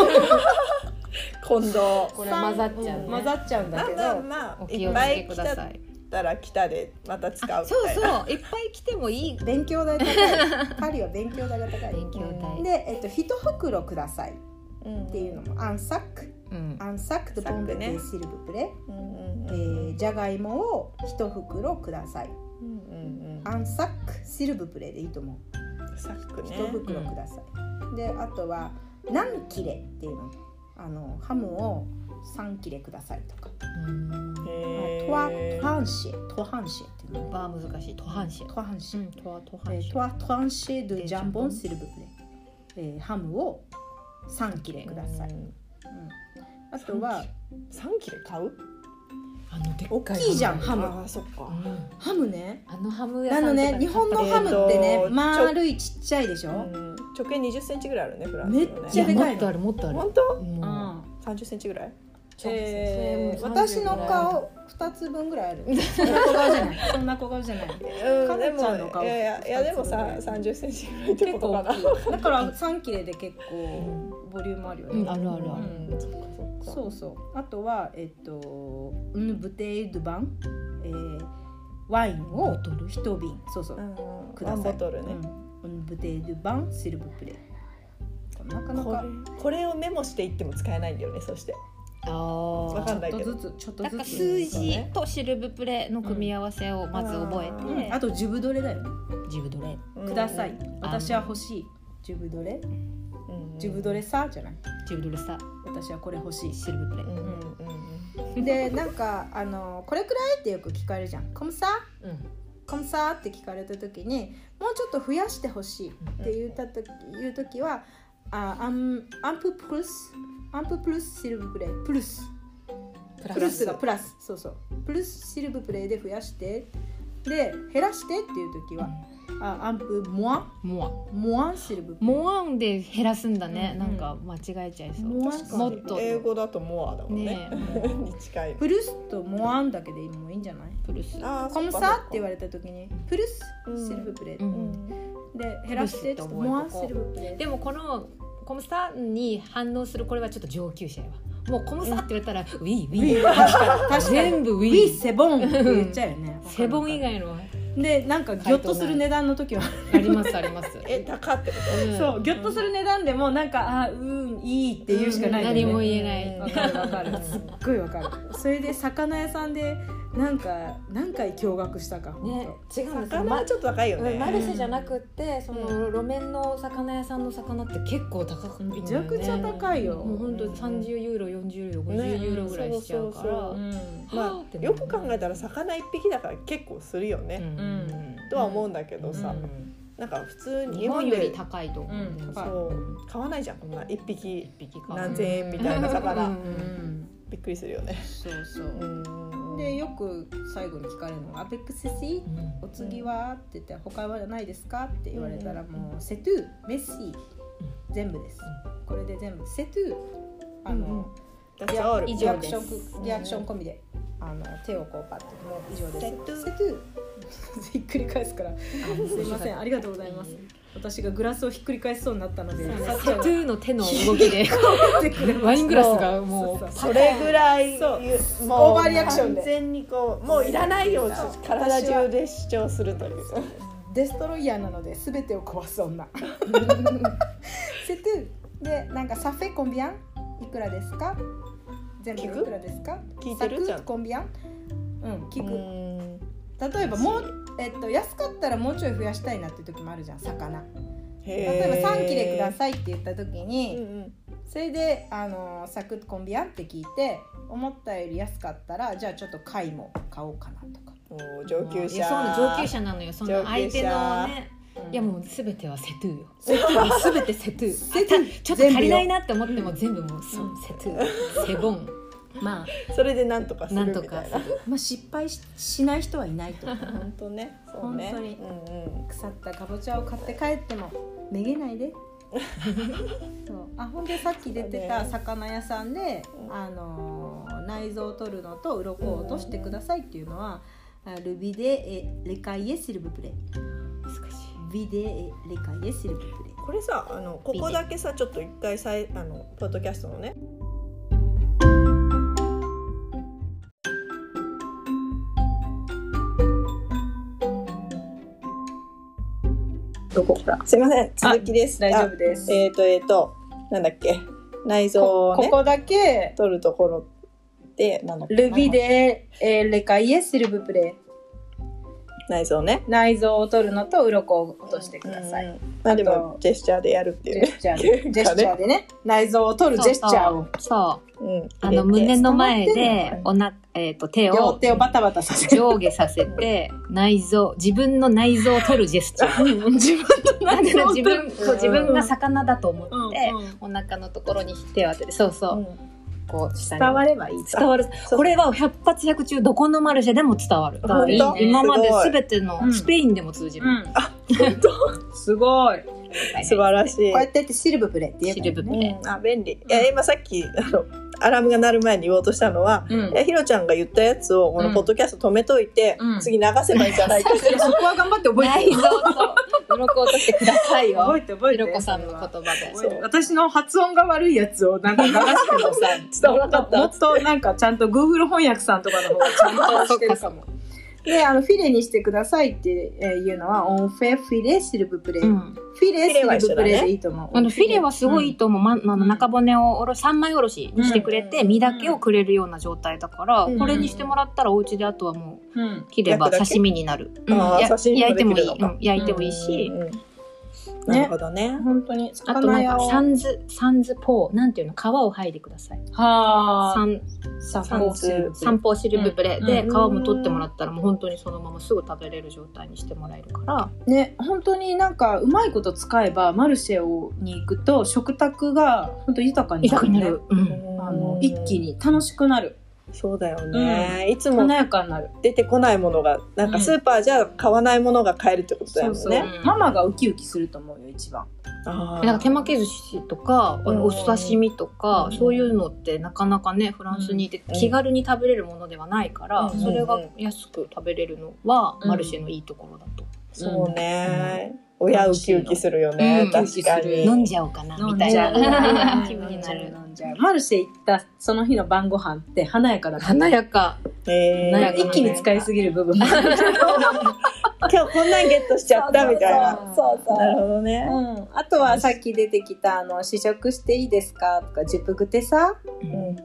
Speaker 2: 今度
Speaker 3: これ混ざっちゃうね
Speaker 1: 混ざっちゃうんだ
Speaker 2: ま
Speaker 1: け
Speaker 2: あ
Speaker 1: ど
Speaker 2: まあま
Speaker 3: お
Speaker 2: あ
Speaker 3: 気
Speaker 2: い
Speaker 3: を
Speaker 2: っ
Speaker 3: つ
Speaker 2: ぱ
Speaker 3: け
Speaker 2: い
Speaker 3: く
Speaker 2: 来
Speaker 3: だ
Speaker 2: た
Speaker 3: さ
Speaker 2: っ
Speaker 3: い。
Speaker 2: たら来たでまた使うみたい
Speaker 3: あ
Speaker 2: な
Speaker 3: そうそういっぱい来てもいい。
Speaker 1: 勉強代高いパリは勉強代が高い
Speaker 3: 勉強代。
Speaker 1: で、えっと、1袋くださいっ
Speaker 2: うん
Speaker 1: ていうのもアンサック
Speaker 3: うん。
Speaker 1: アンサックとポンベでシルブプレイ
Speaker 2: うんうん
Speaker 1: えーじゃがいもを一袋ください
Speaker 2: うんうんうん
Speaker 1: アンサックシルブプレイでいいと思う
Speaker 2: サックね
Speaker 1: 一袋ください、であとは何切れっていうのあのハムを三切れくださいとか、
Speaker 3: うん
Speaker 2: へー
Speaker 1: トワトハンシエトハンシエっていう
Speaker 3: バー難しいトハンシェ
Speaker 1: トハンシ
Speaker 3: う
Speaker 1: ェ
Speaker 3: んトワトハ
Speaker 1: え
Speaker 3: ン
Speaker 1: ー
Speaker 3: シ
Speaker 1: ト
Speaker 3: ェ
Speaker 1: ワトハンシェドゥ
Speaker 3: で
Speaker 1: ジャンボン
Speaker 3: ジ
Speaker 1: シルブプレ、えーハムを3切れください、うんあとは
Speaker 2: 三切れ買う？
Speaker 3: あので
Speaker 2: 大
Speaker 1: 大きいじゃんハム
Speaker 2: ああそっか。
Speaker 1: ハムね
Speaker 8: あのハム屋
Speaker 1: あ
Speaker 8: さん
Speaker 1: の
Speaker 8: とか
Speaker 1: ね日本のハムって
Speaker 2: え
Speaker 1: ね
Speaker 2: ーと
Speaker 1: 丸いちっちゃいでしょ、
Speaker 2: うん直径二十センチぐらいあるねフランスのね。
Speaker 1: めっ
Speaker 3: い
Speaker 1: ちゃ
Speaker 3: や
Speaker 1: でかいの
Speaker 3: もっとあるもっとある
Speaker 2: 本当？
Speaker 9: う
Speaker 3: もうん
Speaker 2: 三十センチぐらい？
Speaker 1: えー
Speaker 8: そうです
Speaker 1: 私
Speaker 8: ね
Speaker 1: の顔2つ分ぐらいあるそんな小顔じゃないそんな小顔じ ゃない
Speaker 2: うん
Speaker 9: なちゃんの顔
Speaker 2: いやいやいやでもさ三十センチぐらいって
Speaker 1: 結
Speaker 2: こと
Speaker 1: 構
Speaker 2: か
Speaker 1: 大
Speaker 2: な
Speaker 1: き。いだから3切れで結構ボリュームあるよね、
Speaker 3: うんあるあるある
Speaker 1: うんそうそうあとはえっと「うんブテイドゥバン」えーワインを一瓶そうそう、
Speaker 2: うん
Speaker 1: く
Speaker 2: ワ
Speaker 1: だ
Speaker 2: ン
Speaker 1: さ
Speaker 2: ボ
Speaker 1: い
Speaker 2: トルね。
Speaker 1: うん、うんブテイドゥバンシルブプレなかな
Speaker 2: こ
Speaker 1: か
Speaker 2: れこれをメモしていっても使えないんだよね。そして
Speaker 3: あ
Speaker 2: わ
Speaker 3: あ
Speaker 2: かんない
Speaker 1: ちょっ
Speaker 2: け
Speaker 1: と
Speaker 2: ど。
Speaker 1: ずつちょっと
Speaker 3: なん
Speaker 1: ず
Speaker 3: か
Speaker 1: つ
Speaker 3: 数字とシルブプレの組み合わせをまず覚えて、
Speaker 2: うん
Speaker 1: あとジュブドレだよね
Speaker 3: ジブドレ
Speaker 1: 「くださ
Speaker 2: う
Speaker 1: い
Speaker 2: ん。
Speaker 1: 私は欲しい」ジュブドレ
Speaker 2: うん
Speaker 1: ジュブドレさじゃない
Speaker 3: ジブドレさ
Speaker 1: 私はこれ欲しい
Speaker 3: シルブプレ、
Speaker 2: うんうんうん
Speaker 1: でなんかあのこれくらいってよく聞かれるじゃん「コムサ
Speaker 8: うん
Speaker 1: コムサ」って聞かれた時にもうちょっと増やしてほしいって言った時言う時は「あアンアンププルスアンププルスシルブプレイプルス」
Speaker 8: プラ
Speaker 1: プ
Speaker 8: ス
Speaker 1: ルスがプラスそうそうプルスシルブプレイで増やしてで減らしてっていう時は、あアンプモア
Speaker 3: モ
Speaker 1: モアシルブプ
Speaker 3: ア
Speaker 1: レイ
Speaker 3: モアンで減らすんだね、
Speaker 1: うん
Speaker 3: なんか間違えちゃいそう
Speaker 1: モアン
Speaker 3: もっ
Speaker 2: うん
Speaker 3: と
Speaker 2: 英語だとモアだもんね
Speaker 3: ね。え
Speaker 2: に近い。
Speaker 1: プルスとモアンだけでもいいんじゃない
Speaker 3: プルス
Speaker 2: あー
Speaker 1: コム
Speaker 2: そっか
Speaker 1: サって言われた時にプルス
Speaker 2: うん
Speaker 1: シルブプレイ、
Speaker 3: う
Speaker 2: うんん
Speaker 1: で減らしてちょっとモアシルブプレイ
Speaker 8: でもこのコムサに反応するこれはちょっと上級者やわもうコムサって言われたら、ウィーウィー
Speaker 1: 確かに確かに
Speaker 8: 全部ウ
Speaker 1: ウ
Speaker 8: ィ
Speaker 1: ィ
Speaker 8: ー
Speaker 1: セボンって言っちゃうよ ね
Speaker 8: セボン以外のは
Speaker 1: でなんかギョッとする値段の時は
Speaker 3: ありますあります
Speaker 2: え高ってこ
Speaker 3: うん
Speaker 1: そうギョッとする値段でもなんかあーうんいいって言うしかないよね、
Speaker 3: 何も言
Speaker 2: う
Speaker 3: え
Speaker 2: ん
Speaker 3: な
Speaker 1: わ
Speaker 3: い
Speaker 1: かるわかるすっごいわかるそれで魚屋さんでなんか何回驚愕したかほんと
Speaker 8: ね違うん
Speaker 2: と。
Speaker 8: ですよ
Speaker 2: 魚
Speaker 8: ま
Speaker 2: はちょっと高いよ
Speaker 8: うん
Speaker 2: ね。
Speaker 8: マルシェじゃなくってその
Speaker 1: う
Speaker 8: 路面の魚屋さんの魚って結構高く
Speaker 1: めちゃくちゃ高いよ、
Speaker 8: もう本当三十ユーロ40ユーロ50ユーロぐらいしちゃうから、
Speaker 2: ねそうそうそうまあよく考えたら魚一匹だから結構するよ
Speaker 3: う
Speaker 2: ね、
Speaker 3: ん
Speaker 1: うん
Speaker 2: とは思うんだけどさ、
Speaker 3: うん
Speaker 2: なんか普通に
Speaker 3: 日
Speaker 2: 日
Speaker 3: 本
Speaker 2: 本
Speaker 3: よ
Speaker 2: で
Speaker 3: り高いと思う、
Speaker 1: うん高い
Speaker 2: そう買わないじゃんこんな一匹
Speaker 3: 一匹か
Speaker 2: 何千円みたいな魚、
Speaker 3: うん
Speaker 1: うん
Speaker 2: びっくりするよね。
Speaker 1: そうそう、でよく最後に聞かれるのが「アペックセシーお次は?」って言って「他はないですか?」って言われたらもう「セトゥメッシー」全部ですこれで全部「セトゥ」あの、
Speaker 2: ダ
Speaker 1: リ
Speaker 2: チョ
Speaker 1: ア
Speaker 2: ウ
Speaker 1: リアクションリアクション込みで、あの手をこうパッてもう以上です。セトゥ ひっくり返すから。すいませんありがとうございます。私がグラスをひっくり返しそうになったので、さっき
Speaker 3: トゥーの手の動きで
Speaker 1: 出てくれました
Speaker 3: ワイングラスがもう
Speaker 1: そうそう
Speaker 2: それぐらい
Speaker 1: そう
Speaker 2: もう
Speaker 1: オーバーリアクションで
Speaker 2: 完全にこうもういらないよ体中で主張するという
Speaker 1: デストロイヤーなので全てを壊す女。セトゥでなんかサフェコンビアンいくらですか？全部い
Speaker 2: 聞く
Speaker 1: くらですか？
Speaker 2: 聞いてる
Speaker 1: サク
Speaker 2: ちゃん
Speaker 1: ッコンビアン。うん聞く。
Speaker 2: うん
Speaker 1: 例えばもうえっと安かったらもうちょい増やしたいなっていう時もあるじゃん魚。例
Speaker 2: 例
Speaker 1: えば3切れくだ
Speaker 2: い
Speaker 1: さいって言った時に、それであのサクッとコンビアンって聞いて思ったより安かったらじゃあちょっと貝も買おうかなとか、
Speaker 2: 上級
Speaker 3: い
Speaker 2: 者
Speaker 3: やそうなの上級者なのよその相手のねいやもうすべてはセトゥーよ。す べてセトゥー。たちょっと足りないなって思っても全部もうそうセトゥー。セボン。
Speaker 1: ま
Speaker 2: それでなんとかす
Speaker 3: な
Speaker 2: るみ
Speaker 3: ん
Speaker 2: た
Speaker 3: と
Speaker 2: い
Speaker 3: か
Speaker 2: な
Speaker 3: する。
Speaker 1: あ、まあ失敗ししない人はいないと
Speaker 2: 本当ねそうね
Speaker 1: 本当に
Speaker 2: うんうん
Speaker 1: 腐ったかぼちゃを買って帰ってもめげない でそうあほんでさっき出てた魚屋さんで、あのー内臓を取るのと鱗を落としてくださいっていうのは、あルビデエレカイエシルブプレイ
Speaker 3: 難し
Speaker 1: ビデエレカイエシルブプレイ
Speaker 2: これさあのここだけさちょっと一回さいあのポッドキャストのね
Speaker 1: どこから
Speaker 2: すいません続きです
Speaker 1: 大丈夫です
Speaker 2: あえっ、とえっ、となんだっけ内臓をね
Speaker 1: ここだけ
Speaker 2: 取るところでなんだっけ
Speaker 1: ルビで、えーレカイエシルブプレ
Speaker 2: 内臓ね。
Speaker 1: 内臓を取るのと鱗を落としてください、
Speaker 2: うんまあでもジェスチャーでやるってい
Speaker 1: ジ
Speaker 2: う
Speaker 1: ェ
Speaker 2: ね
Speaker 1: スチャーでジェスチャーでね内臓を取るジェスチャーを
Speaker 3: そう
Speaker 2: うん
Speaker 3: あの
Speaker 2: 入れて
Speaker 3: 胸の前で
Speaker 2: うん
Speaker 3: おな、えー、と手
Speaker 1: 両
Speaker 3: を
Speaker 1: 手をバタバタさせる
Speaker 3: 上下させて内臓自分の内臓を取るジェスチャー
Speaker 1: 自分
Speaker 3: なんだろう自分
Speaker 1: うん
Speaker 3: こう自分が魚だと思って、
Speaker 1: うん
Speaker 3: お腹のところに手を当ててそうそう、
Speaker 2: うん
Speaker 3: こう下に
Speaker 1: 伝わればいい
Speaker 3: 伝わる
Speaker 2: そう
Speaker 3: これは百発百中どこのマルシェでも伝わる
Speaker 2: 本当
Speaker 3: 今まです
Speaker 2: ごい
Speaker 3: 全て
Speaker 1: う
Speaker 3: の
Speaker 1: ん
Speaker 3: スペインでも通じる、
Speaker 1: すごい
Speaker 2: 素晴らしい
Speaker 1: こう。やってやってシルブプレっていう
Speaker 3: シルブプレ、
Speaker 2: うんあ便利。いや今さっきあのアラームが鳴る前に言おうとしたのは、
Speaker 1: うん
Speaker 2: いやひろちゃんが言ったやつをこのポッドキャスト止めといて、
Speaker 1: うん
Speaker 2: 次流せばいいんじゃないか。
Speaker 1: いやそこは頑張って覚えて
Speaker 3: 内臓と鱗を取ってくださいよ
Speaker 1: 覚えて覚えて
Speaker 3: 鱗さんの言葉で
Speaker 1: そう私の発音が悪いやつをなんか流して もさ伝わらなかったもっとなんかちゃんと Google 翻訳さんとかの方がちゃんとしてるかもであのフィレにしてくださいっていうのはオンフェフィレシルブプレ、
Speaker 3: う
Speaker 1: フ
Speaker 3: ん
Speaker 1: ィレシルブプレでいいと思う、
Speaker 3: あのフィレはすごいいいと思う、まあの中骨をおろ三枚おろしにしてくれて、
Speaker 2: うん
Speaker 3: 身だけをくれるような状態だから、
Speaker 2: うん
Speaker 3: これにしてもらったらお家であとはも
Speaker 1: うん、うん
Speaker 3: う切れば
Speaker 2: 焼くだけ
Speaker 3: 刺身になる、うん
Speaker 2: あー
Speaker 3: や
Speaker 2: 刺身
Speaker 3: 焼いてもい
Speaker 2: もで
Speaker 3: い
Speaker 2: きるのか
Speaker 3: うん焼いてもいいし、
Speaker 2: うんなるほどね。
Speaker 1: 本当に
Speaker 3: あとな
Speaker 1: 魚
Speaker 3: ん
Speaker 1: 屋
Speaker 3: か
Speaker 1: を
Speaker 3: サンズサンズポーなんていうの皮を剥いでください
Speaker 1: は
Speaker 3: サン
Speaker 1: サ
Speaker 3: サンズ三方シルブプレ
Speaker 1: うん
Speaker 3: で
Speaker 2: うん
Speaker 3: 皮も取ってもらったらもう本当にそのまますぐ食べれる状態にしてもらえるから
Speaker 1: ね本当になんかうまいこと使えばマルシェをに行くと食卓が本当豊かに
Speaker 3: 豊かにな
Speaker 1: ね
Speaker 3: る、うん
Speaker 2: うん
Speaker 1: あの一気。に楽しくなる
Speaker 2: そうだよね。いつも
Speaker 1: 華やかになる
Speaker 2: 出てこないものがなんか
Speaker 1: うん
Speaker 2: スーパーじゃ買わないものが買えるってことだ
Speaker 1: そ
Speaker 2: よ
Speaker 1: う
Speaker 2: ね。
Speaker 1: そう、
Speaker 3: うん
Speaker 1: ママがウキウキすると思うよ一番
Speaker 2: あー
Speaker 3: なんか手巻き寿司とかあの
Speaker 2: うん
Speaker 3: お刺身とか
Speaker 2: うん
Speaker 3: そういうのってなかなかねフランスにいて
Speaker 2: ん
Speaker 3: 気軽に食べれるものではないから
Speaker 2: うん
Speaker 3: それが安く食べれるのは
Speaker 1: うん
Speaker 3: マルシェのいいところだと
Speaker 2: そうね。親ウキウキするよね。
Speaker 3: うん
Speaker 2: 確かに。
Speaker 3: 飲んじゃおうかなみた
Speaker 1: 飲ん
Speaker 3: い
Speaker 1: じ ゃ
Speaker 3: な
Speaker 1: う
Speaker 3: 気分になる
Speaker 1: 飲んじゃうマルシェ行ったその日の晩ご飯って華やかだ
Speaker 3: 華やか
Speaker 2: え
Speaker 3: なん
Speaker 2: ー
Speaker 3: か
Speaker 1: 一気に使いすぎる部分もあるけど
Speaker 2: 今日こんなんゲットしちゃったみたいな。
Speaker 1: そうそう
Speaker 2: なるほどね。
Speaker 1: うん、あとはさっき出てきたあの試食していいですかとかジュプグテさ、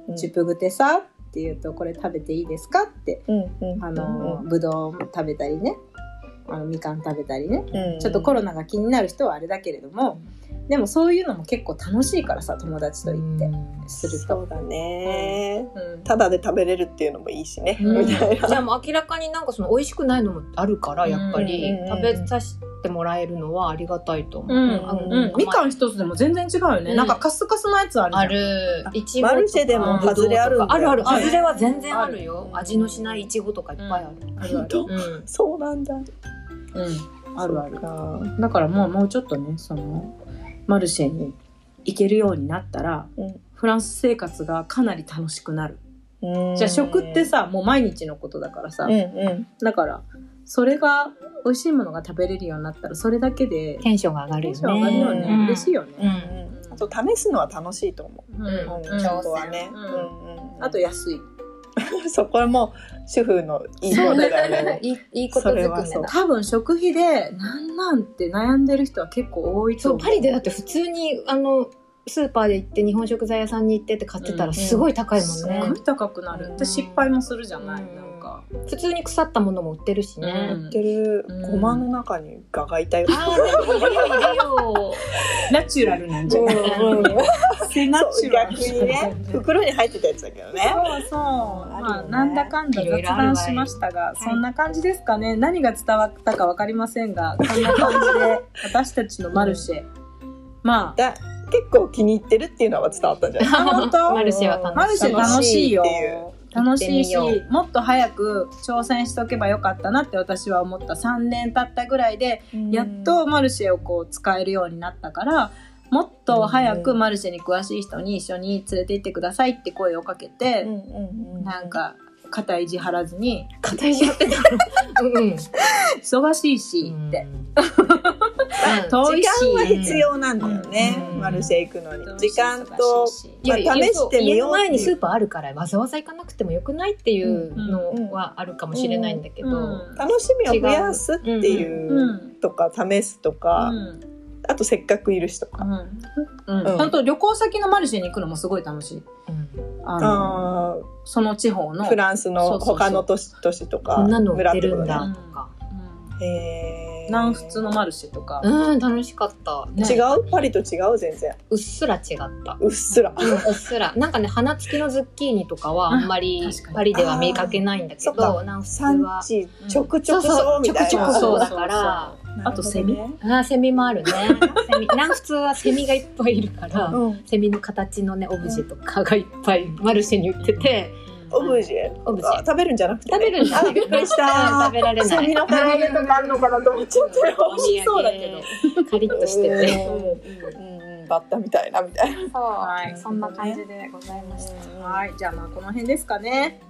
Speaker 2: うん
Speaker 1: ジュプグテさっていうとこれ食べていいですかって
Speaker 2: うんうん
Speaker 1: あのぶどう食べたりねあのみかん食べたりね
Speaker 2: うん
Speaker 1: ちょっとコロナが気になる人はあれだけれどもでもそういうのも結構楽しいからさ友達と行ってする
Speaker 2: そ
Speaker 1: と
Speaker 2: う。だね。
Speaker 1: うん
Speaker 2: ただで食べれるっていうのもいいしね。
Speaker 1: うん
Speaker 2: みたい
Speaker 3: じゃあもう明らかになんかその美味しくないのもあるからやっぱり
Speaker 2: うん
Speaker 3: 食べさせてもらえるのはありがたいと思う。
Speaker 1: うん
Speaker 2: うん
Speaker 1: うんみかん一つでも全然違うよね、
Speaker 3: うん
Speaker 1: なんかカスカスのやつあるじゃん
Speaker 3: あるいちご
Speaker 2: マルシェでも外れあるんだよ
Speaker 3: あるある
Speaker 2: はい
Speaker 3: 外れは全然あるよ味のしないいちごとかいっぱいある、
Speaker 1: あ
Speaker 2: な。
Speaker 1: るあ
Speaker 2: 本当
Speaker 1: るうん
Speaker 2: そうなんだ。
Speaker 1: うん、あるある
Speaker 2: そっか
Speaker 1: だからもうもうちょっとねそのマルシェに行けるようになったら、
Speaker 2: うん
Speaker 1: フランス生活がかなり楽しくなる、
Speaker 2: うん
Speaker 1: じゃあ食ってさもう毎日のことだからさ、
Speaker 2: うんうん。
Speaker 1: だからそれが美味しいものが食べれるようになったらそれだけで
Speaker 3: テンションが上がる
Speaker 1: テ
Speaker 3: よ
Speaker 1: ン
Speaker 3: ね
Speaker 1: ション上がるよね、
Speaker 2: うん
Speaker 1: 嬉しいよね、
Speaker 2: あと試すのは楽しいと思
Speaker 1: うん
Speaker 2: う。
Speaker 1: う
Speaker 2: うん、
Speaker 1: ん
Speaker 2: ちゃんとはね。
Speaker 1: う
Speaker 2: うんんうん。
Speaker 1: あと安い
Speaker 2: そこはもう主婦のいいことだよね。
Speaker 3: いいいいこと
Speaker 2: それ
Speaker 3: ず
Speaker 2: は
Speaker 3: くめ
Speaker 2: そう
Speaker 3: だ
Speaker 1: 多分食費でなんなんって悩んでる人は結構多いと
Speaker 3: そ
Speaker 1: 思
Speaker 3: う
Speaker 1: う
Speaker 3: パリでだって普通にあのスーパーで行って日本食材屋さんに行ってって買ってたらすごい高いも
Speaker 1: す
Speaker 3: んね、
Speaker 1: ごい高くなるって失敗もするじゃない、なんか、
Speaker 3: 普通に腐ったものも売ってるしね、
Speaker 2: 売ってるごまの中にガがいたよ。
Speaker 3: あーでもいるよいるよ
Speaker 1: ナチュラルなんじゃない、
Speaker 2: うんうん
Speaker 1: ナ
Speaker 2: そ
Speaker 1: チ
Speaker 2: う
Speaker 1: ュラル
Speaker 2: 逆にね袋に入ってたやつだけどね。
Speaker 1: そうそう、まあなんだかんだ雑談しましたがそんな感じですかね何が伝わったかわかりませんがこんな感じで私たちのマルシェ、まあ
Speaker 2: だ結構気に入ってるっていうのは伝わったんじゃない
Speaker 1: あ本当
Speaker 3: マルシェは楽しい
Speaker 1: マルシェ楽しいよ
Speaker 2: 楽しい
Speaker 1: 楽
Speaker 2: っていう
Speaker 1: しい
Speaker 3: 行ってみ
Speaker 1: しもっと早く挑戦しとけばよかったなって私は思った3年経ったぐらいで やっとマルシェをこう使えるようになったからもっと早くマルシェに詳しい人に一緒に連れて行ってくださいって声をかけて、
Speaker 2: うんうんうん
Speaker 1: なんか肩いじ張らずに
Speaker 3: 硬いじゃってたうんうん
Speaker 1: 忙しいしって、遠い
Speaker 2: 時
Speaker 1: し
Speaker 2: 間は必要なんだよね、
Speaker 3: うん
Speaker 2: マルシェ行くのに
Speaker 1: どう
Speaker 2: 時
Speaker 1: しても
Speaker 2: 間
Speaker 1: 忙
Speaker 2: と
Speaker 1: しいし
Speaker 3: いやいや
Speaker 2: まあ試してみよう
Speaker 3: 家の前にスーパーあるからわざわざ行かなくてもよくないっていうのはあるかもしれないんだけど、
Speaker 1: うん
Speaker 2: 楽しみを増やすって
Speaker 1: う
Speaker 2: いうんとか試すとか、
Speaker 1: うん
Speaker 2: あとせっかくいるしとか、
Speaker 1: うん
Speaker 2: うん
Speaker 1: 本当旅行先のマルシェに行くのもすごい楽しいあの
Speaker 2: あ
Speaker 1: その地方
Speaker 2: ー
Speaker 1: の
Speaker 2: フランス
Speaker 1: そ
Speaker 2: の
Speaker 1: うそうそう
Speaker 2: 他の都市都市とか
Speaker 3: こんなの売
Speaker 2: 村っ
Speaker 3: っ
Speaker 2: ててこと
Speaker 3: るん
Speaker 2: だ
Speaker 3: だ
Speaker 2: ね
Speaker 3: とか、
Speaker 2: へー
Speaker 1: 南仏のマルシェとか、
Speaker 3: うん楽しかった、ね
Speaker 2: 違うパリと違う全然
Speaker 3: うっすら違った
Speaker 2: うっすら
Speaker 3: うんうっすらなんかね花付きのズッキーニとかはあんまり
Speaker 1: 確かに
Speaker 3: パリでは見かけないんだけ
Speaker 2: あーそっ
Speaker 3: ど南仏
Speaker 2: 産
Speaker 3: は
Speaker 2: 地ちょくち
Speaker 3: そ
Speaker 2: ょ
Speaker 3: う
Speaker 2: くそ
Speaker 3: そうう
Speaker 2: み
Speaker 3: ちょ
Speaker 2: た
Speaker 3: く
Speaker 2: い
Speaker 3: ちょ
Speaker 2: な
Speaker 3: くそうだ
Speaker 2: あ
Speaker 3: から
Speaker 2: なるほどね
Speaker 1: あとセミ
Speaker 3: あーセミもあるね セミ南仏はセミがいっぱいいるから、
Speaker 2: うん
Speaker 3: セミの形のねオブジェとかがいっぱいマルシェに売ってて、
Speaker 2: オブジェ
Speaker 3: オブジェ
Speaker 2: あ食べるんじゃなくて
Speaker 3: 食べるんじゃな
Speaker 2: あ
Speaker 3: い
Speaker 2: びっくりした
Speaker 3: 食べられない
Speaker 2: セミの唐揚げとかあるのかなと思っちゃったよ
Speaker 3: お土産
Speaker 2: 美味しそうだけど
Speaker 3: カリッとしてて
Speaker 2: うんうんうんバッタみたいなみたいな
Speaker 1: はい、そんな感じでございました。はい、じゃあまあこの辺ですかね。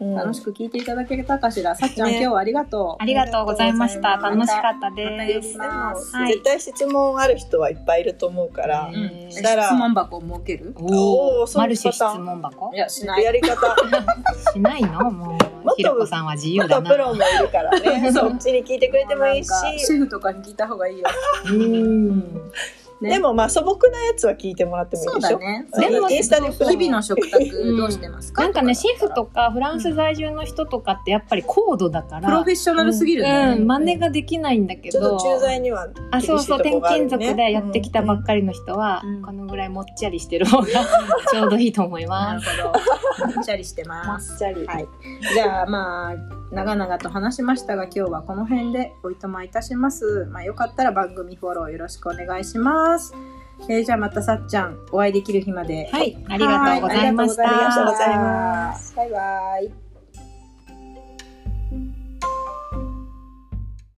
Speaker 1: 楽しく聞いていただけたかしら。さっちゃん、
Speaker 2: ね
Speaker 1: 今日はありがと
Speaker 3: ありがとうございました
Speaker 2: あ
Speaker 1: りが
Speaker 3: 楽
Speaker 1: とうございます
Speaker 3: しかった
Speaker 1: う。また
Speaker 3: で
Speaker 1: 呼
Speaker 3: す
Speaker 1: びます。
Speaker 3: はい
Speaker 2: 絶対質問ある人はいっぱいいると思うから
Speaker 1: うん、
Speaker 2: し
Speaker 1: 質
Speaker 2: たら
Speaker 1: 問箱を設ける？
Speaker 2: おーそういうパターン
Speaker 3: マルシェ質問箱
Speaker 1: いやしない。
Speaker 2: やり方
Speaker 3: しないのもう
Speaker 2: もっと
Speaker 3: ひろこさんは自由だ
Speaker 2: 元
Speaker 3: な
Speaker 2: プロもいるからねそっちに聞いてくれてもいいし
Speaker 1: なんかシェフとかに聞いた方がいいよ。
Speaker 3: うん
Speaker 1: ね
Speaker 2: でもまあ素朴なやつは聞いてもらってもいい
Speaker 1: そう
Speaker 2: でし
Speaker 1: だ
Speaker 2: ょ
Speaker 1: ね。
Speaker 2: でも
Speaker 1: インスタで日々の食卓
Speaker 3: ん
Speaker 1: どうしてますか？
Speaker 3: なんかねシェフとかフランス在住の人とかってやっぱり高度だか
Speaker 1: プロ
Speaker 3: ら
Speaker 1: フェッショナルすぎるね。
Speaker 3: うん真似ができないんだけ
Speaker 2: ちょっと
Speaker 3: ど
Speaker 2: 駐在には厳
Speaker 3: あ
Speaker 2: しい
Speaker 3: そうそう
Speaker 2: とこ
Speaker 3: 転
Speaker 2: がある
Speaker 3: 勤
Speaker 2: ね
Speaker 3: 族でやってきたばっかりの人は、
Speaker 1: うん
Speaker 3: このぐらいもっちゃりしてる方がちょうどいいと思い
Speaker 1: な
Speaker 3: ま
Speaker 1: る
Speaker 3: す。
Speaker 1: ほど。もっちゃりしてます。
Speaker 2: 抹茶リ
Speaker 1: はい。じゃあまあ長々と話しましたが今日はこの辺でおいとまいたします。まあよかったら番組フォローよろしくお願いします。えーじゃあまたさっちゃんお会いできる日まで。
Speaker 3: はい、ありがとうございまし
Speaker 1: は
Speaker 3: た。
Speaker 1: ありがとうございま
Speaker 2: ありがとうございま
Speaker 1: した。バイバイ。